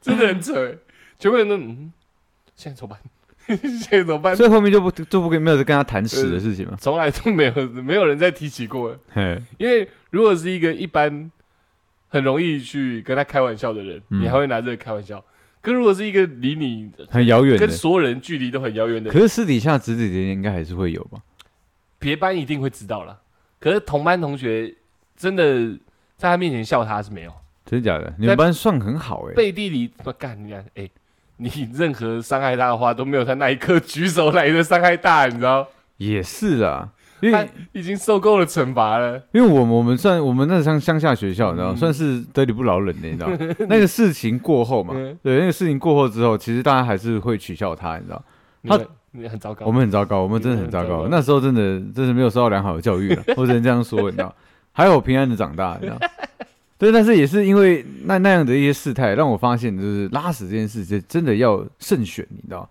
S1: 真的很扯欸。全部人都嗯，现在怎么办？ 现在怎么办？
S3: 所以后面就不就不跟没有跟他谈屎的事情嘛。
S1: 从来都没有没有人再提起过了。
S3: 嘿，
S1: 因为如果是一个一般很容易去跟他开玩笑的人，
S3: 嗯
S1: 你还会拿这个开玩笑；可如果是一个离你
S3: 很遥远的
S1: 跟。所有人距离都很遥远的人，
S3: 可是私底下指指点点应该还是会有吧？
S1: 别班一定会知道了。可是同班同学真的在他面前笑他是没有，
S3: 真的假的？你们班算很好哎、
S1: 背地里说干你啊，哎、你任何伤害他的话都没有他那一刻举手来的伤害大，你知道？
S3: 也是啊，因
S1: 他
S3: 为
S1: 已经受够了惩罚了。
S3: 因为我们我们算我们那乡乡下学校，你知道，算是得理不饶人的，你知道。 那个事情过后嘛
S1: 嗯，
S3: 对，那个事情过后之后，其实大家还是会取笑他，你知道。他
S1: 你们你很糟糕。
S3: 我们很糟糕，我们真的很糟
S1: 我
S3: 糕。
S1: 们很糟糕
S3: 那时候真的真是没有受到良好的 教育了，我只能这样说，你知道？还好我平安的长大，你知道？对，但是也是因为那那样的一些事态，让我发现就是拉屎这件事情真的要慎选，你知道？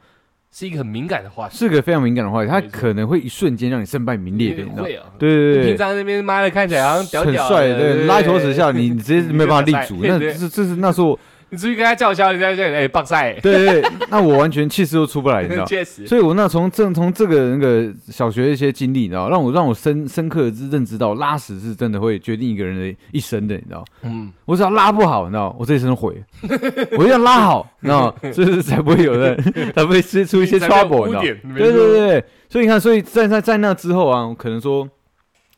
S1: 是一个很敏感的话题，
S3: 是个非常敏感的话题，它
S1: 没错
S3: 可能会一瞬间让你身败名裂的，你知道？
S1: 会啊。
S3: 对
S1: 你
S3: 对
S1: 平
S3: 对。
S1: 常那边妈的看起来好像屌
S3: 很
S1: 屌的，
S3: 帅，对，拉一坨屎下，你你直接
S1: 你
S3: 没有办法
S1: 就
S3: 立
S1: 很
S3: 足，
S1: 帅
S3: 那
S1: 对
S3: 这这是那时候，
S1: 你出去跟他叫嚣，人家就哎棒赛，
S3: 对对，对那我完全气势都出不来，哎 你知道？
S1: 确实，
S3: 所以我那从正从这个那个小学的一些经历，你知道，让我让我深深刻的认知到，拉屎是真的会决定一个人的一生的，你知道。
S1: 嗯，
S3: 我只要拉不好，你知道，我这一生都毁 了。我一定要拉好，你知道，就是才不会有人， 才不会吃出一些
S1: 才没有
S3: trouble，你
S1: 污
S3: 知道。
S1: 点没
S3: 对对
S1: 错
S3: 对对，所以你看，所以在在在那之后啊，我可能说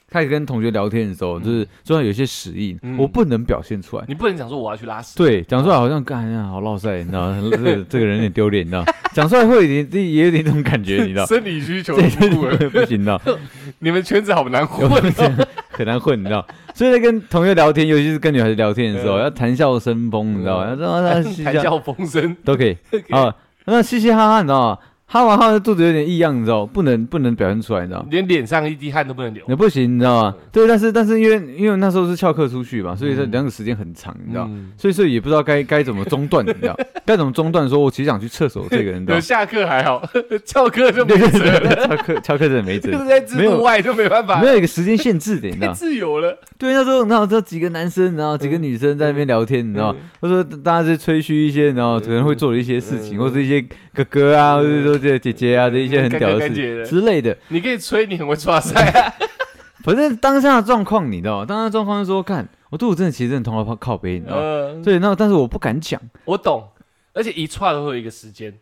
S3: 开始跟同学聊天的时候，就是虽然有些屎意，
S1: 嗯
S3: 我不能表现出来。
S1: 你不能讲说我要去拉屎，，
S3: 对，讲出来好像干哎呀，好落塞，你知道，这个这个人有点丢脸，你知道，讲出来会有点自己也有点这种感觉，你知道
S1: 生理需求
S3: 对
S1: 的部分，
S3: 对不行的，
S1: 你们圈子好难混
S3: 有
S1: 哦，
S3: 这样很难混，你知道。所以在跟同学聊天，尤其是跟女孩子聊天的时候，
S1: 嗯
S3: 要谈笑生风，你知道吗？要嘻 嘻
S1: 谈笑风生，
S3: 都 可以啊。那嘻嘻哈哈，你知道吗？哈完哈完肚子有点异样，你知道，不能不能表现出来，你知道。
S1: 连脸上一滴汗都不能流，
S3: 那不行，你知道吗？对，但是但是因为因为那时候是翘课出去嘛，所以这
S1: 嗯
S3: 两个时间很长，你知道，
S1: 嗯
S3: 所以所以也不知道该该怎么中断，你知道，该怎么中断？说我其实想去厕所，这个人，你知道
S1: 有，下课还好， 翘课就没
S3: 对对
S1: 辙了，
S3: 对，翘课翘课真的没辙
S1: 就，是在制
S3: 没有
S1: 度外就没办法
S3: 没，有一个时间限制的，你 知
S1: 太
S3: 道。
S1: 自由了，
S3: 对，那时候然后这几个男生，然后几个
S1: 嗯
S3: 女生在那边聊天，你知道，或者说大家在吹嘘一些，然后可能会做的一些事情，
S1: 嗯
S3: 或者一些哥哥啊，
S1: 嗯
S3: 或者说这姐姐啊的一些很
S1: 干
S3: 屌的
S1: 干
S3: 事
S1: 姐
S3: 情
S1: 的
S3: 之类的。
S1: 你可以吹你很会抓塞啊，
S3: 反正当下的状况，你知道吗，当下的状况是说，看我肚子真的其实真的痛到靠背，你知道吗。
S1: 嗯，
S3: 对，那但是我不敢讲，
S1: 我懂，而且一串会有一个时间。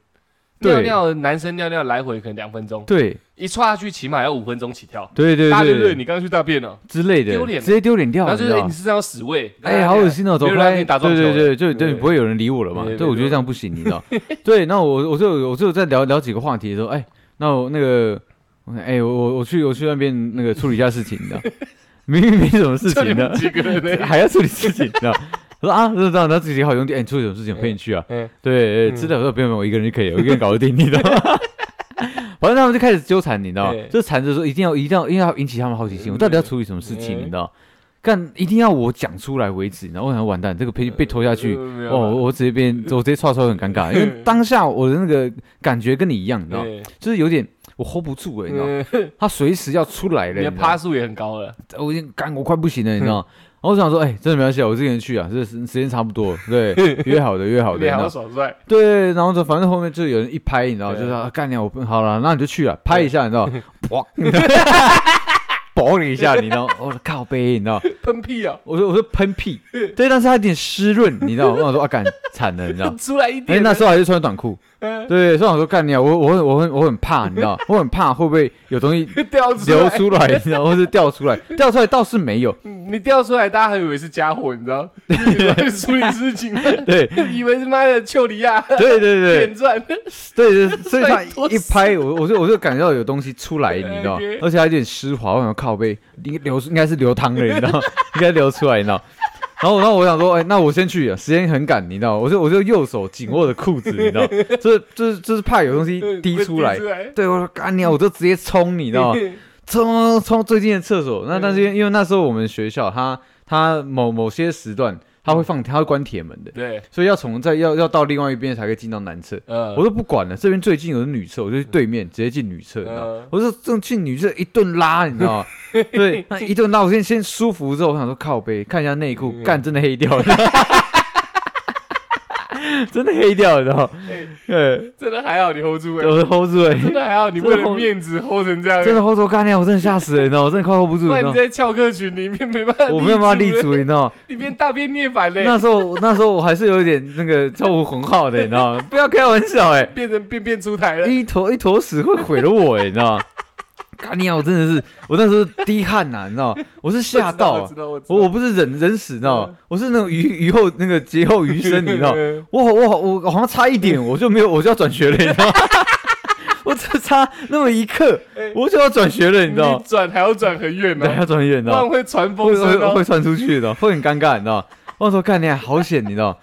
S3: 对
S1: 尿尿，男生尿尿来回可能两分钟，
S3: 对，
S1: 一踹下去起码要五分钟起跳。
S3: 对对
S1: 大家就
S3: 对
S1: 对你刚刚去大便了，
S3: 之类的，
S1: 丢脸
S3: 直接丢脸掉，
S1: 然后
S3: 你
S1: 就是
S3: 知道
S1: 哎你
S3: 吗
S1: 是这样屎味，
S3: 哎，好恶心哦，走
S1: 没有人要跟
S3: 开！
S1: 你打撞球
S3: 对
S1: 了，
S3: 对对，就对，
S1: 对
S3: 不会有人理我了嘛？
S1: 对对
S3: 对，我觉得
S1: 对
S3: 这样不行，你知道？ 对，那我我就我就在聊聊几个话题的时候，哎，那我那个，我哎，我我我去我去那边那个处理一下事情，你知道？ 明明没什么事
S1: 就 你
S3: 情啊
S1: 们
S3: 的，
S1: 几个人而
S3: 还要处理事情，你知道？ 我说啊，知道，那自己好用点，哎，你处理什么事情？我陪你去啊。
S1: 已嗯，
S3: 对，
S1: 嗯
S3: 知道，我说不用不用，我一个人就可以了，我一个人搞得定，你知道吗？ 反正他们就开始纠缠，你知道吗
S1: 对？
S3: 就缠着说一定要一定要一定要引起他们好奇心，我到底要处理什么事
S1: 嗯
S3: 情，你知道吗？干一定要我讲出来为止，然后我想完蛋，这个被被拖下去，
S1: 嗯没有啊
S3: 哦，我
S1: 办法，
S3: 我直 接变我直接串出来很尴尬，因为当下我的那个感觉跟你一样，你知道吗，
S1: 对
S3: 就是有点我 hold 不住了，你知道吗，
S1: 嗯
S3: 他随时要出来哦了，
S1: 你
S3: 你
S1: 的
S3: 知道吗
S1: 趴数也很高了，
S3: 我已经干，我快不行了，你知道吗。然后我想说，哎，真的没关系啊，我这个人去啊，这时时间差不多了，对，约好的约好的，
S1: 你
S3: 你知道
S1: 好
S3: 吗
S1: 爽帅，
S3: 对，然后就反正后面就有人一拍，你知道，
S1: 对
S3: 就是啊干掉我不好了，那你就去了，拍一下，你知道， 砰，砰你一下，你知道，我的靠背，你知道，
S1: 喷屁啊，，
S3: 我说我说喷屁，对，但是他有点湿润，你知道，我想说啊干惨了，你知道
S1: 出来一
S3: 哎、
S1: 点，
S3: 那时候还是穿短裤，
S1: 嗯
S3: 对，所以我想说干啊掉我我很我很我很怕，你知道，我很怕会不会有东西
S1: 掉出来，
S3: 流出来，你知道，或是掉出来，掉出来倒是没有，
S1: 嗯你掉出来，大家还以为是家伙，你知道，处理事情，
S3: 对，
S1: 以为是妈的丘里亚
S3: 对对对
S1: 扁钻，
S3: 对对，所以他
S1: 拜托
S3: 一拍我，我就我就感觉到有东西出来，你知道吗
S1: Okay，
S3: 而且还有点湿滑，我想靠背应该流出应该是流汤了，你知道吗， 应该流出来，你知道吗。然后，然后我想说，哎，那我先去，时间很赶，你知道吗，我就我就右手紧握着裤子，你 知道吗，就是就是就是怕有东西 滴出来
S1: 会滴，来，
S3: 对我说干你啊，我就直接冲，你知道 吗，冲冲最近的厕所。那但是因为因为那时候我们学校它它某某些时段它会放它会关铁门的，
S1: 对，
S3: 所以要从在要要到另外一边才可以进到男厕。
S1: 呃
S3: 我都不管了，这边最近有女厕，我就去对面直接进女厕，你知道吗
S1: 嗯？
S3: 我就正进女厕一顿拉，你知 道吗？对，那一顿拉，我先先舒服之后，我想说靠背看一下内裤，
S1: 嗯
S3: 干真的黑掉了， 真的黑掉了，你知道吗？对，
S1: 真的还好你 hold 住哎，
S3: 我 hold 住了，
S1: 真的还好你为了面子 hold 成这样，欸
S3: 真的 hold 住，干掉，我真的吓死了，你知道吗？我真的快 hold 不住，
S1: 哎不然
S3: 你知道
S1: 你
S3: 吗？
S1: 在翘课群里面没办法，欸
S3: 我没有办法立，足，你知道吗？
S1: 你变大变涅反嘞，
S3: 那时候那时候我还是有点那个超无魂号的，你知道吗？不要开玩笑，哎。
S1: 变成变变出台了，
S3: 一坨一坨屎会毁了我、哎，你知道吗？ 干你啊！我真的是，我那时候滴汗呐、你知道吗？我是吓到
S1: 我
S3: 啊
S1: 知，道，我知道
S3: 我我不是忍忍屎，你知道吗？我是那种雨雨后那个劫后余生，你知道吗？
S1: 嗯
S3: 我好我好我我好像差一点我就没有我就要转学了，你知道吗？ 我只差那么一刻
S1: 哎，
S3: 我就要转学了，你知道吗
S1: 你？转还要转很远
S3: 对，
S1: 呢，
S3: 要转学，你知
S1: 不
S3: 道
S1: 然
S3: 吗？
S1: 会传
S3: 会
S1: 风声
S3: 会
S1: 哦
S3: 啊会。传出去的，会很尴尬，你知道吗？我想说干你啊好险，你知道吗？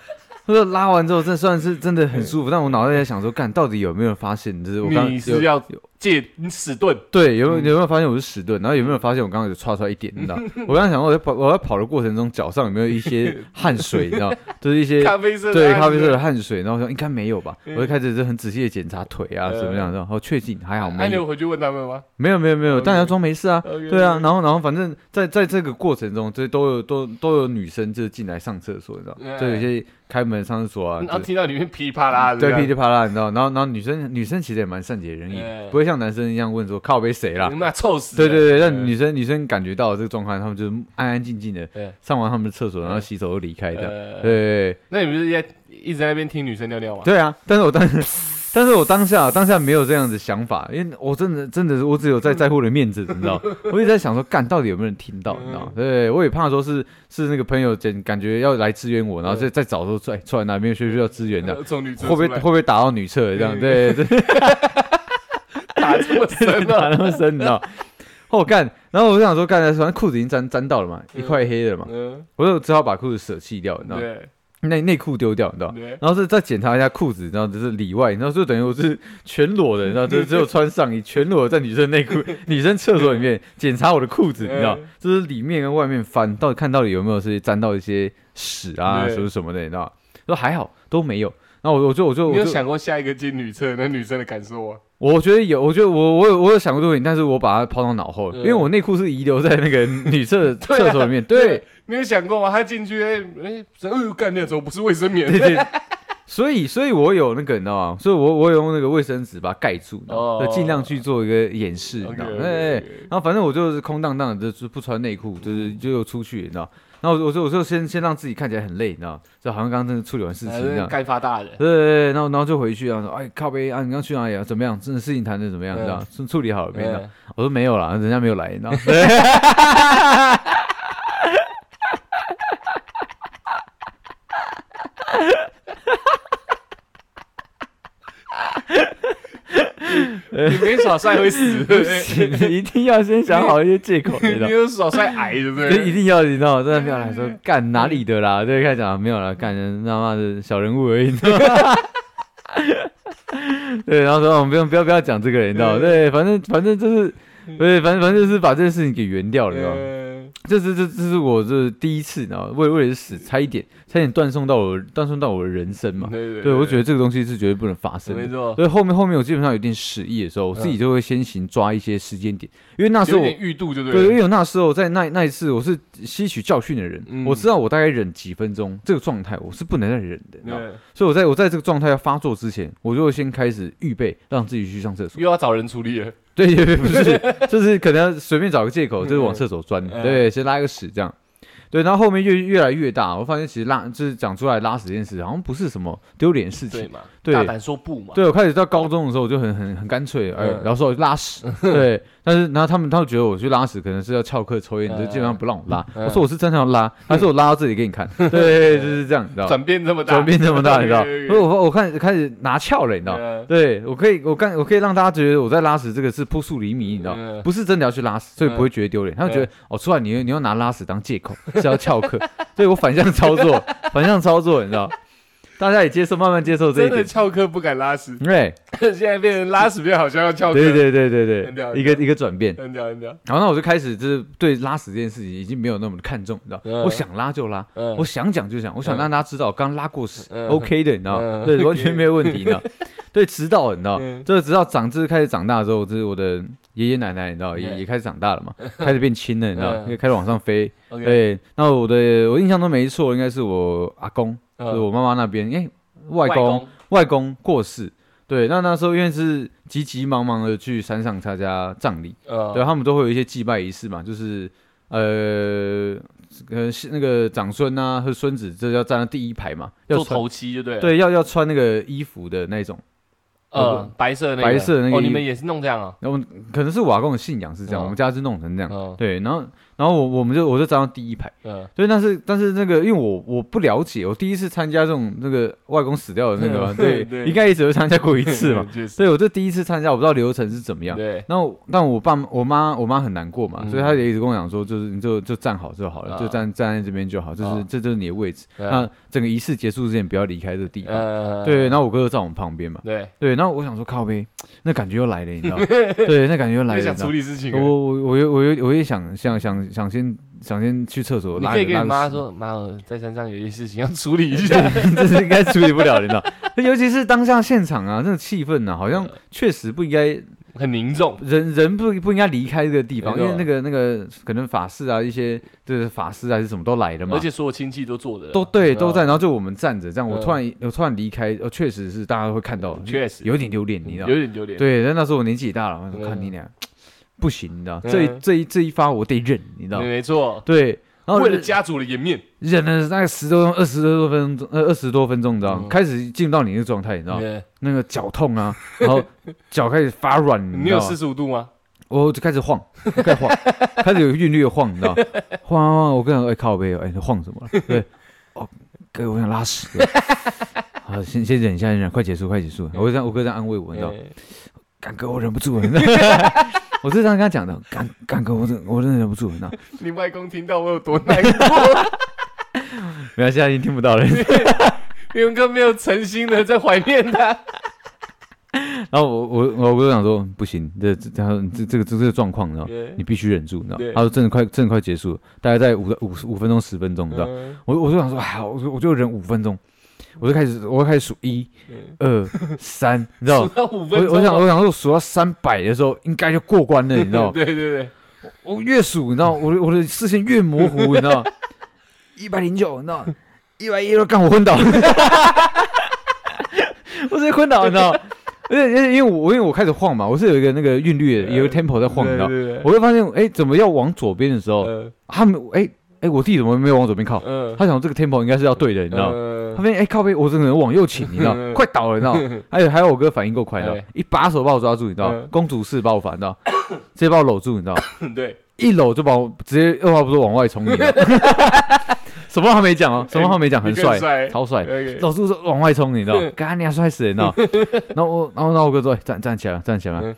S3: 他说拉完之后，这算是真的很舒服，但我脑袋在想说，干到底有没有人发现？就是我刚
S1: 你
S3: 有
S1: 是要借你死盾，
S3: 对，
S1: 嗯
S3: 有没有有没有发现我是迟钝？然后有没有发现我刚刚有刷出来一点？你 知道，我刚刚想过我在跑我在跑的过程中，脚上有没有一些汗水？你知道，就是一些
S1: 咖啡色的啊
S3: 对
S1: 汗
S3: 咖啡色
S1: 水嗯
S3: 的汗水。然后我说应该没有吧，我就开始就很仔细的检查腿啊
S1: 呃
S3: 怎么样，然后确定还好
S1: 那
S3: 没
S1: 啊你
S3: 有，
S1: 有嗯回去问他们吗？
S3: 没有没有没有，
S1: OK
S3: 但要装没事啊。
S1: OK，
S3: 对啊，
S1: OK
S3: 然后然后反正在在这个过程中，这都有都都有女生就是进来上厕所，你知道，
S1: 嗯
S3: 就有些开门上厕所啊，
S1: 然后嗯
S3: 就
S1: 听到里面噼里啪啦的这
S3: 对
S1: 样，
S3: 噼里啪啦，你知道，然后然后女生女生其实也蛮善解人意
S1: 嗯，
S3: 不会像男生一样问说靠背谁啦，
S1: 你妈臭死
S3: 对
S1: 了！
S3: 对对，
S1: 嗯
S3: 让女生女生感觉到这个状况，他们就是安安静静的
S1: 对
S3: 上完他们的厕所，然后洗手就离开的。
S1: 呃
S3: 对对对
S1: 那你不是在一直在那边听女生尿尿吗？
S3: 对啊！但是我当时，但是我当下当下没有这样的想法，因为我真的真的是我只有在在乎我的面子，你知道？我一直在想说，干到底有没有人听到，你知道？对，我也怕说是是那个朋友感感觉要来支援我，然后再再找说出来出来哪边学校要支援的，
S1: 呃从女生
S3: 会不会
S1: 出来
S3: 会不会打到女厕这样？对对。
S1: 打这 么深
S3: 打
S1: 啊？
S3: 那么深，你知道？后干，然后我就想说，干，反正裤子已经沾沾到了嘛，一块黑的了嘛，
S1: 嗯，
S3: 我就只好把裤子舍弃掉，你知道？
S1: 对
S3: 内内裤丢掉，你知道？
S1: 对，
S3: 然后是再检查一下裤子，你知道，就是里外，然后就等于我是全裸的，你知道，就只有穿上衣，全裸在女生内 裤、女生厕所里面检查我的裤子，你知道
S1: 嗯，
S3: 就是里面跟外面翻，到底看到底有没有是沾到一些屎啊
S1: 对
S3: 什么什么的，你知道？说还好都没有。然后我我就我就我
S1: 你
S3: 就
S1: 有想过下一个进女厕那女生的感受啊？
S3: 我觉得有，我觉得我我有我有想过这个问题，但是我把它抛到脑后了，
S1: 嗯
S3: 因为我内裤是遗留在那个女 厕
S1: 对啊
S3: 厕所里面。对，
S1: 你有想过吗？她进去，哎哎，哎，干那种不是卫生棉
S3: 对对，所以所以我有那个你知道吗？所以我我有用那个卫生纸把它盖住，你知道
S1: 哦
S3: 吗就尽量去做一个掩饰，你知道吗？
S1: OK，OK，OK
S3: 哎，哎然后反正我就是空荡荡的，就是不穿内裤，就是就出去，你知道。然后我就我就先先让自己看起来很累，你知道吗，就好像刚刚真的处理完事情一样。
S1: 盖发大人，
S3: 对对对，然后然后就回去啊，说哎靠背啊，你刚去哪里啊？怎么样？真的事情谈的怎么样？
S1: 嗯
S3: 你知道吗？处处理好了没？你知道吗
S1: 嗯
S3: 我说没有啦，人家没有来，你知道吗？
S1: 你没耍帅会死， 对不
S3: 不
S1: 对？
S3: 行，一定要先想好一些借口，你知道
S1: 你
S3: 吗。
S1: 有耍帅矮，对不
S3: 就一
S1: 对？
S3: 定要，你知道吗，真的不要来说
S1: 嗯
S3: 干哪里的啦，对，开始讲没有啦，干人他妈的小人物 而已，你知道吗对，然后说我哦们不用不要不要讲这个人，你知
S1: 嗯
S3: 道吗，对，反正反正就是，对，反正反正就是把这件事情给圆掉了，你知道吗，
S1: 嗯
S3: 这是这这是我这第一次，你知道吗，为为了死差一点差点断送到我断送到我的人生嘛，
S1: 对对
S3: 对我
S1: 得
S3: 觉得这个东西是绝对不能发生的
S1: 没，错，
S3: 所以后面后面我基本上有点失忆的时候，我自己就会先行抓一些时间点，因为那时
S1: 有
S3: 候我
S1: 点预度，就
S3: 对，因
S1: 对了。
S3: 为我那时候在那那一次我是吸取教训的人，
S1: 嗯
S3: 我知道我大概忍几分钟这个状态我是不能再忍的，你知道吗
S1: 对，
S3: 所以我在我在这个状态要发作之前，我就会先开始预备让自己去上厕所。
S1: 又要找人处理了，
S3: 对，也不是，就是可能随便找个借口，就是往
S1: 嗯
S3: 厕所钻，
S1: 嗯
S3: 对，先拉个屎这样。对，然后后面越越来越大，我发现其实拉就是讲出来拉屎这件事，好像不是什么丢脸的事情
S1: 对，嘛？
S3: 对
S1: 大胆说不嘛？
S3: 对，我开始到高中的时候，我就很很很干脆，哎、
S1: 嗯
S3: 然后说我去拉 屎，对，但是然后他们他们觉得我去拉屎可能是要翘课抽烟，就基本上不让我拉。
S1: 嗯
S3: 我说我是真的要拉，他说我拉到这里给你看，对，就是这样，你知道吗？
S1: 转变这么大，
S3: 转变这么大，你知道 吗？
S1: 对对对
S3: 所以我我看开始拿翘了，你知道吗？
S1: 嗯
S3: 对，我可以，我干，我可以让大家觉得我在拉屎，这个是扑朔迷离，你知道吗，
S1: 嗯
S3: 不是真的要去拉屎，所以
S1: 嗯
S3: 不会觉得丢脸。他们觉
S1: 嗯
S3: 得哦，出来你你要拿拉屎当借口，是要翘课， 所以我反向操作，反向操作，你知道吗，大家也接受，慢慢接受这一
S1: 真的
S3: 点。
S1: 翘课不敢拉屎，
S3: 对，
S1: 现在变成拉屎变好像要翘课，
S3: 对对对对
S1: 很屌
S3: 对，
S1: 很
S3: 一个一个转变。
S1: 很屌很屌。
S3: 然后那我就开始就是对拉屎这件事情已经没有那么看重，你知道，
S1: 嗯
S3: 我想拉就拉，
S1: 嗯
S3: 我想讲就讲，我想让大家知道我刚拉过屎
S1: 嗯
S3: ，OK 的，你知道
S1: 嗯，
S3: 对，完全没有问题，你知道。 对，直到你知道
S1: 嗯，
S3: 这直到长至开始长大之后，就是我的爷爷奶奶，你知道，也
S1: 嗯
S3: 也开始长大了嘛，开始变轻了，你知道，
S1: 嗯
S3: 因为开始往上飞。
S1: OK，
S3: 对，那我的我印象中没错，应该是我阿公，
S1: 嗯
S3: 就是我妈妈那边，哎，外公，外公过世，对，那那时候因为是急急忙忙的去山上参加葬礼，
S1: 呃，
S3: 对，他啊们都会有一些祭拜仪式嘛，就是呃，呃，是那个长孙啊和孙子，这要站在第一排嘛，要
S1: 做
S3: 穿
S1: 头七就对了，
S3: 对，要要穿那个衣服的那种，
S1: 呃，白色那个，
S3: 白色的那个
S1: 哦，你们也是弄这样啊？
S3: 然后我们可能是瓦工的信仰是这样，
S1: 嗯
S3: 我们家是弄成这样。
S1: 嗯
S3: 对，然后然后我我们就我就站到第一排，
S1: 嗯，
S3: 对，但是但是那个因为我我不了解，我第一次参加这种那个外公死掉的那个嘛，
S1: 嗯
S3: 对，
S1: 对，
S3: 应该也只有参加过一次嘛
S1: 确实，
S3: 所以我这第一次参加，我不知道流程是怎么样。
S1: 对，
S3: 那我但我爸妈我妈我妈很难过嘛，
S1: 嗯
S3: 所以她也一直跟我讲说，就是你就就站好就好了，
S1: 啊
S3: 就站站在这边就好，就是、
S1: 啊
S3: 这就是你的位置。
S1: 对
S3: 那整个仪式结束之前不要离开这个地方。
S1: 呃，
S3: 对，然后我哥就在我们旁边嘛，
S1: 对，
S3: 对，然后我想说靠背，那感觉又来了，你知 道吗？对，那感觉又来
S1: 你
S3: 了，你
S1: 想
S3: 知道
S1: 处
S3: 吗
S1: 理事情啊
S3: 我
S1: 了，
S3: 我我也我也我也想想想想先想先去厕所，
S1: 你
S3: 拉
S1: 可以
S3: 个
S1: 跟
S3: 拉
S1: 你妈
S3: 个屎
S1: 说，妈，我在山上有些事情要处理一下，
S3: 这是应该处理不了的，你知道？ 尤其是当下现场啊，那种气氛啊，好像确实不应该，
S1: 很凝重，
S3: 人人不不应该离开这个地方，
S1: 没
S3: 因
S1: 错
S3: 为那个那个可能法师啊，一些就是法师啊还是什么都来了嘛
S1: 而，且所有亲戚都坐着了，
S3: 都对
S1: 啊
S3: 都在，，然后就我们站着这样，我
S1: 嗯
S3: 突然我突然离开，呃，确实是大家会看到，
S1: 确实
S3: 有点丢脸，你知道
S1: 有？点丢脸，
S3: 对，但那时候我年纪也大了，我
S1: 嗯
S3: 说看你俩不行，你知道？
S1: 嗯
S3: 这一这一这一发我得忍，你知道
S1: 对，？没错，
S3: 对。然后
S1: 为了家族的颜面，
S3: 忍了大概十多二十多分钟，呃二十多分钟，你知道吗？
S1: 嗯
S3: 开始进入到你那个状态，你知道吗？
S1: 对
S3: 那个脚痛啊，然后脚开始发软，嗯你
S1: 你
S3: 知
S1: 有
S3: 道吗
S1: 四？十五度吗？
S3: 我就开始晃， 我开始晃，开始有韵律的晃，你知道吗？ 晃晃晃，我跟人哎靠背，哎你晃什么了？ 对，哦，哥，我想拉屎了。 好，先先忍一下，先忍，快结束，快结束。我就这样，我哥这样安慰我，你知道吗，
S1: 哎
S3: 干哥，我忍不住了。 我是这样跟他讲的，干干哥，我真我真的忍不住了。你知道吗
S1: 你外公听到我有多 难过，
S3: 没关系，他已经听不到了。
S1: 勇哥没有诚心的在怀念他，
S3: 然后我我我我就想说不行，这这他说这这个这这个状况，你知道吗，
S1: 对
S3: 你必须忍住，你知道吗
S1: 对。
S3: 他说真的快真的快结束了，大概在五五五分钟十分钟，你知道吗。
S1: 嗯
S3: 我我就想说好，我就我就忍五分钟，我就开始我就开始数一
S1: 嗯
S3: 二三， 你知道
S1: 数
S3: 吗。
S1: 到五
S3: 我
S1: 分钟，啊
S3: 我想我想说数到三百的时候应该就过关了，你知道吗。
S1: 对对对，
S3: 我越数，你知道吗我的我的视线越模糊，你知 道吗。 一百零九，你知道吗。
S2: 一百一
S3: 一路干我昏 倒，我直接昏倒，你知道吗？而且而且因为我因为我开始晃嘛，我是有一个那个韵律的，有个 tempo 在晃，你知道吗。
S1: 对对呃
S3: 我会发现，哎，怎么要往左边的时候，
S1: 对，
S3: 他们哎哎，我弟怎么没有往左边靠？
S1: 嗯，
S3: 他想这个 tempo 应该是要对的，你知道吗？他
S1: 道，
S3: 发现哎靠背，我这个人往右倾，你知道 吗
S1: 嗯，
S3: 快倒了，你知道吗。还有还有，我哥反应够快，你知道吗
S1: 哎，
S3: 一把手把我抓住，你知道吗
S1: 嗯，
S3: 公主式把我反，你知道吗，直接把我搂住，你知道吗，
S1: 对，
S3: 一搂就把我直接二话不说往外冲，你知道 吗。什么话没讲哦，什么话没讲，很
S1: 你更
S3: 帅，嗯
S1: 帅，
S3: 超帅。
S1: OK
S3: 老叔说往外冲，你知道吗？干你娘摔死人 了！然后我，然后，然后我哥说：“哎站站起来，站起来。”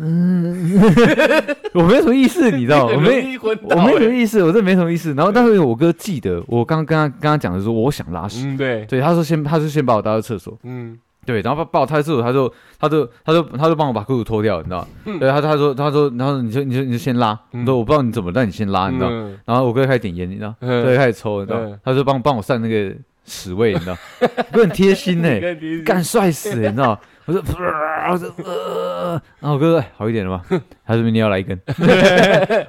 S3: 嗯， 我没什么意思，你知道吗？
S1: 很容
S3: 我没，
S1: 易昏倒
S3: 我没什么
S1: 欸
S3: 意思，我真没什么意思。然后，但是我哥记得我刚刚跟他跟他讲的说，我想拉屎。
S1: 嗯，对，
S3: 对，他说先，他就先把我带到厕所，
S1: 嗯，
S3: 对，然后把把我带到厕所，他就他就他就他就帮我把裤子脱掉，你知道吗？对，他他说他说，然后你就你就你就先拉，
S1: 嗯
S3: 我说我不知道你怎么，但你先拉，啊你知道吗？
S1: 嗯
S3: 然后我哥开始点烟，你知道吗，
S1: 嗯
S3: 对，开始抽，你知道
S1: 嗯
S3: 吗，他就帮帮我散那个屎味，你知道吗， 我哥很贴 心哎，
S1: 你
S3: 干帅死了，你 知道吗？我说，我说，呃，然后我哥说哎好一点 了吗？他说你要来一根，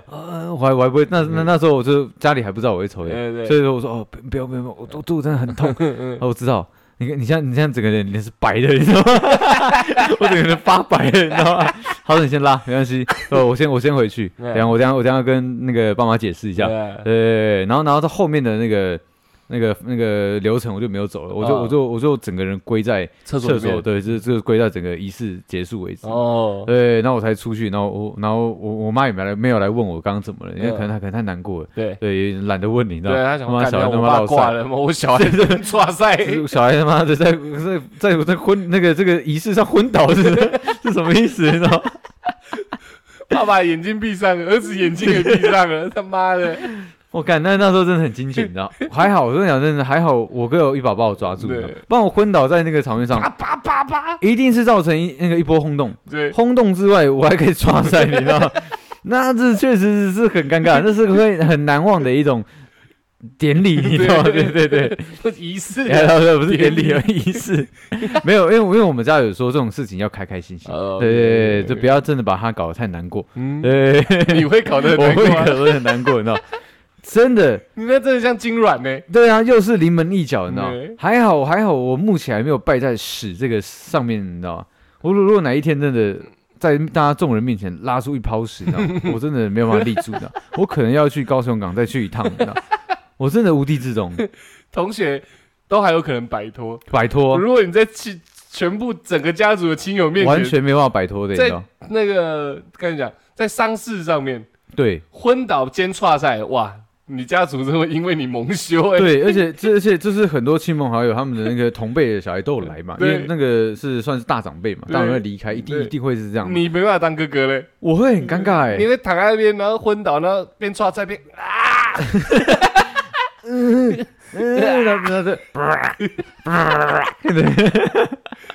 S3: 呃，我还我还不会，那那那时候我就家里还不知道我会抽
S1: 嗯对
S3: 烟，
S1: 对
S3: 所以说我说哦，不不要不要，不要我肚肚子真的很痛，
S1: 嗯
S3: 哦，我知道。你看，你现在你现在整个人脸是白的，你知道吗？ 我整个人发白了，你知道吗？ 好，你先拉，没关系。呃，我先我先回去，
S1: 对
S3: 等一下我等一下我等一下跟那个爸妈解释一下。
S1: 对啊
S3: 对，然后然后到后面的那个那个那个流程我就没有走了，我就、
S1: 啊
S3: 我就我就整个人归在
S1: 厕所
S3: 厕
S1: 里
S3: 所，
S1: 面
S3: 对，这这个归在整个仪式结束为止。
S1: 哦，
S3: 对，然后我才出去，然后我然后我我妈也没来没有来问我刚刚怎么了，因为可能她可能太难过了，
S1: 对
S3: 对，也懒得问你，你知道
S1: 啊对，他想
S3: 吗？他妈
S1: 干
S3: 小
S1: 掉
S3: 孩他
S1: 我
S3: 妈
S1: 爸
S3: 老
S1: 挂
S3: 散。
S1: 了，我小孩真抓塞，
S3: 这小孩他妈的在在在我在昏那个这个仪式上昏倒是 是什么意思？你知道吗？
S1: 爸爸眼睛闭上了，儿子眼睛也闭上了，他妈的，
S3: 我感那那时候真的很惊醒，你知道吗？还好，我跟你讲真的，还好我哥有一把把我抓住，你知道吗
S1: 对
S3: 不然我昏倒在那个场面上
S1: 叭，叭叭叭，
S3: 一定是造成一那个一波轰动。
S1: 对，
S3: 轰动之外，我还可以抓塞，你知 道吗？那这确实是很尴尬，那是会很难忘的一种典礼，你知道吗？对 对对，
S1: 仪式
S3: 哎
S1: 啊，
S3: 不是典礼，而仪式。没有，因为因为我们家有说这种事情要开开心心，
S1: 哦
S3: 对对对，
S1: 对
S3: 就不要真的把它搞得太难过。
S1: 嗯，
S3: 对，
S1: 你会搞得很
S3: 哎我
S1: 难
S3: 会
S1: 过啊
S3: 可，能很难过，你知道吗？真的，
S1: 你那真的像金软欸呢，
S3: 对啊，又是临门一脚，你知道吗
S1: 对？
S3: 还好还好，我目前还没有败在屎这个上面，你知道吗？我如如果哪一天真的在大家众人面前拉出一泡屎，你知道 吗？我真的没有办法立住的，我可能要去高雄港再去一趟，你 知道吗？我真的无地自容，
S1: 同学都还有可能摆脱。
S3: 摆脱
S1: 如果你在气全部整个家族的亲友面
S3: 完
S1: 前，
S3: 全没办法摆脱的，你知道
S1: 在？那个跟你讲，在丧事上面
S3: 对
S1: 昏倒兼踹赛，哇，你家族真会因为你蒙羞哎、
S3: 对，而且这而且就是很多亲朋好友他们的那个同辈的小孩都有来嘛，因
S1: 对
S3: 为那个是算是大长辈嘛，
S1: 对
S3: 大长辈离开一定
S1: 对
S3: 一定会是这样嘛，
S1: 你没办法当哥哥嘞，
S3: 我会很尴尬哎
S1: 你，会躺在那边，然后昏倒，然后边踹赛边 啊，
S3: 嗯然后然后 就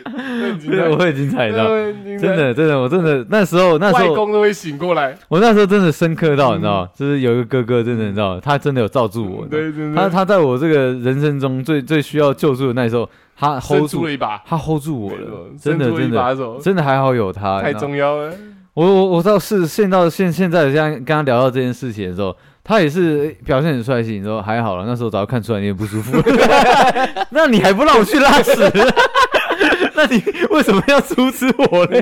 S1: 很紧
S3: 对，
S1: 张
S3: 我会精彩的，
S1: 真
S3: 真的真的，我真的那时候那时
S1: 外
S3: 候
S1: 公嗯都会醒过来，
S3: 我那时候真的深刻到，你知道吗，就是有一个哥哥，真的你知道吗，他真的有罩住我，你知道吗
S1: 嗯对对
S3: 他
S1: 对，
S3: 他在我这个人生中最最需要救助的那时候，他
S1: 伸
S3: hold
S1: 出
S3: 住
S1: 了，一把，哎
S3: 他 hold 住我了，真的
S1: 伸出了
S3: 真
S1: 一把
S3: 的
S1: 手，
S3: 真的还好有他，
S1: 太
S3: 你知道吗
S1: 重要了，
S3: 我我我到是现到现现在这样跟他聊到这件事情的时候，他也是表现很帅气，你说还好了，那时候早就看出来你也不舒 服，那你还不让我去拉屎？ 那你为什么要阻止我呢？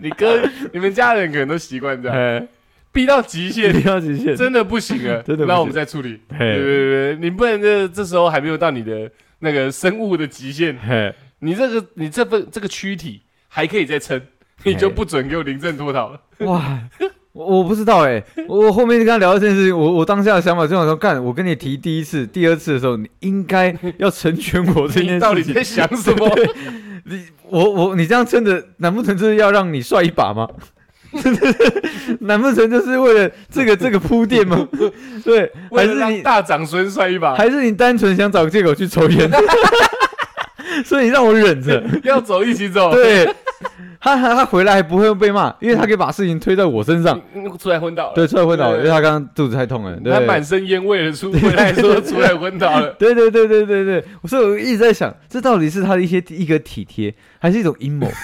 S1: 你哥 你们家人可能都习惯这样，
S3: 哎，
S1: 逼到极限
S3: 不，要极限，
S1: 真的不行了，
S3: 真的不行
S1: 那我们再处理。
S3: 嘿
S1: 对对对，对你不能这这时候还没有到你的那个生物的极限，
S3: 嘿
S1: 你这个你这份这个躯体还可以再撑，你就不准给我临阵脱逃了。
S3: 哇，我我不知道哎、我我后面跟他聊到这件事情，我我当下的想法就想说，干，我跟你提第一次、第二次的时候，你应该要成全我这
S1: 你
S3: 件
S1: 到
S3: 事
S1: 底
S3: 情。
S1: 在想什么？
S3: 你我我你这样真的，难不成就是要让你帅一把吗？ 难不成就是为了这个这个铺垫 吗？对，还
S1: 为了
S3: 是
S1: 让
S3: 你
S1: 大长孙帅一把，
S3: 还是你单纯想找个借口去抽烟？ 所以你让我忍着。
S1: 要走一起走。
S3: 对，他他他回来还不会被骂，因为他可以把事情推在我身上。
S1: 嗯，出来昏倒了。
S3: 对，出来昏倒，
S1: 对
S3: 因为他刚刚肚子太痛了。对
S1: 他满身烟味的出回来说出来昏倒了。
S3: 对对对对对对，所以我一直在想，这到底是他的一些一个体贴，还是一种阴谋？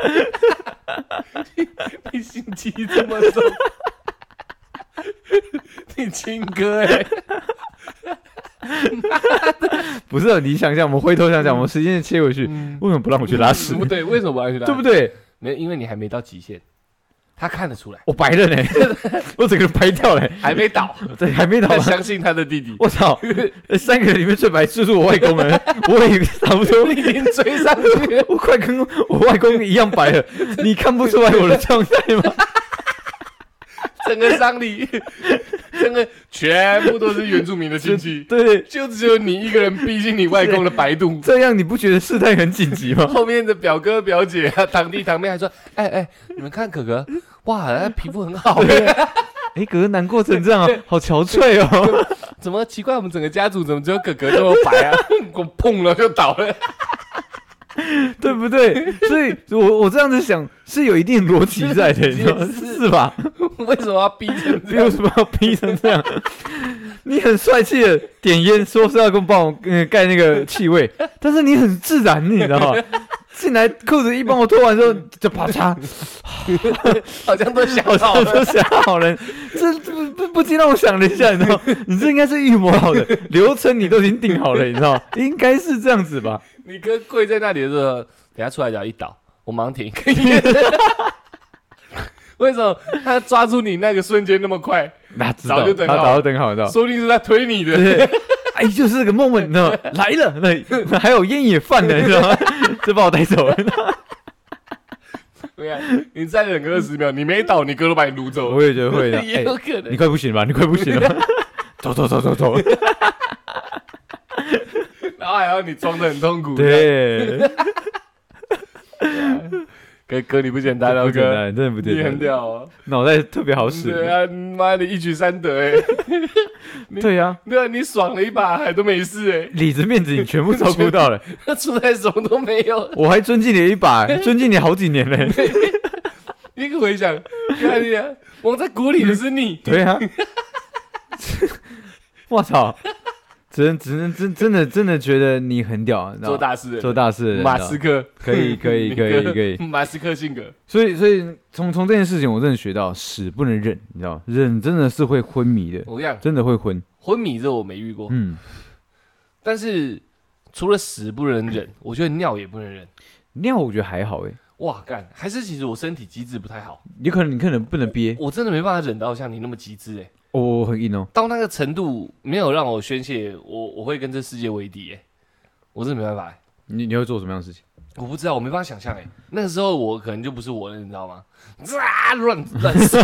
S1: 你心机这么 重，你亲哥哎、
S3: 不是，哦你想想，我们回头想想，我们时间切回去，为什么不让我去拉屎？
S1: 嗯不对，为什么不让去拉？
S3: 对不？对？
S1: 没有，因为你还没到极限，他看得出来，
S3: 我白了呢，我整个人白掉嘞，
S1: 还没 倒，
S3: 对，还没倒
S1: 他
S3: 完。
S1: 相信他的弟弟，
S3: 我操！ 三个里面最白就是我外公了，我也差不 多，
S1: 已经追上去了。
S3: 我快跟我外公一样白 了，你看不出来我的状态吗？
S1: 整个丧 礼，整个全部都是原住民的亲戚，
S3: 对，
S1: 就只有你一个人逼近你外公的白 度。
S3: 这样你不觉得事态很紧急 吗？
S1: 后面的表哥表姐啊，堂弟堂妹还说：“哎哎，你们看哥哥，哇，他皮肤很 好耶，
S3: 哎，哥哥难过成这样啊，好憔悴哦。
S1: 怎么奇怪？我们整个家族怎么只有哥哥这么白 啊？我碰了就倒了，
S3: 对不对？所以我我这样子想是有一定逻辑在的，
S1: 是
S3: 你知道吗
S1: 是
S3: 是吧？
S1: 为什么要逼成这
S3: 为
S1: 样？
S3: 什么要逼成这 样？你很帅气的点烟，说是要跟我帮我嗯盖那个气味，但是你很自然，你知道吗？进来裤子一帮我脱完之后，就啪嚓，
S1: 好像都想
S3: 我
S1: 好了，
S3: 操，这哦想好人，这这不不不禁让我想了一下，你知道吗，你这应该是预谋好的流程，你都已经定好了，你知道吗，应该是这样子吧？
S1: 你哥跪在那里的时候，等下出来脚一倒，我忙 停一根烟。为什么他抓住你那个瞬间那么快？
S3: 哪知
S1: 早
S3: 道
S1: 就等
S3: 他
S1: 好
S3: 早
S1: 了
S3: 就等好，你知道吗。
S1: 说不定是他推你的。
S3: 对，哎，就是这个 moment 你知道吗？来了，那还有烟也犯了，你知道吗？ 就把我带走了。
S1: 对啊，你再忍个二十秒，你没倒，你哥都把你撸走
S3: 我
S1: 了。
S3: 也觉得 会的。
S1: 也
S3: 哎
S1: 有，可
S3: 你
S1: 能。
S3: 快不行了吧？你快不行了吧。走走走走走。
S1: 然后还要你装的很痛苦。，
S3: 对，
S1: 哥哥你不简单
S3: 真的
S1: 哦，
S3: 不简
S1: 哥，
S3: 单，真的不
S1: 你
S3: 简
S1: 很
S3: 单。
S1: 屌哦。
S3: 脑袋特别好
S1: 对
S3: 使。
S1: 啊，妈的，一举三得哎。你
S3: 对呀，
S1: 对啊，你爽了一把还都没事哎、
S3: 里子面子你全部照顾到了，
S1: 那 出来什么都没有。
S3: 我还尊敬你一把， 尊敬你好几年嘞。
S1: 你可回想，看你啊，蒙在鼓里的是你，
S3: 对呀。 我操！只能只能真真的真的觉得你很屌，你知道
S1: 做
S3: 吗
S1: 大事的
S3: 做大事的人，你知道
S1: 马
S3: 吗
S1: 斯克，
S3: 可以 可以可以可以，
S1: 马斯克性格，
S3: 所以，所以从从这件事情，我真的学到屎不能忍，你知道吗？忍真的是会昏迷的，
S1: 我跟你讲，
S3: 真的会昏。
S1: 昏迷这我没遇过，
S3: 嗯，
S1: 但是除了屎不能 忍，我觉得尿也不能忍。
S3: 尿我觉得还好诶，
S1: 哇，干，还是其实我身体机制不太好，
S3: 你可能你可能不能憋，
S1: 我真的没办法忍到像你那么极致哎、
S3: 哦，我很硬哦，
S1: 到那个程度没有让我宣泄，我我会跟这世界为敌哎、我真的没办法哎、
S3: 你你会做什么样的 事情？
S1: 我不知道，我没办法想象哎、那个时候我可能就不是我了，你知道吗？啊，乱乱射，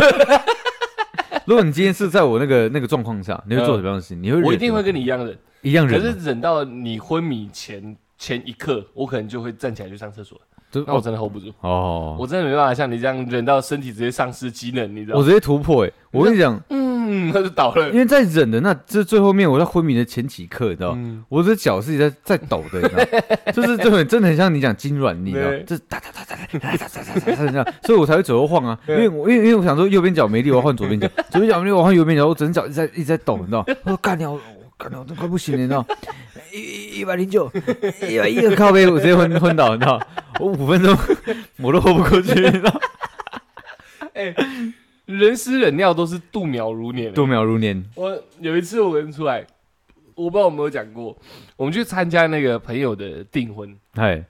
S3: 如果你今天是在我那个那个状况下，你会做什么样的事情？你会忍
S1: 嗯我一定
S3: 吗
S1: 会跟你一样的。
S3: 一样
S1: 可
S3: 忍
S1: 是
S3: 吗，
S1: 忍到你昏迷前前一刻，我可能就会站起来去上厕所了，
S3: 就
S1: 那我真的 hold 不住，
S3: 哦，
S1: 我真的没办法像你这样忍到身体直接丧失机能，你知道
S3: 我
S1: 吗？
S3: 直接突破哎、我跟你讲，
S1: 嗯，他就倒了
S3: 因。为在忍的那这最后面，我在昏迷的前几刻，你知道，
S1: 嗯
S3: 我的脚是在在抖的，你知道，就是这很真的很像你讲痉挛，你知道
S1: 对，
S3: 就是哒哒哒哒哒哒哒哒哒哒这样，所以我才会左右晃啊，因为我因为因为我想说右边脚没力，我要换左边脚，左边脚没力，我换右边脚，我整脚一直在一直在抖，你知道，我说干掉，我干掉，我都快不行了，你知道，一一百零九，一百一的靠背，我直接昏昏倒，你知道，我五分钟我都活不过去，你知道，
S1: 人屎忍尿都是度秒如年欸。
S3: 度秒如年，
S1: 我有一次我跟出来，我不知道有没有讲过，我们去参加那个朋友的订婚，
S3: 嗨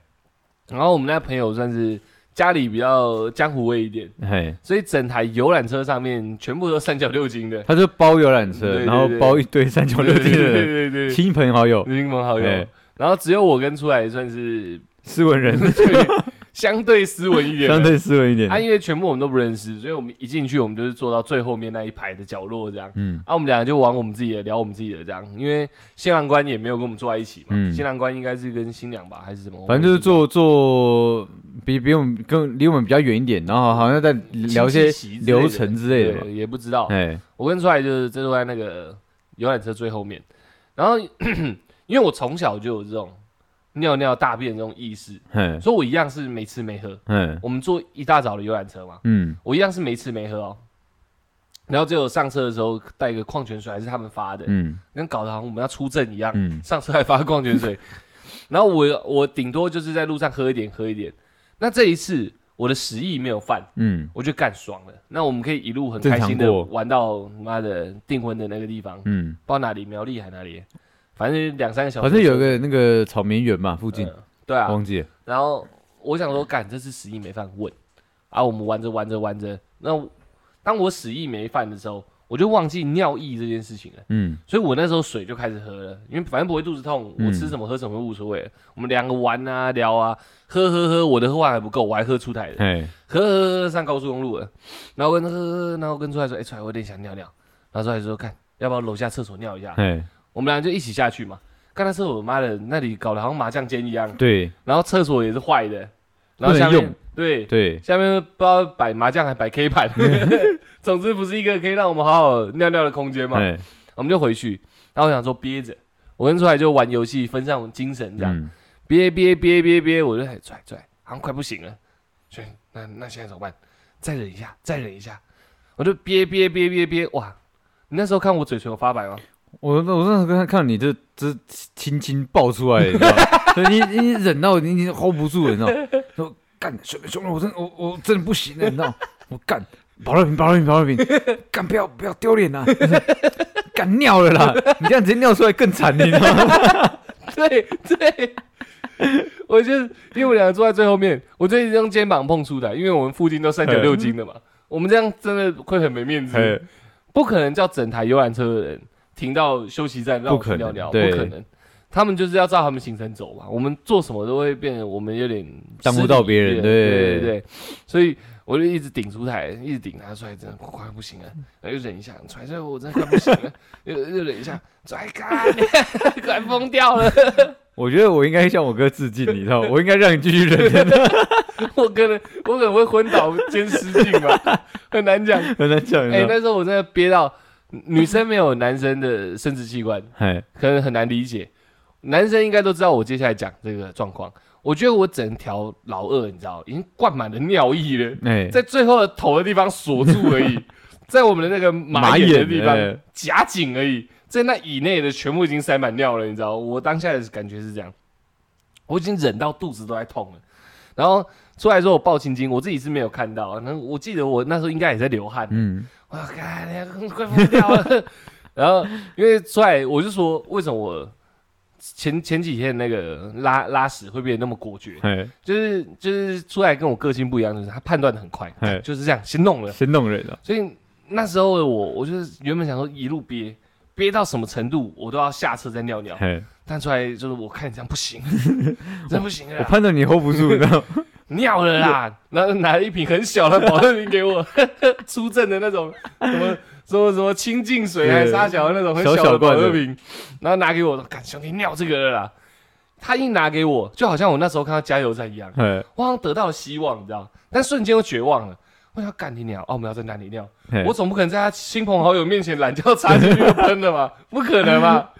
S1: 然后我们那朋友算是家里比较江湖味一点，
S3: 嗨。
S1: 所以整台游览车上面全部都三角六经的，
S3: 他就包游览
S1: 对
S3: 车，
S1: 对
S3: 然后
S1: 对
S3: 包一堆三 九六
S1: 对
S3: 地的人，
S1: 对对对，
S3: 亲朋好友、
S1: 亲朋好友
S3: 哎。
S1: 然后只有我跟出来算是
S3: 斯文人，
S1: 相对斯文一点的，
S3: 相对斯文一点
S1: 啊，。因为全部我们都不认识，所以我们一进去，我们就是坐到最后面那一排的角落这样。
S3: 嗯，
S1: 啊，我们两个就玩我们自己的，聊我们自己的这样，因为新郎官也没有跟我们坐在一起嘛，
S3: 嗯
S1: 新郎官应该是跟新娘吧，还是什么？
S3: 反正就是坐坐比比我们更离我们比较远一点，然后好像在聊一些流程之类的吧
S1: 对。也不知道。
S3: 哎，
S1: 我跟出来就是就坐在那个游览车最后面，然后 因为我从小就有这种尿尿大便这种意识，
S3: 哎，
S1: 所以我一样是没吃没喝。
S3: 哎，
S1: 我们坐一大早的游览车嘛，
S3: 嗯，
S1: 我一样是没吃没喝哦。然后只有上车的时候带一个矿泉水，还是他们发的，
S3: 嗯，
S1: 跟搞得好像我们要出阵一样。
S3: 嗯
S1: 上车还发矿泉 水，然后我我顶多就是在路上喝一点喝一点。那这一次我的食意没有犯，
S3: 嗯，
S1: 我就干爽了。那我们可以一路很
S3: 正
S1: 开
S3: 常
S1: 心的
S3: 过
S1: 玩到妈的订婚的那个地方，不知
S3: 嗯，
S1: 道哪里苗栗还哪里，反正两三个小时。
S3: 反正有一个那哦个草莓园嘛，附近
S1: 嗯对啊，
S3: 忘记了。
S1: 然后我想说，干，这次死意没犯问啊，我们玩着玩着玩着，那我当我死意没犯的时候，我就忘记尿意这件事情了，
S3: 嗯，
S1: 所以我那时候水就开始喝了，因为反正不会肚子痛，
S3: 嗯
S1: 我吃什么喝什么无所谓。我们两个玩啊聊啊，喝喝喝，我的喝完还不够，我还喝出台的，
S3: 哎，
S1: 喝喝喝喝上高速公路了，然后跟喝喝喝，然后跟出来说，哎、出来我有点想尿尿，然后出来说，看要不要楼下厕所尿一下，
S3: 哎，
S1: 我们俩就一起下去嘛。刚才厕所妈的那里搞得好像麻将间一样，
S3: 对
S1: 然后厕所也是坏的，然
S3: 不
S1: 后
S3: 能
S1: 下面
S3: 用
S1: 对
S3: 对，
S1: 下面不知道摆麻将还摆 K 盘， 总之不是一个可以让我们好好尿尿的空间嘛。
S3: 哎，
S1: 我们就回去，然后我想说憋着，我跟出来就玩游戏，分散我们精神这样，
S3: 嗯，
S1: 憋憋憋憋憋，我就哎拽拽，好像快不行了，所以那那现在怎么办？再忍一下，再忍一下，我就憋憋憋憋憋，哇！你那时候看我嘴唇有发白吗？
S3: 我我那时候看看你这这青筋爆出来，你知道吗？ 所以你你忍到你已经 hold 不住了，你知道吗？说干兄兄弟，我真的我我真的不行了，你知道吗？我干保乐瓶保乐瓶保乐瓶，干不要不要丢脸啊！ 干尿了啦！你这样直接尿出来更惨，你知道吗？
S1: 对对，我就是因为我两个坐在最后面，我就一直用肩膀碰出的，因为我们附近都三九六斤的嘛，我们这样真的会很没面子，不可能叫整台游览车的人停到休息站让我
S3: 不可
S1: 们
S3: 能
S1: 聊聊，不
S3: 对
S1: 可能。他们就是要照他们行程走嘛，我们做什么都会变得我们有点
S3: 耽误
S1: 失
S3: 到
S1: 礼
S3: 别人
S1: 一点
S3: 对
S1: 对对对，所以我就一直顶出台，一直顶他出来，真的快不行了，啊然后又忍一下，出来之后我真的快不行 了，又又忍一下，拽干， 快疯掉了。
S3: 我觉得我应该向我哥致敬，你知道吗？我应该让你继续忍，
S1: 我可能我可能会昏倒兼失禁吧，很难讲。
S3: 很难讲，你
S1: 哎、
S3: 知道吗？
S1: 那时候我真的憋到，女生没有男生的生殖器官，
S3: 哎，
S1: 可能很难理解。男生应该都知道我接下来讲这个状况。我觉得我整条老二，你知道，已经灌满了尿意了，
S3: 哎，
S1: 在最后的头的地方锁住而 已，在我们的那个马
S3: 马
S1: 眼的
S3: 眼
S1: 地方
S3: 哎
S1: 夹紧而已，在那以内的全部已经塞满尿了，你知道？我当下的感觉是这样，我已经忍到肚子都在痛了，然后出来之后我抱青筋，我自己是没有看到，然后我记得我那时候应该也在流汗，
S3: 嗯，
S1: 我靠，快疯掉 了。然后因为出来，我就说为什么我前前几天那个拉拉屎会变得那么果决，
S3: 哎，
S1: 就是就是出来跟我个性不一样，就是他判断的很快
S3: 嘿，
S1: 就是这样先弄了。
S3: 先弄人了，
S1: 所以那时候的我，我就是原本想说一路憋憋到什么程度，我都要下车再尿尿，
S3: 嘿
S1: 但出来就是我看你这样不 行，真不行
S3: 我
S1: 啊，
S3: 判断你 hold 不住，你知道吗？
S1: 尿了啦，然后拿了一瓶很小的保特瓶给我，出阵的那种什么什么什么清净水还是沙小的那种很
S3: 小小
S1: 小的保
S3: 罐的
S1: 特瓶，然后拿给我，说干兄弟尿这个了啦，他一拿给我，就好像我那时候看到加油站一样。
S3: 嘿
S1: 我好像得到了希望，你知道，但瞬间又绝望了。我想干你娘！澳门要在哪里尿？
S3: 嘿
S1: 我总不可能在他亲朋好友面前懒觉插进去就喷了吧？不可能吧？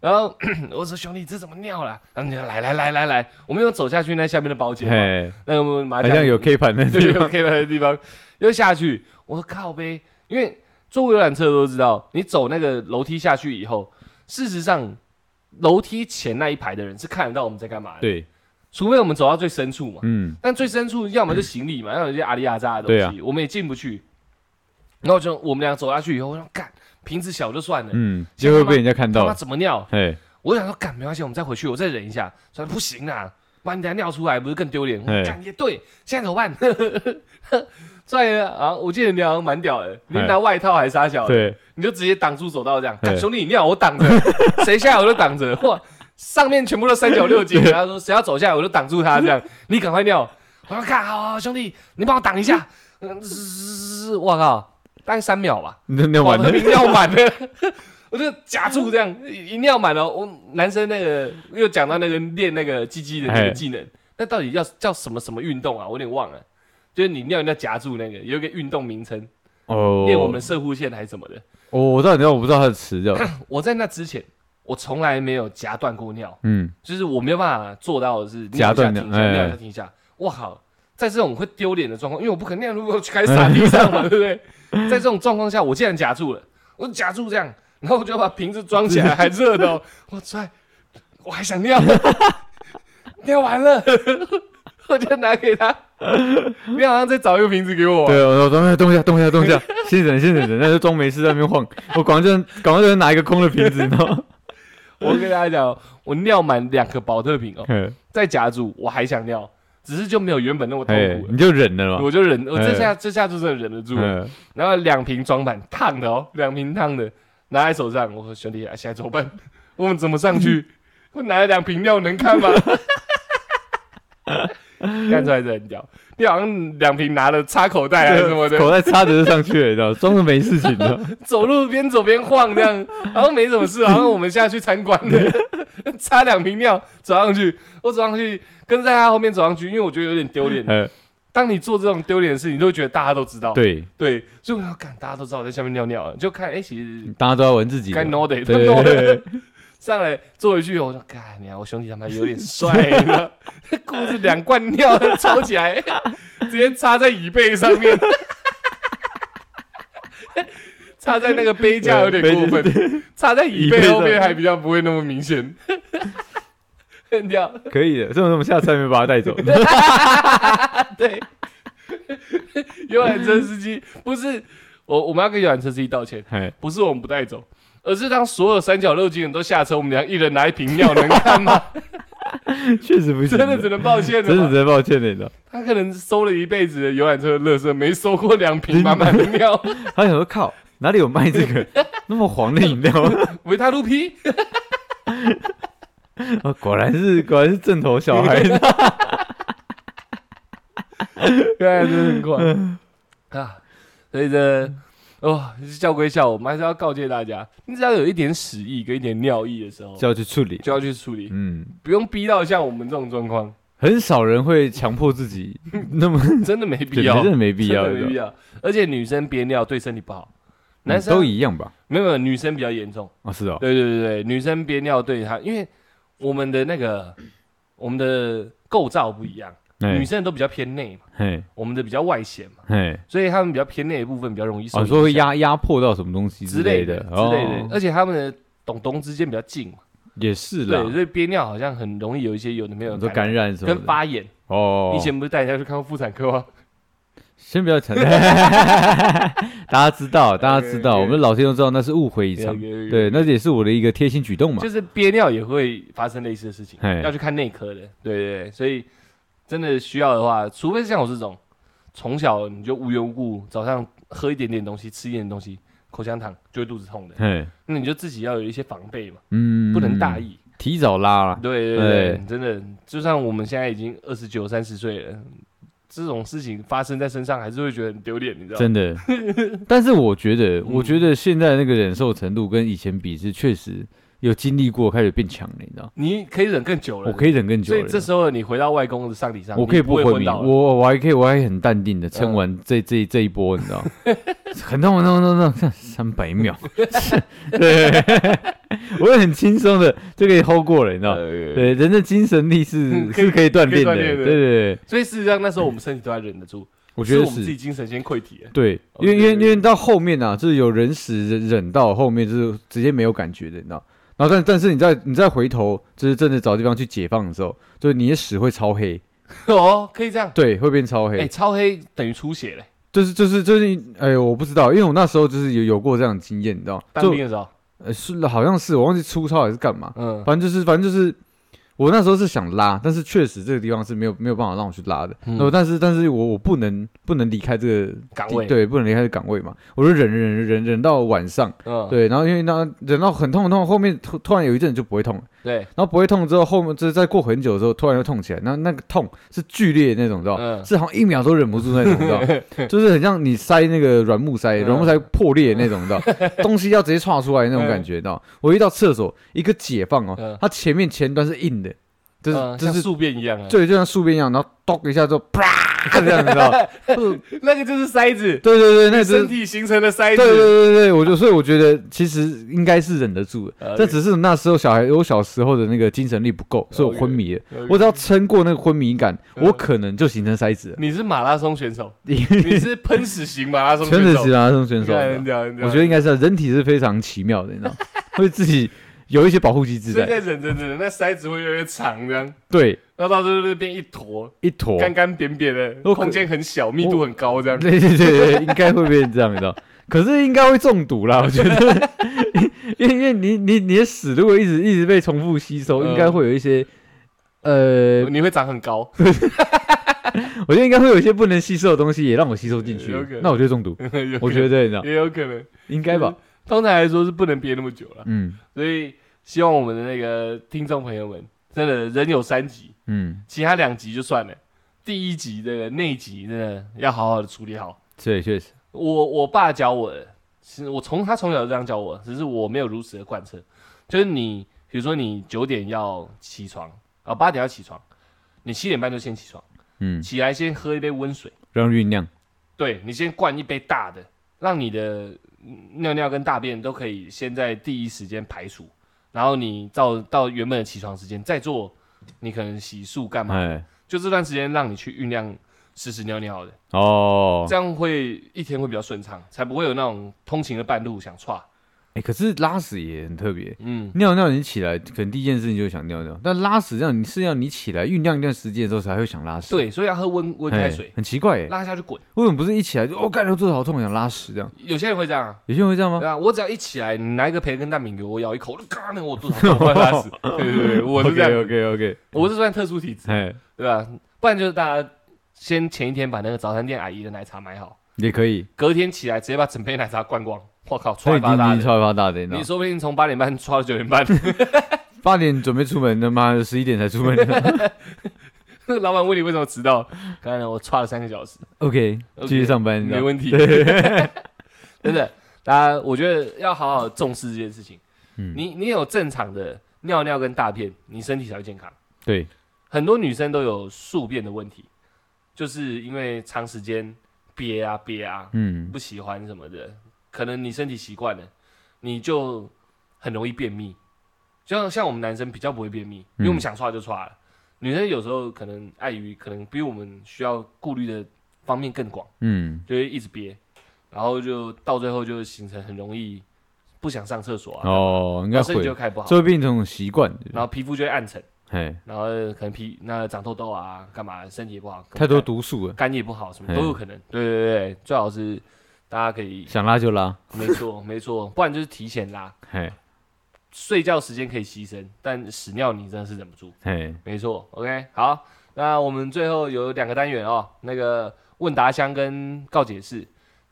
S1: 然后我说兄弟，这怎么尿啦？然后你就来来来来来，我们又走下去那下面的包间嘛，
S3: 嘿，
S1: 那个麻
S3: 好
S1: 将
S3: 像有 K 盘的
S1: 对
S3: 地
S1: 有
S3: 方，
S1: K 牌的地方，又下去。我说靠呗，因为坐游览车都知道，你走那个楼梯下去以后，事实上楼梯前那一排的人是看得到我们在干嘛的，
S3: 对，
S1: 除非我们走到最深处嘛。
S3: 嗯，
S1: 但最深处要么就行李嘛，要么就阿里阿扎的东
S3: 啊
S1: 西，我们也进不去。然后就我们俩走下去以后，我想干瓶子小就算了，
S3: 嗯，就会被人家看
S1: 他妈
S3: 到。
S1: 怎么尿？
S3: 嘿，
S1: 我想说干没关系，我们再回去，我再忍一下。说不行啦，把你等下尿出来不是更丢脸？我
S3: 嘿
S1: 干也对，现在怎么办？ 帅了啊！我记得你好像蛮屌的，你
S3: 嘿
S1: 拿外套还撒小的，
S3: 对，
S1: 你就直接挡住走道这样。
S3: 对
S1: 干兄弟，你尿我挡着， 谁下来我就挡着。哇，上面全部都三角六井，然后说谁要走下来我就挡住他这样。你赶快尿，我说看好好兄弟，你帮我挡一下。嗯嘶嘶嘶嘶我靠，大概三秒吧，
S3: 你都 尿完
S1: 保特
S3: 了，
S1: 瓶尿满了。 我就夹住这样，一一尿满了。我男生那个又讲到那个练那个鸡鸡的那个
S3: 嘿
S1: 技能，那到底要叫什么什么运动啊？我有点忘了，就是你尿尿夹住那个，有一个运动名称，
S3: 哦，
S1: 练我们射护线还是什么的。
S3: 哦，我知道，你知道，我不知道它的词 叫，
S1: 我在那之前，我从来没有夹断过尿，
S3: 嗯，
S1: 就是我没有办法做到的是
S3: 夹断
S1: 尿一下停一下，
S3: 尿哎
S1: 尿一下停一下。我靠，在这种会丢脸的状况，因为我不可能尿如果去开始撒地上 嘛，对不对？在这种状况下，我竟然夹住了，我就夹住这样， 然后我就把瓶子装起来，还热的、哦，我塞，我还想尿， 尿完了， 我就拿给 他，你好像再找一个瓶子给我，啊
S3: 对，我说动一下，动一下，动一下，动一下，先忍，先忍，那就装没事在那边晃。我赶快就赶快就拿一个空的瓶子，你知道
S1: 哦
S3: 吗？
S1: 我跟大家讲，哦我尿满两个保特瓶哦。
S3: 嘿
S1: 再夹住，我还想尿，只是就没有原本那么痛
S3: 嘿
S1: 苦，了。
S3: 你就忍了嘛。
S1: 我就忍，我
S3: 哎
S1: 这下这下就真的忍得住了。
S3: 嗯，
S1: 然后两瓶装满烫的哦，两瓶烫的拿在手上，我说兄弟，啊现在怎么办？ 我们怎么上 去？我拿了两瓶尿能看吗？看出来是很屌，你好像两瓶拿了插口袋还哎是什么的，
S3: 口袋插着就上去了，你知道吗，装着没事情的。
S1: 走路边走边晃这样，好像没什么 事，好像我们现在去参观的，插两瓶尿走上去，我走上去跟在他后面走上去，因为我觉得有点丢脸。
S3: 呃，
S1: 当你做这种丢脸的事，你都会觉得大家都知道，
S3: 对，
S1: 对所以我要看大家都知道我在下面尿尿了，就看哎、其实
S3: 大家都要闻自己的
S1: 该。no 的，
S3: 嗯对
S1: 都 no
S3: 对
S1: 的，上来坐回去，我说干你啊，我兄弟他妈有点帅了， 裤子两罐尿抽起来，直接插在椅背上面， 插在那个杯架有点过分，插在椅背后面还比较不会那么明显， 很屌。
S3: 可以的，这种我们下次还没把它带 走。
S1: 对， 游览车司机不是我，我们要跟游览车司机道歉，
S3: 嘿，
S1: 不是我们不带走，而是当所有三角六金人都下车，我们俩一人拿一瓶尿，能看吗？
S3: 确实不行
S1: 真
S3: 的，
S1: 的只能抱歉了
S3: 真的
S1: 吧。
S3: 只能抱歉的，你知道吗。
S1: 他可能收了一辈子的游览车的垃圾，没收过两瓶满满的 尿，
S3: 他想说靠，哪里有卖 这个那么黄的饮料？
S1: 维他露 P，
S3: 啊果然是果然是正头小孩。
S1: 啊对，哎真的很快 啊。所以这哦，笑归笑，我们还是要告诫大家，你只要有一点屎意跟一点尿意的时候，
S3: 就要去处理。
S1: 就要去处理，
S3: 嗯，
S1: 不用逼到像我们这种状况。
S3: 很少人会强迫自己那么，
S1: 真的没必
S3: 对
S1: 要，
S3: 嗯 真的没必要
S1: 真的没必要。而且女生憋尿对身体不好， 男生
S3: 嗯都一样吧？
S1: 没有没有，女生比较严重。
S3: 哦，是哦，
S1: 对对对对，女生憋尿对她，因为我们的那个 我们的构造不一样，女
S3: 哎，
S1: 生都比较偏内嘛，
S3: 嘿，
S1: 我们的比较外显嘛，
S3: 嘿，
S1: 所以她们比较偏内的部分比较容易受
S3: 哦，
S1: 影响。
S3: 说会压压迫到什么东西
S1: 之
S3: 类
S1: 的
S3: 的
S1: 之类的
S3: 哦，
S1: 而且她们的懂懂之间比较近嘛，
S3: 也是啦
S1: 对，，所以憋尿好像很容易有一些有的没有
S3: 很
S1: 的
S3: 多感染什么
S1: 跟
S3: 的。
S1: 发炎。
S3: 哦，
S1: 以前不是带人家去看过妇产科吗？
S3: 先不要讲， 大家知 道，大家知道，
S1: 对对
S3: 我们老听众知道那是误会一场，对，那也是我的一个贴心举动嘛
S1: 就。是憋尿也会发生类似的事情
S3: 嘿，
S1: 要去看内科的。对对对，所以真的需要的话，除非是像我这种，从小你就无缘无故早上喝一点点东西，吃一点东西，口香糖就会肚子痛的，
S3: 嘿，
S1: 那你就自己要有一些防备嘛，
S3: 嗯，
S1: 不能大，意。
S3: 提早拉了，
S1: 对对对，
S3: 对
S1: 真的，就算我们现在已经二十九、三十岁了，这种事情发生在身上，还是会觉得很丢脸，你知道吗？
S3: 真 的。但是我觉
S1: 嗯
S3: 得，我觉得现在那个忍受程度跟以前比是确实有经历过，开始变强了，你知道？
S1: 你可以忍更久了，
S3: 我可以忍更久
S1: 所以
S3: 了
S1: 这。时候你回到外公的上体上，
S3: 我可以
S1: 你不会
S3: 昏迷，
S1: 倒了嗯
S3: 我我还可以，我还很淡定的撑完这这这一波，你知道，很痛很痛很痛很痛，三百秒， 对，我也很轻松的就可以 hold 过了，你知道，对，人的精神力是
S1: 嗯
S3: 是可以锻炼
S1: 可以锻
S3: 的，
S1: 炼的
S3: 对对对，
S1: 所以事实上那时候我们身体都还忍得住，
S3: 我觉得
S1: 是我们自己
S3: 是，
S1: 精神先溃体 了。
S3: 对，
S1: 哦
S3: 因为因
S1: 对
S3: 为
S1: 对
S3: 因为到后面啊，就是有人死忍忍到后面就是直接没有感觉的，你知道。然后但但是你再你再回头，就是真的找地方去解放的时候，就是你的屎会超黑，
S1: 哦，可以这样。
S3: 对，会变超黑。
S1: 哎、超黑等于出血嘞，
S3: 就是就是就是，哎、我不知道，因为我那时候就是有有过这样的经验，你知道，
S1: 当
S3: 就
S1: 兵的时候，
S3: 呃是好像是我忘记粗糙还是干嘛，
S1: 嗯
S3: 反正就是反正就是，我那时候是想拉，但是确实这个地方是没有没有办法让我去拉的，
S1: 嗯
S3: 那我但是但是我我不能不能离开这个
S1: 岗
S3: 地
S1: 位
S3: 对，不能离开这个岗位嘛，我就忍忍忍忍到晚上，
S1: 嗯，
S3: 对，然后因为那忍到很痛很痛，后面突突然有一阵就不会痛了，
S1: 对，
S3: 然后不会痛之后，后面就是再过很久之后，突然又痛起来，那那个痛是剧烈的那种，你知道，
S1: 嗯
S3: 是好像一秒都忍不住那种，你知 道，就是很像你塞那个软木塞，
S1: 嗯
S3: 软木塞破裂的那种，你知 道，东西要直接窜出来那种感觉，你知道。我一到厕所，一个解放哦
S1: 嗯，
S3: 它前面前端是硬的，就是
S1: 嗯
S3: 就
S1: 像
S3: 是
S1: 宿便一样啊，
S3: 对，就像树边一样，然后咚一下之后， 啪这样，你知 道，就是
S1: 那个就是塞子，
S3: 对对对，那就是
S1: 身体形成的塞
S3: 对
S1: 子，
S3: 对对对，我就所以我觉得其实应该是忍得住的，
S1: OK
S3: 这只是那时候小孩我小时候的那个精神力不够，所以我昏迷了。
S1: OK
S3: 我只要撑过那个昏迷感，
S1: 嗯
S3: 我可能就形成 塞子了。
S1: 你是马拉松选 手，
S3: 你
S1: 你是喷屎型马拉松
S3: 全
S1: 选
S3: 的
S1: 手
S3: 是，马拉松选
S1: 你
S3: 手，
S1: 看很
S3: 我
S1: 屌很屌
S3: 觉得应该是人体是非常奇妙的，你知道， 会自己有一些保护机制
S1: 所以
S3: 在。
S1: 在忍着忍着，那塞子会越来越长，这样，
S3: 对，
S1: 然后到最后就变一坨，
S3: 一坨，
S1: 干干扁扁的，
S3: 哦我可
S1: 空间很小，密度很高，这样。
S3: 对对对对，应该会变这样，你知道。可是应该会中毒啦，我觉得，因为因为你你你的屎如果一直一直被重复吸收，
S1: 嗯
S3: 应该会有一些，呃，
S1: 你会长很高，
S3: 我觉得应该会有一些不能吸收的东西也让我吸收进去
S1: 有可能，
S3: 那我就中毒。 我觉
S1: 得
S3: 得你知道，
S1: 也有可能，
S3: 应该吧？
S1: 通常来说是不能憋那么久了，
S3: 嗯
S1: 所以希望我们的那个听众朋友们，真的人有三急，
S3: 嗯，
S1: 其他两集就算了，第一集的内集真的要好好的处理好。
S3: 对，确实，
S1: 我我爸教我的，是我从他从小就这样教我，只是我没有如此的贯彻。就是你，比如说你九点要起床啊，八、点要起床，你七点半就先起床，
S3: 嗯，
S1: 起来先喝一杯温水，
S3: 让酝酿，
S1: 对你先灌一杯大的，让你的嗯尿尿跟大便都可以先在第一时间排除，然后你到到原本的起床时间再做，你可能洗漱干嘛的
S3: 哎，
S1: 就这段时间让你去酝酿屎屎尿尿的，
S3: 哦，
S1: 这样会一天会比较顺畅，才不会有那种通勤的半路想岔。
S3: 哎，可是拉屎也很特别，
S1: 嗯，
S3: 尿尿你起来，可能第一件事情就是想尿尿，但拉屎这样你是要你起来酝酿一段时间之后才会想拉屎，
S1: 对，所以要喝温温
S3: 哎，
S1: 开水，
S3: 很奇怪耶，
S1: 拉下去滚。
S3: 为什么不是一起来就哦，干，我肚子好痛，想拉屎这样？
S1: 有些人会这样、啊，
S3: 有些人会这样
S1: 对
S3: 吗？
S1: 啊，我只要一起来，你拿一个培根蛋饼给我咬一口，嘎，那我肚子好痛，我快拉屎。对对对，我是这样，
S3: ，OK OK，
S1: 我是算特殊体质，
S3: 哎，
S1: 对吧、不然就是大家先前一天把那个早餐店阿姨的奶茶买好，
S3: 也可以，
S1: 隔天起来直接把整杯奶茶灌光。我靠，
S3: 所
S1: 踹
S3: 以你
S1: 发大
S3: 哎你
S1: 的！
S3: 超发大的，你知道
S1: 你。说不定从八点半踹到九点半，
S3: 八点准备出门，他妈十一点才出 门。
S1: 那个老板问你为什么迟到，刚才我刷了三个小时，
S3: OK，继续上班，
S1: 没问 题，真的。大家，我觉得要好好重视这件事情。
S3: 嗯
S1: 你你有正常的尿尿跟大便，你身体才会健康。
S3: 题。对，
S1: 很多女生都有宿便的问题，就是因为长时间憋啊憋啊，
S3: 嗯，
S1: 不喜欢什么的，可能你身体习惯了，你就很容易便秘。像像我们男生比较不会便秘，
S3: 嗯
S1: 因为我们想刷就刷了。女生有时候可能碍于可能比我们需要顾虑的方面更广，
S3: 嗯，
S1: 就会一直憋，然后就到最后就形成很容易不想上厕所啊，
S3: 哦，应该
S1: 然后身
S3: 会
S1: 体，就开不好
S3: 这，会变成一种习惯。
S1: 然后皮肤就会暗沉，
S3: 哎，
S1: 然后可能皮那长痘痘啊，干嘛身体也不好，
S3: 太多毒素了，
S1: 肝也不好，什么
S3: 嗯
S1: 都有可能。对对对，最好是大家可以
S3: 想拉就拉。
S1: 没错 没错，不然就是提前拉，
S3: 嘿，
S1: 睡觉时间可以牺牲，但屎尿你真的是忍不住。
S3: 嘿，
S1: 没错，OK，好，那我们最后有两个单元哦，那个问答箱跟告解室。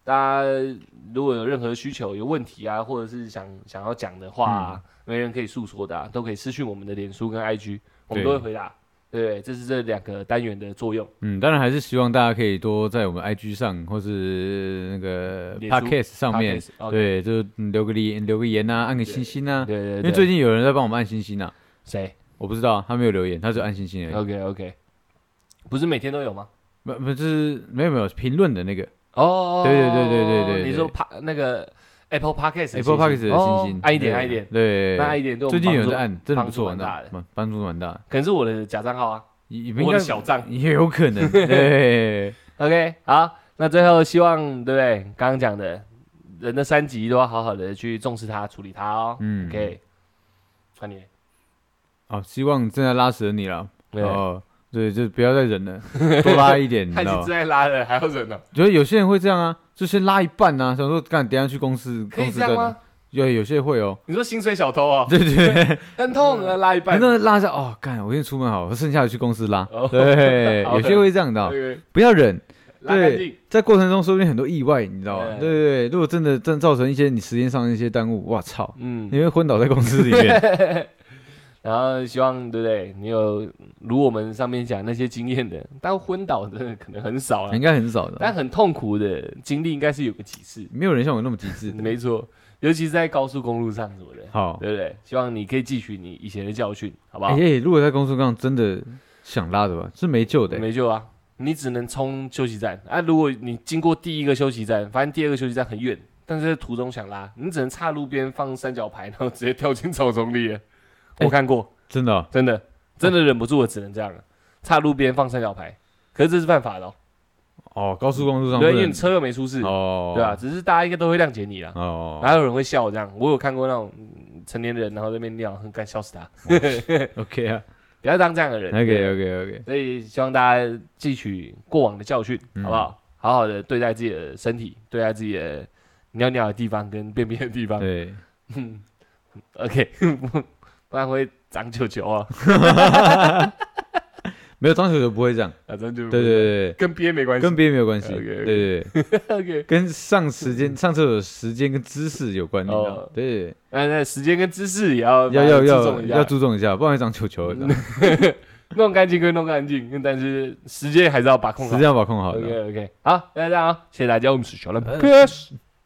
S1: 大家如果有任何需求、有问题啊，或者是想想要讲的话、啊，
S3: 嗯
S1: 没人可以诉说的、啊，都可以私讯我们的脸书跟 IG，我们
S3: 对
S1: 都会回答。对不对，这是这两个单元的作用。
S3: 嗯，当然还是希望大家可以多在我们 IG 上或是那个
S1: 脸书
S3: Podcast 上面，
S1: Podcast，OK
S3: 对，就嗯留个言留个言啊，按个星星啊，
S1: 对对对，
S3: 因为最近有人在帮我们按星星啊，
S1: 谁
S3: 我不知道他没有留言，他就按星星而已，
S1: ？OK OK，不是每天都有吗？
S3: 不不就是没有没有评论的那个
S1: 哦，
S3: 对对对对对对对
S1: 你说 pa 那个 Apple Podcast 的
S3: Apple Podcast
S1: 星
S3: 的
S1: 星哦
S3: 星星，
S1: 按一点
S3: 对
S1: 按一点，
S3: 对，
S1: 那按一点对我
S3: 最
S1: 们
S3: 近
S1: 帮助
S3: 有人在按，真的
S1: 帮
S3: 不
S1: 助
S3: 错，
S1: 蛮大
S3: 那
S1: 的，
S3: 蛮帮助蛮大的，
S1: 可能是我的假账号啊，
S3: 也也应
S1: 我
S3: 该
S1: 的小账。
S3: 也有可能， 对，
S1: OK，好，那最后希望对不对？刚刚讲的人的三级都要好好的去重视它、处理它哦。
S3: 嗯
S1: OK，换你。
S3: 好，希望正在拉扯你了，
S1: 对，
S3: 哦，对，就不要再忍 了，多拉一点，你
S1: 他已
S3: 知道
S1: 经
S3: 吗
S1: 正？在拉了，还要忍哦呢？
S3: 就是有些人会这样啊，就先拉一半啊，想说干，等一下去公司，
S1: 可
S3: 公
S1: 以
S3: 司
S1: 这
S3: 再
S1: 样
S3: 拿
S1: 吗？？
S3: 有有些会哦，
S1: 你说薪水小偷哦，
S3: 对对对，
S1: 很痛，拉一半。
S3: 那拉一下哦，干，我先出门好了，剩下的去公司拉
S1: 哦，
S3: 对，
S1: 好
S3: 有些会这样的哦，
S1: 对
S3: 不要忍，
S1: 拉干净。
S3: 在过程中说不定很多意外，你知道吗？
S1: 对
S3: 对对对，如果真的真造成一些你时间上的一些耽误，哇操，
S1: 嗯，
S3: 你会昏倒在公司里 面，
S1: 然后希望对不对？你有如我们上面讲那些经验的，但昏倒的可能很少了
S3: 应，该很少
S1: 但
S3: 的，
S1: 很痛苦的经历应该是有个几次。
S3: 没有人像我那么极致。
S1: 没错，尤其是在高速公路上什么的，
S3: 好，
S1: 对不对？希望你可以汲取你以前的教训，好不好？
S3: 哎、欸如果在公司上真的想拉的吧，是没救的、欸。
S1: 没救啊！你只能冲休息站啊！如果你经过第一个休息站，发现第二个休息站很远，但是在途中想拉，你只能岔路边放三角牌，然后直接跳进草丛里了。
S3: 哎
S1: 我看过，
S3: 真的哦、
S1: 真的真的忍不住，我只能这样了，岔路边放三角牌。可是这是犯法的、哦，
S3: 哦，高速公路上
S1: 对，啊因
S3: 不
S1: 为
S3: 能
S1: 你车又没出事，
S3: 哦，
S1: 对吧、啊只是大家应该都会谅解你啦。
S3: 哦
S1: 哪有人会笑这样？我有看过那种嗯成年人，然后在那边尿，很敢笑死他。
S3: ，OK 啊
S1: 不要当这样的人。
S3: ，OK
S1: 对啊
S3: OK OK，
S1: 所以希望大家汲取过往的教训，
S3: 嗯
S1: 好不好？好好的对待自己的身体，对待自己的尿尿的地方跟便便的地方。
S3: 对，
S1: OK，不不然会长球球啊，
S3: 没有张球球不会这样，
S1: 啊，真就
S3: 对对对对，
S1: 跟憋没关系。
S3: 跟别人没有关系，
S1: OK，OK
S3: 对对对，
S1: OK，
S3: 跟上时间上厕所时间跟姿势有关，你知道
S1: 哦
S3: 吗？对，
S1: 那那时间跟姿势也要
S3: 要要
S1: 注
S3: 要
S1: 重一
S3: 要
S1: 下，
S3: 注重一下，不然会长球 球，你知道吗
S1: 弄干净归弄干净，但是时间还是要把控
S3: 时
S1: 好
S3: 间。要把控好的。哎
S1: OK OK，好，那这样啊，谢谢大家，我们是小蓝 p o d c a s